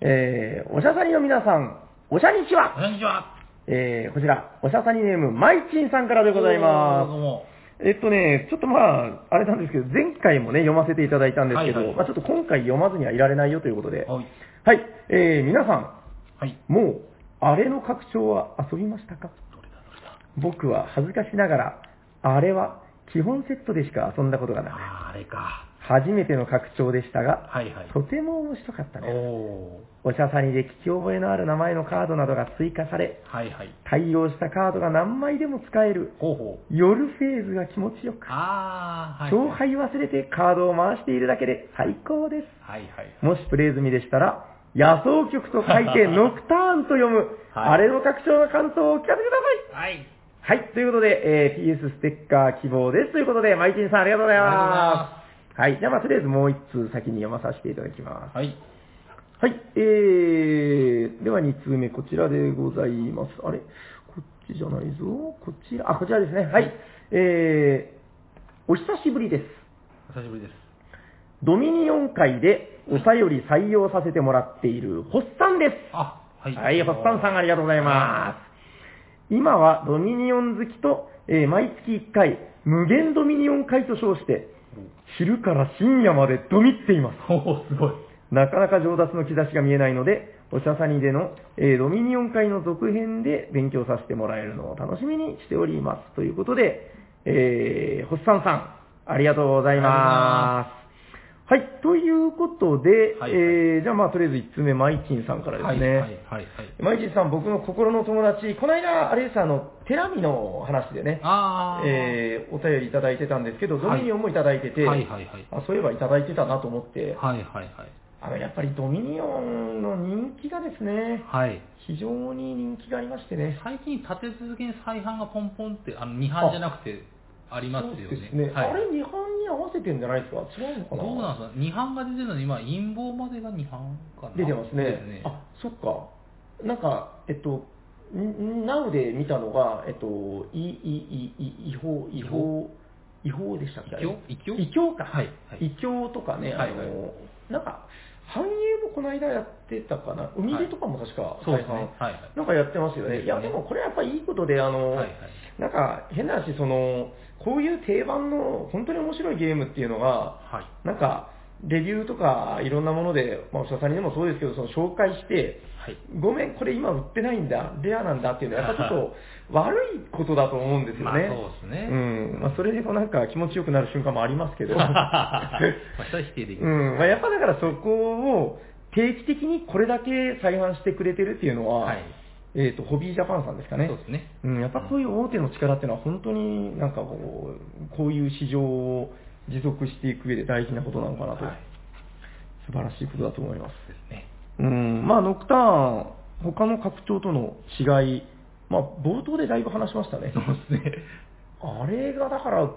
Speaker 2: えー、おしゃさにの皆さん、おしゃにちは
Speaker 3: こんにちは。
Speaker 2: えー、こちら、おしゃさにネーム、まいちんさんからでございます
Speaker 3: どう。も。
Speaker 2: えっとね、ちょっとまあ、あれなんですけど、前回もね、読ませていただいたんですけど、
Speaker 3: はいはい
Speaker 2: まあ、ちょっと今回読まずにはいられないよということで、はい、
Speaker 3: はい。
Speaker 2: えー、皆さん、
Speaker 3: はい。
Speaker 2: もう、あれの拡張は遊びましたか
Speaker 3: どれだ、どれだ。
Speaker 2: 僕は恥ずかしながら、あれは基本セットでしか遊んだことがなく、
Speaker 3: あーあれか。
Speaker 2: 初めての拡張でしたが、
Speaker 3: はいはい。
Speaker 2: とても面白かったね。
Speaker 3: おー。
Speaker 2: おしゃさにで聞き覚えのある名前のカードなどが追加され、
Speaker 3: はいはい。
Speaker 2: 対応したカードが何枚でも使える、
Speaker 3: ほうほう。
Speaker 2: 夜フェーズが気持ちよく、
Speaker 3: あー、はい。
Speaker 2: 勝敗忘れてカードを回しているだけで最高で
Speaker 3: はいはいはい。
Speaker 2: す。もしプレイ済みでしたら、野草曲と書い [laughs] てノクターンと読む、
Speaker 3: はい
Speaker 2: あれの拡張の感想をお聞かせください。
Speaker 3: はい。
Speaker 2: はい、ということで、えー PS ステッカー希望です。ということで、マイチンさんありがとうございます。はい、じゃあまあとりあえずもう一通先に読まさせていただきます。
Speaker 3: はい。
Speaker 2: はい、えー、では2通目、こちらでございます。あれこっちじゃないぞ。こちら、あ、こちらですね。はい、えー、お久しぶりです。
Speaker 3: お久しぶりです。
Speaker 2: ドミニオン会でお便り採用させてもらっている、ホッサンです。
Speaker 3: あ、はい。
Speaker 2: はい、ホッサンさんありがとうございます。今はドミニオン好きと、えー毎月1回、無限ドミニオン会と称して、昼から深夜までドミっています。
Speaker 3: おー、すごい。
Speaker 2: なかなか上達の兆しが見えないので、おしゃさにでの、えードミニオン会の続編で勉強させてもらえるのを楽しみにしております。ということで、えー、ホッサンさん、ありがとうございます。はい、ということで、
Speaker 3: はいはい
Speaker 2: えーじゃあまあとりあえず1つ目、マイチンさんからですね。
Speaker 3: はいはいはいはい。
Speaker 2: マイチンさん、僕の心の友達、この間、あれです、あの、テラミの話でね、
Speaker 3: あー。
Speaker 2: えーお便りいただいてたんですけど、ドミニオンもいただいてて、
Speaker 3: はいはいはい。
Speaker 2: あそういえばいただいてたなと思って、
Speaker 3: はいはいはい。
Speaker 2: あのやっぱりドミニオンの人気がですね、
Speaker 3: はい。
Speaker 2: 非常に人気がありましてね。
Speaker 3: 最近立て続けに再販がポンポンって、あの、二版じゃなくて、ありますよ
Speaker 2: そう
Speaker 3: ね
Speaker 2: です。ね。
Speaker 3: はい
Speaker 2: あれ、日本に合わせてんじゃないですか違うのか
Speaker 3: ど
Speaker 2: な
Speaker 3: うなんですか二版が出てるのに、今、陰謀までが二版かな。
Speaker 2: 出てますね。
Speaker 3: ですね。
Speaker 2: あ、そっか。なんか、えっと、ん Now で見たのが、えっと、い、い、い、い、違法、違法、違法でしたっけあれ
Speaker 3: 異教
Speaker 2: 異教か。
Speaker 3: はいはい
Speaker 2: 異教とかね、あの、
Speaker 3: はい
Speaker 2: なんか、繁栄もこの間やってたかな。海辺とかも確か、
Speaker 3: そうですね。
Speaker 2: 再販
Speaker 3: はいはい。
Speaker 2: なんかやってますよね。
Speaker 3: ですね
Speaker 2: いや、でもこれやっぱりいいことで、あの、
Speaker 3: はいはい
Speaker 2: なんか変な話、その、こういう定番の本当に面白いゲームっていうのが、
Speaker 3: はい。
Speaker 2: なんか、レビューとかいろんなもので、まあ、おしゃさんにでもそうですけど、その紹介して、
Speaker 3: はい。
Speaker 2: ごめん、これ今売ってないんだ、レアなんだっていうのは、やっぱちょっと悪いことだと思うんですよ
Speaker 3: [laughs] まあ、
Speaker 2: ね。
Speaker 3: そうですね。 [laughs]
Speaker 2: うん。まあ、それでこうなんか気持ちよくなる瞬間もありますけど。
Speaker 3: まあ、それは否定でき
Speaker 2: う
Speaker 3: ない。
Speaker 2: ん、まあ、やっぱだからそこを定期的にこれだけ再販してくれてるっていうのは、
Speaker 3: はい
Speaker 2: えっとホビージャパンさんですかね
Speaker 3: そうですね。
Speaker 2: うん、やっぱそういう大手の力っていうのは本当になんかこうこういう市場を持続していく上で大事なことなのかなと、
Speaker 3: はい
Speaker 2: 素晴らしいことだと思います、
Speaker 3: ですね。
Speaker 2: うんまあ、ノクターン他の拡張との違い、まあ、冒頭でだいぶ話しましたね
Speaker 3: そうですね。
Speaker 2: あれがだから、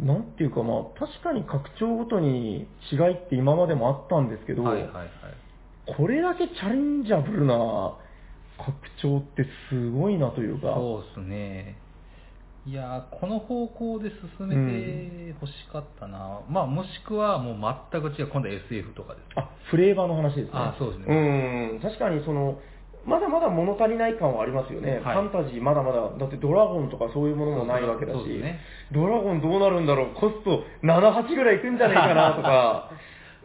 Speaker 2: なんていうかまあ、確かに拡張ごとに違いって今までもあったんですけど、
Speaker 3: はいはいはい。
Speaker 2: これだけチャレンジャブルな拡張ってすごいなというか、
Speaker 3: そうですね。いやーこの方向で進めて欲しかったな、まあもしくはもう全く違う今度は SF とかですね
Speaker 2: あ、フレーバーの話ですね。
Speaker 3: あそうですね
Speaker 2: うん、確かにその、まだまだ物足りない感はありますよね。
Speaker 3: はい
Speaker 2: ファンタジーまだまだ、だってドラゴンとかそういうものもないわけだし、
Speaker 3: そうですね
Speaker 2: ドラゴンどうなるんだろう、コスト7、8ぐらいいくんじゃないかなと
Speaker 3: [laughs]
Speaker 2: か、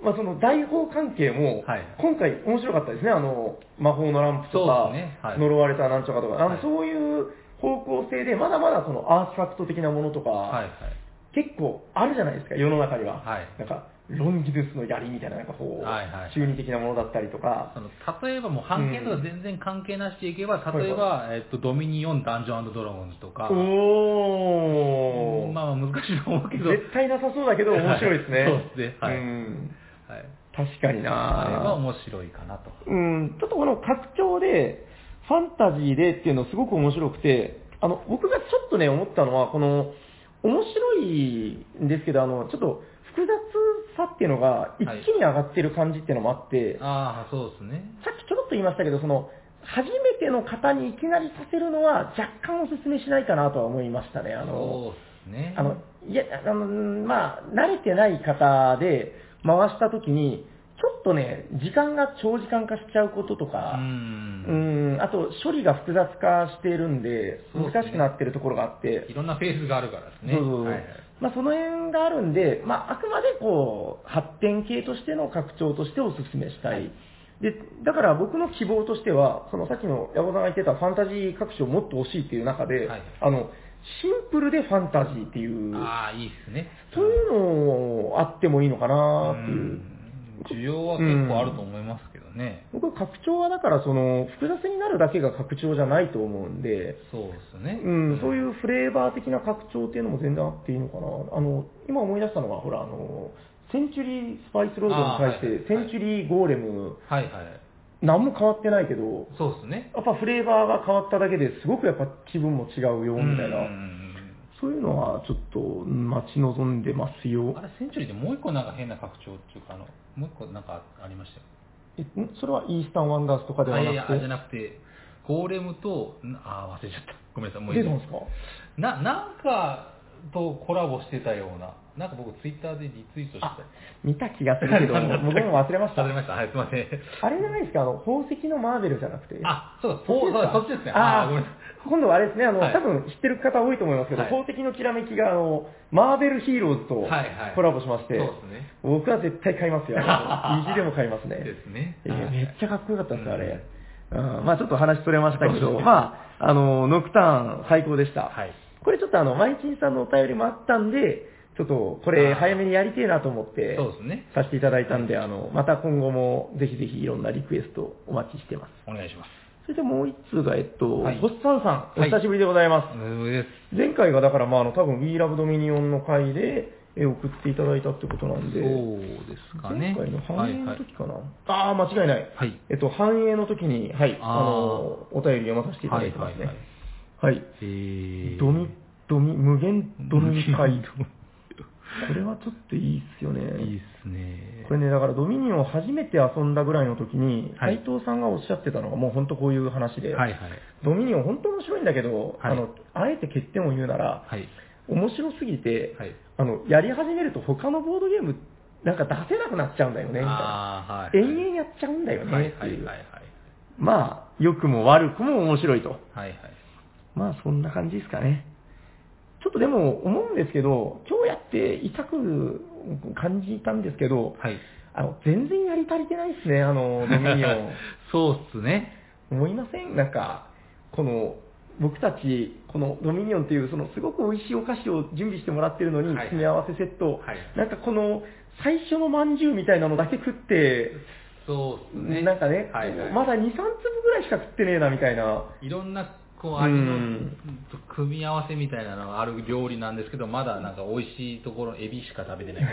Speaker 2: まあその大砲関係も、
Speaker 3: はい
Speaker 2: 今回面白かったですね、あの、魔法のランプとか、
Speaker 3: そうですねはい
Speaker 2: 呪われたなんとかとか、あの
Speaker 3: はい
Speaker 2: そういう方向性で、まだまだそのアーティファクト的なものとか、
Speaker 3: はいはい
Speaker 2: 結構あるじゃないですか、世の中には。
Speaker 3: はい
Speaker 2: なんか、ロンギヌスの槍みたいな、なんかこう、
Speaker 3: はいはい
Speaker 2: 中二的なものだったりとか、
Speaker 3: その例えばもう半径とか全然関係なしでいけば、
Speaker 2: うん
Speaker 3: 例えば、えっと、ドミニオンダンジョンドラゴンズとか、
Speaker 2: おー、
Speaker 3: まあ難しいと思うけど、はい
Speaker 2: 絶対なさそうだけど面白いですね。
Speaker 3: はい [laughs] そうですねはい
Speaker 2: うん。確かにな
Speaker 3: あれは面白いかなと。
Speaker 2: うん、ちょっとこの拡張で、ファンタジーでっていうのすごく面白くて、あの、僕がちょっとね、思ったのは、この、面白いんですけど、あの、ちょっと複雑さっていうのが、一気に上がってる感じっていうのもあって、
Speaker 3: ああ、そうですね。
Speaker 2: さっきちょろっと言いましたけど、その、初めての方にいきなりさせるのは若干お勧めしないかなとは思いましたね。あの、
Speaker 3: そうですね。
Speaker 2: あの、いや、あの、まあ、慣れてない方で回した時に、ちょっとね、時間が長時間化しちゃうことと
Speaker 3: う。
Speaker 2: か、うんん、あと処理が複雑化しているんで、
Speaker 3: そうですね
Speaker 2: 難しくなってるところがあって、
Speaker 3: いろんなフェーズがあるからですね。
Speaker 2: そうそうそう
Speaker 3: はいはい
Speaker 2: まあ、その辺があるんで、まあ、あくまでこう発展系としての拡張としてお勧めしたい。でだから僕の希望としては、そのさっきの矢後さんが言ってたファンタジー拡張をもっと欲しいっていう中で、
Speaker 3: はい
Speaker 2: あのシンプルでファンタジーっていう、
Speaker 3: ああ、いいですね。
Speaker 2: そういうのもあってもいいのかなっていう。
Speaker 3: うん需要は結構あると思いますけどね。
Speaker 2: 僕は拡張はだからその複雑になるだけが拡張じゃないと思うんで、
Speaker 3: そうですね。
Speaker 2: うん、そういうフレーバー的な拡張っていうのも全然あっていいのかな。あの、今思い出したのは、ほら、あの、センチュリースパイスロードに対して、
Speaker 3: あー
Speaker 2: セ
Speaker 3: はいはい
Speaker 2: ンチュリーゴーレム、
Speaker 3: はいはい。
Speaker 2: 何も変わってないけど、
Speaker 3: そうですね。
Speaker 2: やっぱフレーバーが変わっただけですごくやっぱ気分も違うよ、みたいな
Speaker 3: うんうん。うん
Speaker 2: そういうのはちょっと待ち望んでますよ
Speaker 3: あ。れ、センチュリーでもう一個なんか変な拡張っていうか、あの、もう一個なんかありましたよ。
Speaker 2: えんそれはイースタンワンダースとかでは
Speaker 3: あい
Speaker 2: な
Speaker 3: やいや、あ
Speaker 2: く
Speaker 3: じゃ
Speaker 2: て、
Speaker 3: なくて、ゴーレムと、んあー忘れちゃった。ごめんなさい、もういい
Speaker 2: 出
Speaker 3: で
Speaker 2: た
Speaker 3: す
Speaker 2: んですか
Speaker 3: な、なんかとコラボしてたような、なんか僕ツイッターでリツイートして
Speaker 2: あ、見た気がする
Speaker 3: [laughs]
Speaker 2: けど、僕も忘れました
Speaker 3: 忘。れました。はい、すいません。
Speaker 2: あれじゃないですか、あの、宝石のマーベルじゃなくて。
Speaker 3: あ、そうだ、
Speaker 2: そっ
Speaker 3: そう
Speaker 2: ちです
Speaker 3: だ
Speaker 2: か
Speaker 3: そっちですね。
Speaker 2: あ
Speaker 3: ー
Speaker 2: ー
Speaker 3: ごめんなさい。
Speaker 2: 今度はあれですね、あの、
Speaker 3: はい
Speaker 2: 多分知ってる方多いと思いますけど、
Speaker 3: はい
Speaker 2: 宝石のきらめきが、あの、マーベルヒーローズと
Speaker 3: はいはい
Speaker 2: コラボしまして、
Speaker 3: そうですね
Speaker 2: 僕は絶対買います
Speaker 3: [laughs]
Speaker 2: よ。あの意地でも買いますね。
Speaker 3: ですね
Speaker 2: えー
Speaker 3: はい
Speaker 2: めっちゃかっこよかったですよ、あ
Speaker 3: う
Speaker 2: れ
Speaker 3: ん。
Speaker 2: うん、まあちょっと話取れましたけ
Speaker 3: そう
Speaker 2: ど、
Speaker 3: ですね
Speaker 2: まああの、ノクターン最高でした。
Speaker 3: はい
Speaker 2: これちょっとあの、マイチンさんのお便りもあったんで、ちょっとこれ
Speaker 3: あー
Speaker 2: 早めにやりてえなと思って、
Speaker 3: そうですね。
Speaker 2: させていただいたんで、あの、また今後もぜひぜひいろんなリクエストお待ちしてます。
Speaker 3: お願いします。
Speaker 2: それでもう一通が、えっと、
Speaker 3: はい
Speaker 2: ホッサンさん、お
Speaker 3: はい
Speaker 2: 久しぶりでございます。
Speaker 3: です。
Speaker 2: 前回がだから、まあ、あの、多分 We Love Dominion の回で、え送っていただいたってことなん
Speaker 3: そ
Speaker 2: で、
Speaker 3: うですかね。
Speaker 2: 前回の
Speaker 3: は
Speaker 2: 繁
Speaker 3: い
Speaker 2: 栄
Speaker 3: は
Speaker 2: の
Speaker 3: い。
Speaker 2: 時かな。ああ、間違いない。
Speaker 3: はい
Speaker 2: えっと、繁栄の時に、はい、
Speaker 3: あー
Speaker 2: あの、お便り読まさせていただいてますね。
Speaker 3: は
Speaker 2: はいい
Speaker 3: えー
Speaker 2: ドミ、ドミ、無限ドミ
Speaker 3: 無
Speaker 2: 会
Speaker 3: 限。
Speaker 2: これはちょっといいっすよね。
Speaker 3: いいっすね。
Speaker 2: これね、だからドミニオンを初めて遊んだぐらいの時に、
Speaker 3: はい
Speaker 2: 斉藤さんがおっしゃってたのが、もう本当こういう話で、
Speaker 3: はいはい。
Speaker 2: ドミニオン本当面白いんだけど、
Speaker 3: はい
Speaker 2: あの、あえて欠点を言うなら、
Speaker 3: はい。
Speaker 2: 面白すぎて、
Speaker 3: はい
Speaker 2: あの、やり始めると他のボードゲーム、なんか出せなくなっちゃうんだよね、みたいな。
Speaker 3: あー
Speaker 2: 永
Speaker 3: はいはい。
Speaker 2: 遠やっちゃうんだよ
Speaker 3: はい
Speaker 2: ね、って
Speaker 3: はい
Speaker 2: いう。
Speaker 3: はい
Speaker 2: まあ、良くも悪くも面白いと。
Speaker 3: はい。はいはい。
Speaker 2: まあ、そんな感じですかね。ちょっとでも思うんですけど、今日やって痛く感じたんですけど、
Speaker 3: はい。
Speaker 2: あの、全然やり足りてないですね、あの、ドミニオ
Speaker 3: [laughs]
Speaker 2: ン。
Speaker 3: そうっすね。
Speaker 2: 思いませんなんか、この、僕たち、このドミニオンっていう、そのすごく美味しいお菓子を準備してもらってるのに、
Speaker 3: はい
Speaker 2: 詰め合わせセット、
Speaker 3: はい
Speaker 2: なんかこの、最初のまんじゅうみたいなのだけ食って、
Speaker 3: そうっすね。
Speaker 2: なんかね、
Speaker 3: はいはい、
Speaker 2: まだ2、3粒ぐらいしか食ってねえなみたいな、
Speaker 3: いろんなこう味
Speaker 2: う
Speaker 3: の
Speaker 2: ん
Speaker 3: 組み合わせみたいなのがある料理なんですけど、まだなんか美味しいところ、エビしか食べてない。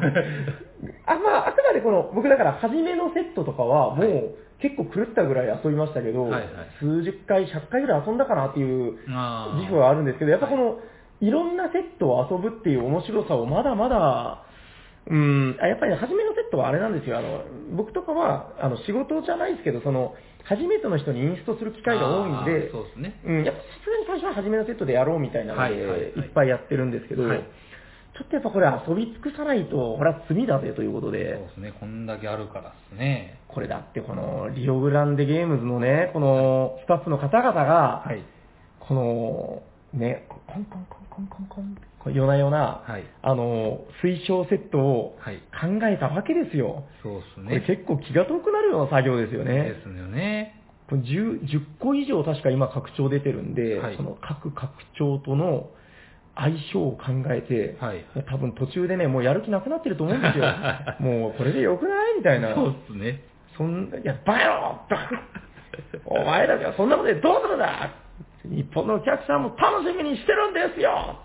Speaker 2: [laughs] あまあ、あくまでこの、僕だから、初めのセットとかは、も
Speaker 3: はいう
Speaker 2: 結構狂ったぐらい遊びましたけど、
Speaker 3: はいはい
Speaker 2: 数十回、100回ぐらい遊んだかなっていう
Speaker 3: あー
Speaker 2: 自負はあるんですけど、やっぱこの、いろんなセットを遊ぶっていう面白さをまだまだ、うん、あやっぱり初めのセットはあれなんですよ。あの、僕とかは、あの、仕事じゃないですけど、その、初めての人にインストする機会が多いんで
Speaker 3: あー、そうですね。
Speaker 2: うん、やっぱさすがに最初は初めのセットでやろうみたいなので、
Speaker 3: はい
Speaker 2: い
Speaker 3: はいはい
Speaker 2: っぱいやってるんですけど、
Speaker 3: はい
Speaker 2: ちょっとやっぱこれ遊び尽くさないと、これは罪だぜということ
Speaker 3: そう
Speaker 2: で
Speaker 3: で、すね。こんだけあるからですね。
Speaker 2: これだってこのリオグランデゲームズのね、このスタッフの方々が、
Speaker 3: はい。
Speaker 2: この、ね、コンコンコンコンコンコン、こう夜な夜な、
Speaker 3: はい。
Speaker 2: あの、推奨セットを
Speaker 3: はい。
Speaker 2: 考えたわけですよ。
Speaker 3: そうです
Speaker 2: これ
Speaker 3: ね。
Speaker 2: 結構気が遠くなるような作業ですよね
Speaker 3: で。すよね。
Speaker 2: これ 10, 10個以上確か今拡張出てるんで、
Speaker 3: はい
Speaker 2: その各拡張との相性を考えて、
Speaker 3: はい。
Speaker 2: 多分途中でね、もうやる気なくなってると思うんですよ。
Speaker 3: [laughs]
Speaker 2: もうこれでよくないみたいな。
Speaker 3: そうですね。
Speaker 2: そんな、いや、バカ野郎 [laughs] バカお前らがそんなことでどうするんだ日本のお客さんも楽しみにしてるんですよ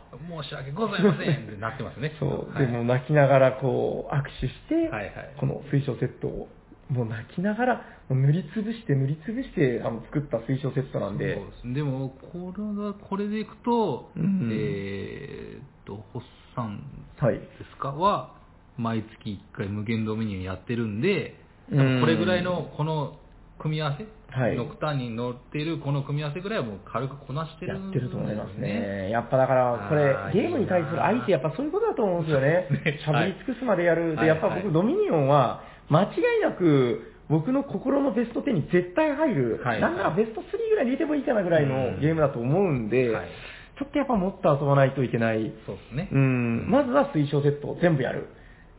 Speaker 3: 申し訳ございませんってなってますね。
Speaker 2: そう、
Speaker 3: はい
Speaker 2: でも泣きながらこう握手して、
Speaker 3: はいはい
Speaker 2: この水晶セットを、もう泣きながらもう塗りつぶして塗りつぶしてあの作った水晶セットなんで
Speaker 3: そう、ですでも、これが、これでいくと、
Speaker 2: うん
Speaker 3: えーっと、ホッサン
Speaker 2: はい。
Speaker 3: ですかは、毎月1回無限ドメニューやってるんで、
Speaker 2: う
Speaker 3: 多
Speaker 2: ん
Speaker 3: 分これぐらいの、この組み合わせ、
Speaker 2: はい
Speaker 3: ノクターンに乗ってるこの組み合わせぐらいはもう軽くこなしてる
Speaker 2: や
Speaker 3: ん
Speaker 2: って
Speaker 3: です
Speaker 2: ると
Speaker 3: よ
Speaker 2: 思います。ね。やっぱだから、こ
Speaker 3: あー
Speaker 2: れ、ゲームに対する愛ってやっぱそういうことだと思うんですよね
Speaker 3: そうで。すね
Speaker 2: 喋り尽くすまでやる。
Speaker 3: は
Speaker 2: で、
Speaker 3: い
Speaker 2: やっぱ
Speaker 3: はいはい
Speaker 2: 僕、ドミニオンは、間違いなく、僕の心のベスト10に絶対入る。
Speaker 3: はい
Speaker 2: なんならベスト3ぐらいに入れてもいいかなぐらい
Speaker 3: うん
Speaker 2: のゲームだと思うんで、
Speaker 3: はい
Speaker 2: ちょっとやっぱもっと遊ばないといけない。
Speaker 3: そうですね。
Speaker 2: うん、まずは推奨セットを全部やる。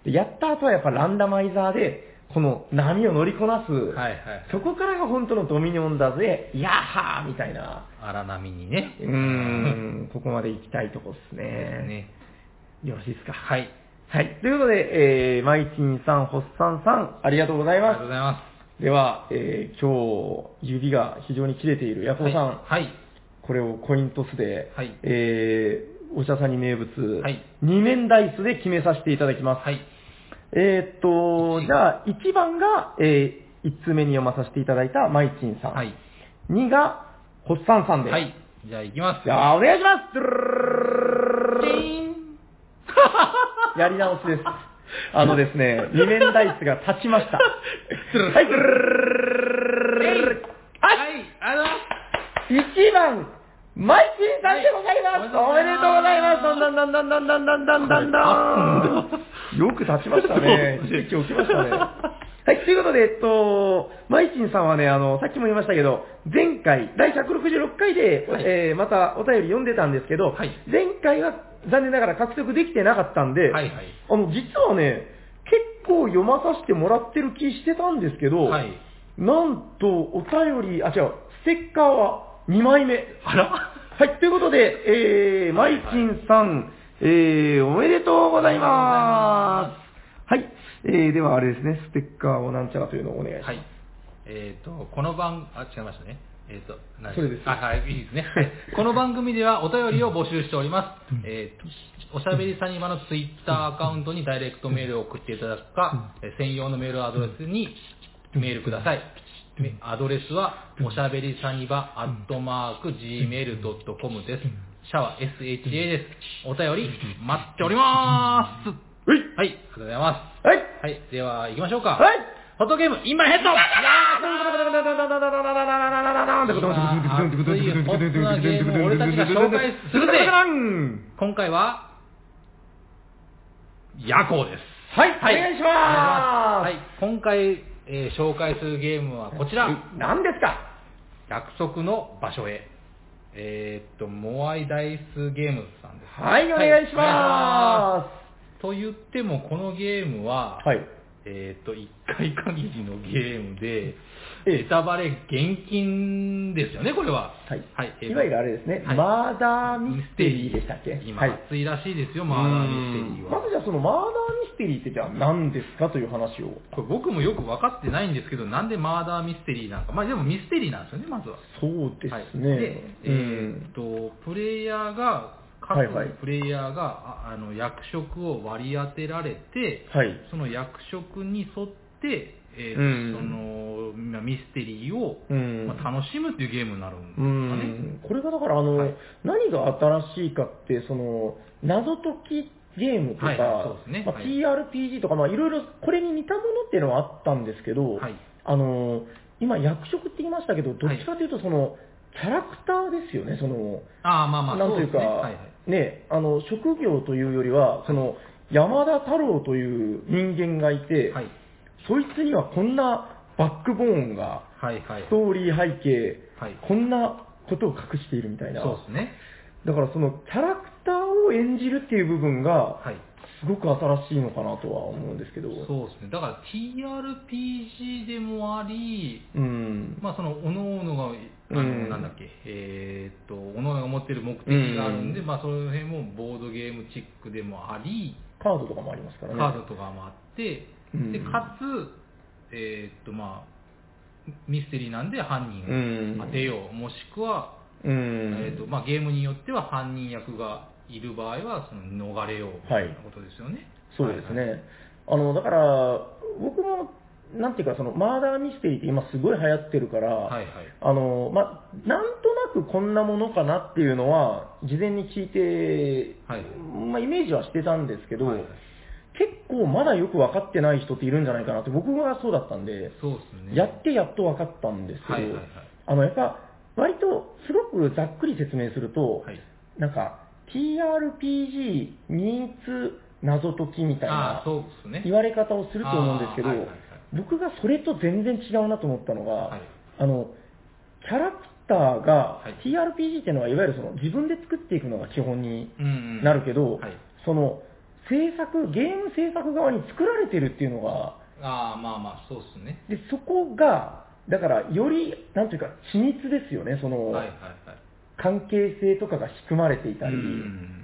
Speaker 2: でやった後はやっぱランダマイザーで、この波を乗りこなす。
Speaker 3: はいはい。
Speaker 2: そこからが本当のドミニオンだぜ、やっはーみたいな。
Speaker 3: 荒波にね。
Speaker 2: うーん、ここまで行きたいとこっすね。
Speaker 3: ね。
Speaker 2: よろしいですか。はい。
Speaker 3: はい。
Speaker 2: ということで、えー、マイチンさん、ホッサンさん、ありがとうござい
Speaker 3: ありがと
Speaker 2: ま。
Speaker 3: うございます
Speaker 2: では、えー、今日、指が非常に切れているヤ
Speaker 3: す。
Speaker 2: コウさん、
Speaker 3: はい。はい
Speaker 2: これをコイントスで、
Speaker 3: はい
Speaker 2: えー、お茶さんに名物、
Speaker 3: はい
Speaker 2: 二面ダイスで決めさせていただきます。
Speaker 3: はい。
Speaker 2: えー、っと、
Speaker 3: 一
Speaker 2: じゃあ、1番が、えー、1通目に読まさせていただいたマイチンさん。
Speaker 3: はい。
Speaker 2: 2が、ホッサンさんです。
Speaker 3: はい。じゃあ行きます。
Speaker 2: じゃあ、お願いしますやり直しです。あのですね、二面ダイスが立ちました。はい、ドゥルルルルルルルルル
Speaker 3: はい
Speaker 2: は。
Speaker 3: ありがとうございます
Speaker 2: い、1番、マイチンさんでございます、
Speaker 3: はい
Speaker 2: おめでとうございますどんどんどんどんどんどんどんどんどんよく立ちましたね。一気起きましたね。はい、ということで、えっと、マイチンさんはね、あの、さっきも言いましたけど、前回、第166回で、
Speaker 3: はい
Speaker 2: えーまたお便り読んでたんですけど、
Speaker 3: はい
Speaker 2: 前回は残念ながら獲得できてなかったんで、
Speaker 3: はいはい
Speaker 2: あの、実はね、結構読まさせてもらってる気してたんですけど、
Speaker 3: はい
Speaker 2: なんと、お便り、あ、違う、ステッカーは2枚目。
Speaker 3: あら
Speaker 2: はい、ということで、えー、マイチンさん、えー、おめでとうございます。はい、えー、ではあれですね、ステッカーをなんちゃらというのをお願いします。
Speaker 3: はい。えっ、と、この番、あ、違いましたね。えっ、と、何
Speaker 2: それです
Speaker 3: あ、はい、いいですね。 [laughs] この番組ではお便りを募集しております。えっ、と、おしゃべりサニバのツイッターアカウントにダイレクトメールを送っていただくか、え専用のメールアドレスにメールください。めアドレスは、おしゃべりサニバアットマーク gmail.com です。シャワー SHA です。お便り待っております。
Speaker 2: うい
Speaker 3: はい、ありがとうございます。
Speaker 2: はい
Speaker 3: はい、では行きましょうか。
Speaker 2: はい
Speaker 3: ホットゲーム、インマイヘッド今回は、夜行です。
Speaker 2: はいお願いします
Speaker 3: はい、今回、えー紹介するゲームはこちら。
Speaker 2: 何ですか
Speaker 3: 約束の場所へ。えーっと、モアイダイスゲームズさんですね。
Speaker 2: はいお願いしま
Speaker 3: と言っても、このゲームは、
Speaker 2: はい
Speaker 3: えーっと、1回限りのゲームで、
Speaker 2: ええ
Speaker 3: ネタバレ厳禁ですよね、これは。
Speaker 2: はい
Speaker 3: えー
Speaker 2: いわゆるあれですね
Speaker 3: はい
Speaker 2: マーダーミステリーでしたっけ
Speaker 3: 今、
Speaker 2: はい
Speaker 3: 熱いらしいですよ、マーダーミステリーは
Speaker 2: まず。じゃあそのマーダーミステリーってじゃあ何ですかという話を
Speaker 3: これ僕もよく分かってないんですけど、なんでマーダーミステリーなんか。まあでもミステリーなんですよね、まずは。
Speaker 2: そうですね、
Speaker 3: はい、で、えーっ
Speaker 2: ん
Speaker 3: と、プレイヤーが、各
Speaker 2: はいはい
Speaker 3: プレイヤーが、ああの役職を割り当てられて、
Speaker 2: はい
Speaker 3: その役職に沿って、えー
Speaker 2: うん
Speaker 3: そのまあミステリーを、
Speaker 2: うん
Speaker 3: まあ、楽しむっていうゲームになるんで
Speaker 2: う
Speaker 3: すかね。
Speaker 2: ん、これがだからあの、
Speaker 3: はい
Speaker 2: 何が新しいかって、その、謎解きゲームとか、
Speaker 3: はいはいそうですね
Speaker 2: まあ
Speaker 3: はい
Speaker 2: TRPG とか、まあいろいろこれに似たものっていうのはあったんですけど、
Speaker 3: はい
Speaker 2: あの、今役職って言いましたけど、どっちかというとその、キャラクターですよね、その、
Speaker 3: ああ、まあまあ、
Speaker 2: なんというか、
Speaker 3: そですねはいはい
Speaker 2: ね、あの、職業というよりは、その、山田太郎という人間がいて、
Speaker 3: はい
Speaker 2: そいつにはこんなバックボーンが、
Speaker 3: はいはい
Speaker 2: スト。ーリー背景、
Speaker 3: はい
Speaker 2: こんなことを隠しているみたいな。
Speaker 3: そうですね。
Speaker 2: だからそのキャラクターを演じるっていう部分が、
Speaker 3: はい。
Speaker 2: すごく新しいのかなとは思うんですけど。う。
Speaker 3: そうですね。だから TRPG でもあり、
Speaker 2: ん。
Speaker 3: まあその、おのおのが、あの、
Speaker 2: うん
Speaker 3: なんだっけ、えーっと、おのおのが持ってる目的があるんで、
Speaker 2: うん
Speaker 3: まあその辺もボードゲームチックでもあり、
Speaker 2: カードとかもありますか
Speaker 3: カ
Speaker 2: らね。
Speaker 3: ードとかもあって、
Speaker 2: うん
Speaker 3: で、かつ、えーっと、まあ、ミステリーなんで犯
Speaker 2: うん
Speaker 3: 人を当てよう、もしくは、
Speaker 2: うん。
Speaker 3: えーとまあ、ゲームによっては犯人役がいる場合はその逃れようみたいなことですよね。
Speaker 2: そうですね。
Speaker 3: はいはい
Speaker 2: あの、だから、僕も、なんていうか、その、マーダーミステリーって今すごい流行ってるから、
Speaker 3: はいはい
Speaker 2: あの、まあ、なんとなくこんなものかなっていうのは、事前に聞いて、
Speaker 3: はい
Speaker 2: まあ、イメージはしてたんですけど、
Speaker 3: はいはい
Speaker 2: 結構まだよく分かってない人っているんじゃないかなって、僕はそうだったんで、
Speaker 3: そうですね。
Speaker 2: やってやっと分かったんですけど、
Speaker 3: はいはいはい
Speaker 2: あの、やっぱ、割と、すごくざっくり説明すると、
Speaker 3: はい
Speaker 2: なんか、TRPG ニーツ謎解きみたい
Speaker 3: あ
Speaker 2: な
Speaker 3: ーそうですね。
Speaker 2: 言われ方をすると思うんですけど、
Speaker 3: あーはいはいはい
Speaker 2: 僕がそれと全然違うなと思ったのが、
Speaker 3: はい
Speaker 2: あの、キャラクターが
Speaker 3: はい、
Speaker 2: TRPG っていうのはいわゆるその自分で作っていくのが基本に
Speaker 3: うんうん
Speaker 2: なるけど、
Speaker 3: はい
Speaker 2: その制作、ゲーム制作側に作られてるっていうのが、
Speaker 3: ああまあまあそうですね。
Speaker 2: でそこが、だからより、なんていうか、緻密ですよね、その、
Speaker 3: はいはいはい。
Speaker 2: 関係性とかが仕組まれていたり、
Speaker 3: うん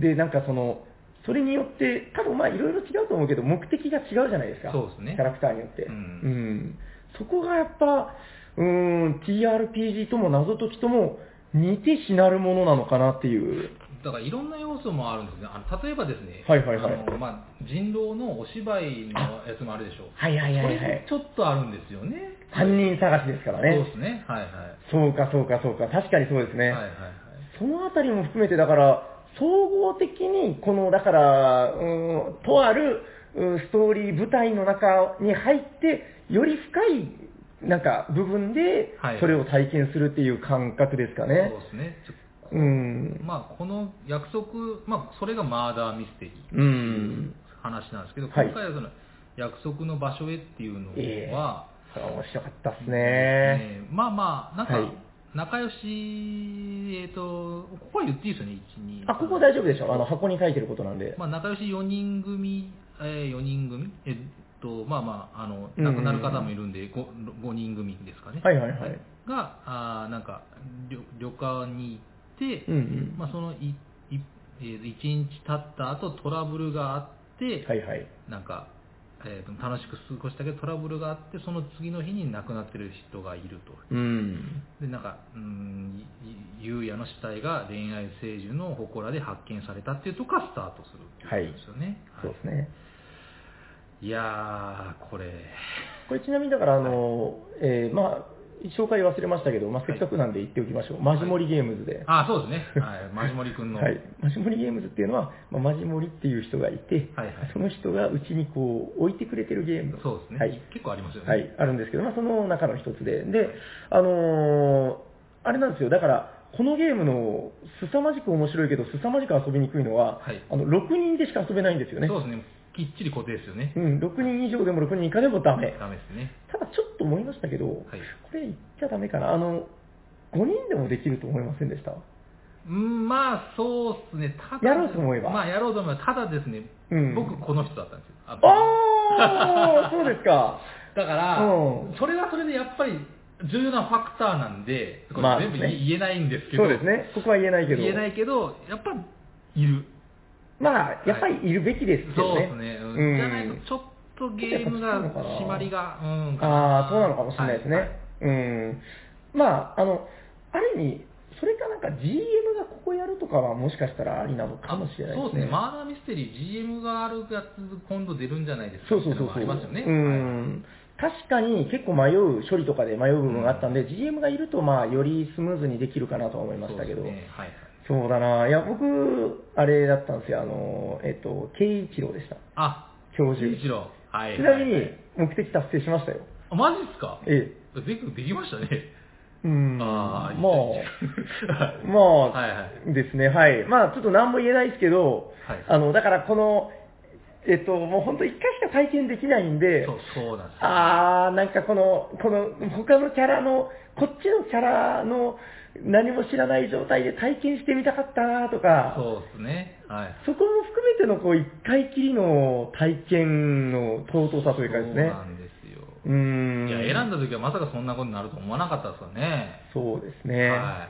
Speaker 2: で、なんかその、それによって、多分まあいろいろ違うと思うけど、目的が違うじゃないですか。
Speaker 3: そうですね
Speaker 2: キャラクターによって。
Speaker 3: うん
Speaker 2: んそこがやっぱ、うーん、TRPG とも謎解きとも似て非なるものなのかなっていう。
Speaker 3: だからいろんな要素もあるんですね。あの例えばですね、
Speaker 2: はいはいはい
Speaker 3: あのまあ、人狼のお芝居のやつもあるでしょう。
Speaker 2: はいはいはいはい
Speaker 3: これもちょっとあるんですよね。
Speaker 2: 犯人探しですからね。
Speaker 3: そうですね。はいはい。
Speaker 2: そうかそうかそうか。確かにそうですね。
Speaker 3: はいはいはい。
Speaker 2: そのあたりも含めて、だから、総合的に、この、だから、うーん、とある、うんストーリー、舞台の中に入って、より深い、なんか、部分で
Speaker 3: はい、
Speaker 2: それを体験するっていう感覚ですかね
Speaker 3: そう。ですね。ちょ
Speaker 2: うん。
Speaker 3: まあ、この約束、まあ、それがマーダーミステリー
Speaker 2: うん。
Speaker 3: 話なんですけど、
Speaker 2: はい
Speaker 3: 今回はその約束の場所へっていうの
Speaker 2: ええ
Speaker 3: は、
Speaker 2: それは面白かったっすね。
Speaker 3: ええまあまあ、なんか、
Speaker 2: はい
Speaker 3: 仲良し、えっ、と、ここは言っていいですよね、1、2。
Speaker 2: あ、ここ大丈夫でしょあの、箱に書いてることなんで。
Speaker 3: まあ、仲良し4人組、えー、4人組、えっと、まあまあ、あの、
Speaker 2: うんうんうん
Speaker 3: 亡くなる方もいるんで、ご5人組ですかね。
Speaker 2: はいはいはい。
Speaker 3: が、あーなんか、旅旅館に行って、
Speaker 2: うんうん。
Speaker 3: まあ、そのいい、えー一日経った後トラブルがあって、
Speaker 2: はいはい。
Speaker 3: なんか、えーと楽しく過ごしたけどトラブルがあってその次の日に亡くなってる人がいると
Speaker 2: うん。
Speaker 3: でなんかうんいゆうやの死体が恋愛聖樹の祠で発見されたっていうとこからスタートするっていうことですよね、
Speaker 2: そうですね。
Speaker 3: いやーこれ
Speaker 2: これちなみにだから、あの、えーまあ、紹介忘れましたけど、まあ、せっかくなんで言っておきましょう。マジモリゲームズで。
Speaker 3: あそうですね、はい、マジモリ君の、
Speaker 2: はい、マジモリゲームズっていうのは、まあ、マジモリっていう人がいて、
Speaker 3: はいはい
Speaker 2: その人がうちにこう置いてくれてるゲーム、
Speaker 3: そうですね、
Speaker 2: はい
Speaker 3: 結構ありますよね、
Speaker 2: はい、あるんですけど、まあ、その中の一つで、で、あのーあれなんですよ、だから、このゲームの凄まじく面白いけど、凄まじく遊びにくいのは、
Speaker 3: はい
Speaker 2: あの6人でしか遊べないんですよね。
Speaker 3: そうですねきっちり固定ですよね、
Speaker 2: うん、6人以上でも6人以下でもダメ。
Speaker 3: ダメですね
Speaker 2: ただちょっと思いましたけど、これ言っちゃダメかな。あの、5人でもできると思いませんでした
Speaker 3: うんまあそうっすね、ただ、
Speaker 2: やろうと思えば
Speaker 3: まあやろうと思えば、ただですね、
Speaker 2: うん
Speaker 3: 僕この人だったんですよ。あ
Speaker 2: あーそうです
Speaker 3: [laughs]
Speaker 2: か。
Speaker 3: だから、
Speaker 2: うん
Speaker 3: それはそれでやっぱり重要なファクターなんで、こ
Speaker 2: まあ
Speaker 3: れ全部
Speaker 2: ね
Speaker 3: 言えないんですけど、
Speaker 2: そうですね。ここは言えないけど。
Speaker 3: 言えないけど、やっぱいる。
Speaker 2: まあ、やっぱりいるべきですけ
Speaker 3: そ
Speaker 2: ど
Speaker 3: う
Speaker 2: ね。
Speaker 3: ですね。うんじゃないと、ちょっとゲーム
Speaker 2: ち
Speaker 3: が
Speaker 2: ょっとやっぱそうなのかな
Speaker 3: 締まりが、うん。
Speaker 2: ああ、そうなのかもしれないですね。
Speaker 3: はは
Speaker 2: うん。まあ、あの、ある意味、それかなんか GM がここやるとかはもしかしたらありなのかもしれないですね。
Speaker 3: そうですね。マーダーミステリー GM があるやつ今度出るんじゃないですか
Speaker 2: そうそうそうそう。
Speaker 3: っていのがありますよね。
Speaker 2: うん。確かに結構迷う、処理とかで迷う部分があったんで、GM がいると、まあ、よりスムーズにできるかなとは思いましたけど、
Speaker 3: そうですねはいはい。
Speaker 2: そうだな、いや、僕、あれだったんですよ、あの、えっと、慶一郎でした、
Speaker 3: あ、
Speaker 2: 教授。
Speaker 3: 一郎。はい。
Speaker 2: ちなみに、目的達成しましたよ。
Speaker 3: あ、マジっすか
Speaker 2: ええ。
Speaker 3: 全部できましたね。
Speaker 2: うん。
Speaker 3: あー
Speaker 2: まあ、
Speaker 3: [laughs]
Speaker 2: まあ、
Speaker 3: はいは
Speaker 2: ですね、はい。まあ、ちょっと何も言えないですけど、
Speaker 3: はい
Speaker 2: あの、だからこの、えっと、もう本当一回しか体験できないんで、
Speaker 3: そう、そうなんですよ。
Speaker 2: あー、なんかこの、この、他のキャラの、こっちのキャラの何も知らない状態で体験してみたかったなとか、
Speaker 3: そうですね。はい。
Speaker 2: そこも含めてのこう、一回きりの体験の尊さというかです
Speaker 3: そう
Speaker 2: ね。
Speaker 3: なんですよ。
Speaker 2: うーん。
Speaker 3: いや、選んだ時はまさかそんなことになると思わなかったですよね。
Speaker 2: そうですね。、
Speaker 3: は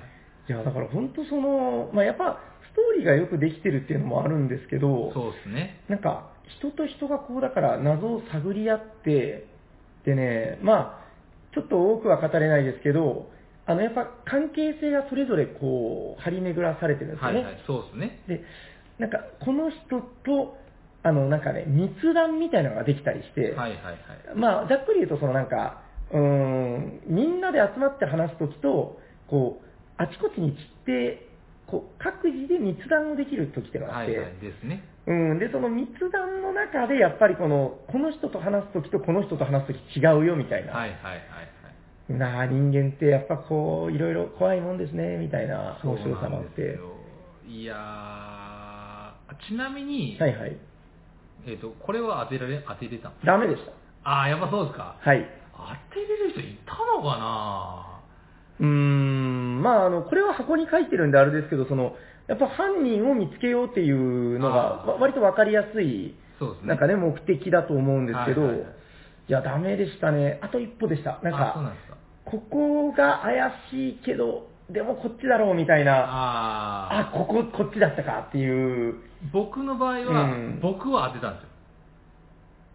Speaker 3: い
Speaker 2: や、だから本当その、まあ、やっぱ、ストーリーがよくできてるっていうのもあるんですけど、
Speaker 3: そうですね。
Speaker 2: なんか、人と人がこう、だから謎を探り合って、でね、まあ、ちょっと多くは語れないですけど、あの、やっぱ関係性がそれぞれこう、張り巡らされてるんです
Speaker 3: は
Speaker 2: よ
Speaker 3: い
Speaker 2: ね。
Speaker 3: はい、そうですね。
Speaker 2: で、なんか、この人と、あの、なんかね、密談みたいなのができたりして、
Speaker 3: はいはいはい。
Speaker 2: まあ、ざっくり言うと、そのなんか、うーん、みんなで集まって話すときと、こう、あちこちに散って、こう、各自で密談をできるときってのがあ
Speaker 3: は
Speaker 2: っ
Speaker 3: い
Speaker 2: て、
Speaker 3: はい、ですね。
Speaker 2: うん、で、その密談の中で、やっぱりこの、この人と話すときとこの人と話すとき違うよ、みたいな。
Speaker 3: はいはいはいはい。
Speaker 2: なあ、人間ってやっぱこう、いろいろ怖いもんですね、みたいな面白さもあっ
Speaker 3: そうなん
Speaker 2: て
Speaker 3: です。よ。いやー、ちなみに、
Speaker 2: はいはい。
Speaker 3: えっと、これは当てられ、当てれたの
Speaker 2: ダメでした。
Speaker 3: あー、やっぱそうですか。
Speaker 2: はい。
Speaker 3: 当てれる人いたのかな
Speaker 2: うーん、まあ、あの、これは箱に書いてるんであれですけど、その、やっぱ犯人を見つけようっていうのが、
Speaker 3: あー
Speaker 2: わ割とわかりやすい、
Speaker 3: そうですね。
Speaker 2: なんかね、目的だと思うんですけど、
Speaker 3: はいいはいはい
Speaker 2: や、ダメでしたね。あと一歩でした。なん
Speaker 3: あそうなん
Speaker 2: か、
Speaker 3: ですか。
Speaker 2: ここが怪しいけど、でもこっちだろうみたいな、
Speaker 3: あー
Speaker 2: あ、ここ、こっちだったかっていう、
Speaker 3: 僕の場合は、
Speaker 2: うん
Speaker 3: 僕は当てたんですよ。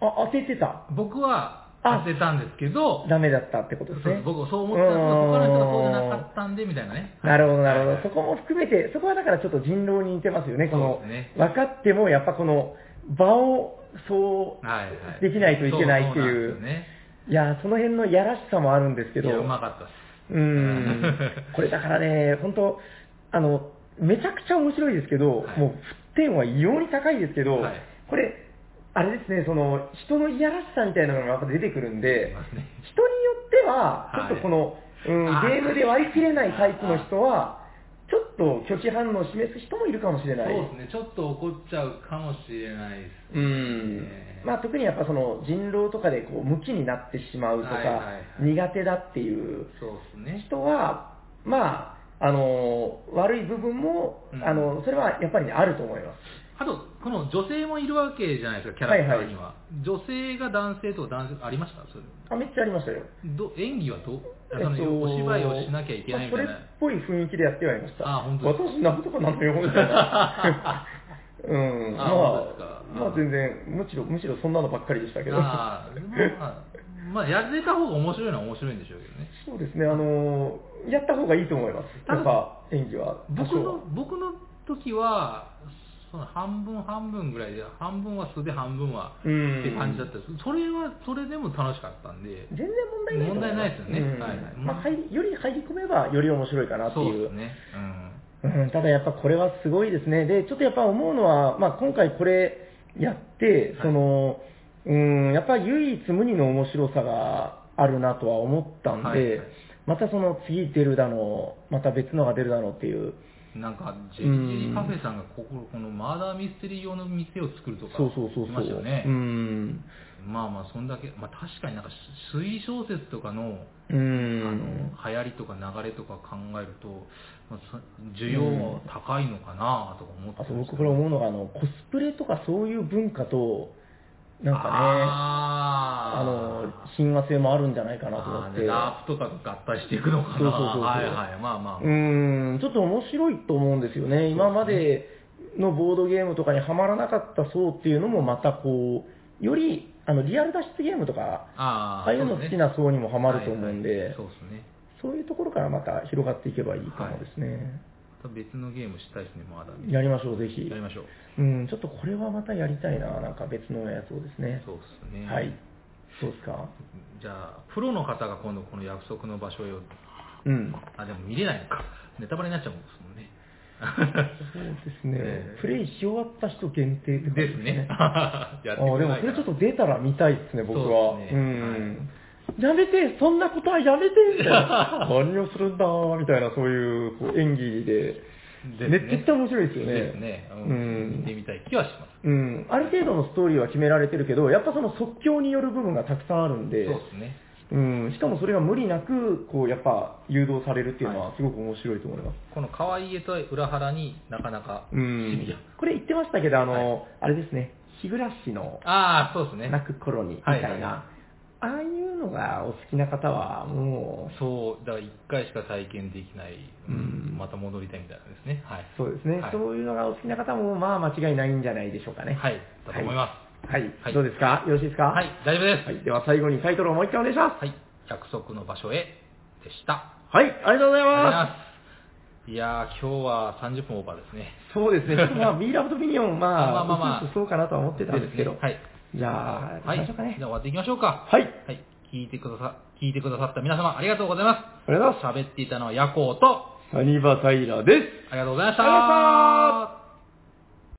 Speaker 2: あ、当ててた。
Speaker 3: 僕は
Speaker 2: あ
Speaker 3: 当てたんですけど、
Speaker 2: ダメだったってことです
Speaker 3: そう
Speaker 2: ね
Speaker 3: です。僕はそう思ってたんですけど、
Speaker 2: うん
Speaker 3: 他の人がそうじゃなかったんで、みたいなね。
Speaker 2: なるほど、なるほ
Speaker 3: は
Speaker 2: ど。
Speaker 3: い
Speaker 2: そこも含めて、そこはだからちょっと人狼に似てますよね。こ
Speaker 3: そ
Speaker 2: の
Speaker 3: うですね、
Speaker 2: 分かってもやっぱこの、場をそう
Speaker 3: はいはい。
Speaker 2: できないといけないってい
Speaker 3: そうう。なんで
Speaker 2: いやー、その辺のやらしさもあるんですけ
Speaker 3: す
Speaker 2: ど、
Speaker 3: よね。いや、う
Speaker 2: う
Speaker 3: まかったっす。
Speaker 2: ーんこれだからね、本当あの、めちゃくちゃ面白いですけど、
Speaker 3: はい
Speaker 2: もう、沸点は異様に高いですけど、
Speaker 3: はい
Speaker 2: これ、あれですね、その、人のいやらしさみたいなのがやっぱ出てくるん
Speaker 3: い
Speaker 2: で、
Speaker 3: ますね
Speaker 2: 人によっては、
Speaker 3: はい
Speaker 2: ちょっとこの、うん
Speaker 3: あー
Speaker 2: ゲームで割り切れないタイプの人は、ちょっと拒否反応を示す人もいるかもしれ
Speaker 3: そう
Speaker 2: ない。
Speaker 3: ですね。ちょっと怒っちゃうかもしれないです。
Speaker 2: うんまあ、特にやっぱその人狼とかでこう無気になってしまうとか、
Speaker 3: はいはいはい
Speaker 2: 苦手だっていう
Speaker 3: そうですね。
Speaker 2: 人は、まあ、あの悪い部分も、
Speaker 3: うん
Speaker 2: あのそれはやっぱり、ね、あると思います。
Speaker 3: あと、この女性もいるわけじゃないですか、キャラクターには。女性が男性と男性、ありましたそれ
Speaker 2: あめっちゃありましたよ。
Speaker 3: ど演技はどうあ
Speaker 2: え
Speaker 3: そ
Speaker 2: っと
Speaker 3: のお芝居をしなきゃいけないみたい
Speaker 2: まあ
Speaker 3: な。
Speaker 2: それっぽい雰囲気でやってはいました。
Speaker 3: あ本当ですか
Speaker 2: 私、なんとかなのよ、みたい
Speaker 3: [laughs]
Speaker 2: な。うん、
Speaker 3: あ
Speaker 2: ま
Speaker 3: 本当ですか
Speaker 2: あ、まあ全然、むしろ、むしろそんなのばっかりでしたけど。
Speaker 3: あーまあ、まあ、やれた方が面白いのは面白いんでしょうけどね。
Speaker 2: そうですね、あのーやった方がいいと思います。
Speaker 3: た
Speaker 2: や
Speaker 3: だ
Speaker 2: っぱ演技は。
Speaker 3: 僕
Speaker 2: 多少
Speaker 3: の
Speaker 2: は、
Speaker 3: 僕の時は、その半分半分ぐらいで、半分は素で半分はって
Speaker 2: うん
Speaker 3: 感じだったんです。それは、それでも楽しかったんで。
Speaker 2: 全然問題ないと思
Speaker 3: 問題ないですよね
Speaker 2: うん
Speaker 3: はいはい
Speaker 2: まあ入りより入り込めばより面白いかなって
Speaker 3: そう
Speaker 2: い
Speaker 3: で
Speaker 2: う。
Speaker 3: すね。うん。
Speaker 2: うん、ただやっぱこれはすごいですね。で、ちょっとやっぱ思うのは、まあ今回これやって、その、うん、やっぱ唯一無二の面白さがあるなとは思ったんで、
Speaker 3: はいはい
Speaker 2: またその次出るだの、また別のが出るだのっていう、
Speaker 3: なんか、ジェリジェリカフェさんがここ、このマーダーミステリー用の店を作るとか、
Speaker 2: そうそうそう
Speaker 3: 言って
Speaker 2: そ
Speaker 3: ま
Speaker 2: う。
Speaker 3: したよね。
Speaker 2: うん。
Speaker 3: まあまあ、そんだけ、まあ確かになんか、推小説とかの、
Speaker 2: う
Speaker 3: あの、
Speaker 2: ん。
Speaker 3: 流行りとか流れとか考えると、まあそ需要も高いのかなとか思って
Speaker 2: あと
Speaker 3: ます
Speaker 2: 僕これ思うのが、あの、コスプレとかそういう文化と、なんかね、
Speaker 3: あー
Speaker 2: あの、親和性もあるんじゃないかなと思
Speaker 3: あ
Speaker 2: っ
Speaker 3: ー
Speaker 2: て。
Speaker 3: でラープとかと合体していくのか
Speaker 2: そ
Speaker 3: な。
Speaker 2: うそうそうそう
Speaker 3: はいはい、まあまあ。
Speaker 2: うーん、ちょっと面白いと思うんですよね。今までのボードゲームとかにはまらなかった層っていうのもまたこう、より、あの、リアル脱出ゲームとか、
Speaker 3: あ
Speaker 2: あ
Speaker 3: ー
Speaker 2: あいうの
Speaker 3: そ
Speaker 2: 好
Speaker 3: です
Speaker 2: き
Speaker 3: ね
Speaker 2: な層にもはまると思うん
Speaker 3: はいは
Speaker 2: で
Speaker 3: い、そうですね。
Speaker 2: そういうところからまた広がっていけばいいかもですね。
Speaker 3: また別のゲームしたいですね、マーダーミステ
Speaker 2: やりましょう、ぜひ
Speaker 3: リー。やりましょう。
Speaker 2: うん、ちょっとこれはまたやりたいな、なんか別のやつをですね。
Speaker 3: そうですね。
Speaker 2: はい。そうですか
Speaker 3: じゃあ、プロの方が今度この約束の場所へ、
Speaker 2: うん。
Speaker 3: あ、でも見れないのか。ネタバレになっちゃうんですもんね。
Speaker 2: そうですね。
Speaker 3: えー
Speaker 2: プレイし終わった人限定っ
Speaker 3: [laughs]
Speaker 2: て感じ
Speaker 3: ですね。やって
Speaker 2: あ
Speaker 3: く
Speaker 2: ーで
Speaker 3: れ
Speaker 2: も
Speaker 3: ない
Speaker 2: そ
Speaker 3: か
Speaker 2: れ
Speaker 3: ら
Speaker 2: ちょっと出たら見たいですね、僕は。
Speaker 3: そう
Speaker 2: う
Speaker 3: ですね
Speaker 2: ん。やめて、そんなことはやめて、みたい
Speaker 3: [laughs]
Speaker 2: な。何をするんだ、みたいな、そういうこう演技
Speaker 3: です
Speaker 2: で。め
Speaker 3: ね
Speaker 2: っちゃくちゃ面白いですよね。
Speaker 3: ですね。うん
Speaker 2: うん
Speaker 3: 見てみたい気はします。
Speaker 2: うん、ある程度のストーリーは決められてるけど、やっぱその即興による部分がたくさんあるん
Speaker 3: そう
Speaker 2: で、
Speaker 3: ですね。
Speaker 2: うん、しかもそれが無理なく、こう、やっぱ誘導されるっていうのはすごく面白いと思います。
Speaker 3: この可愛い絵と裏腹になかなかシ
Speaker 2: う
Speaker 3: ビ
Speaker 2: ん
Speaker 3: ア。。
Speaker 2: これ言ってましたけど、あの、
Speaker 3: は
Speaker 2: あれですね、日暮らしの
Speaker 3: ああ、そうですね
Speaker 2: 泣。く頃に、みた
Speaker 3: はいい
Speaker 2: な、ああいうのがお好きな方は、もう、
Speaker 3: そう、だから一回しか体験できない、
Speaker 2: うん
Speaker 3: また戻りたいみたいなですね。はい。
Speaker 2: そうですね、
Speaker 3: はい
Speaker 2: そういうのがお好きな方も、まあ間違いないんじゃないでしょうかね。
Speaker 3: はい、だと思いま
Speaker 2: はい。
Speaker 3: はい
Speaker 2: どうですかよろしいですか
Speaker 3: す。はい、大丈夫です。
Speaker 2: はい。では最後にタイトルをもう一回お願いします。
Speaker 3: はい、約束の場所へでした。
Speaker 2: はい、ありがとうござい
Speaker 3: ありがとうござい
Speaker 2: ます。
Speaker 3: ます。いやー、今日は30分オーバーですね。
Speaker 2: そうですね。ちょっとまあ、ミーラブドミニオン、まあ、
Speaker 3: まあまあま
Speaker 2: う
Speaker 3: あ
Speaker 2: すうすそうかなとは思ってたんですけど。
Speaker 3: ですねはい。
Speaker 2: じゃあ、行
Speaker 3: は
Speaker 2: き
Speaker 3: い、
Speaker 2: まし
Speaker 3: じ
Speaker 2: ょう
Speaker 3: ゃ
Speaker 2: か
Speaker 3: あ
Speaker 2: ね。
Speaker 3: 終わっていきましょうか。
Speaker 2: はい。
Speaker 3: はい、聞いてくださ、聞いてくださった皆様ありがとうございます。
Speaker 2: ありがとうございま
Speaker 3: 喋っていたのは夜行と、
Speaker 2: す。サニバタイラです。
Speaker 3: ありがとうございました。
Speaker 2: ありがとうございました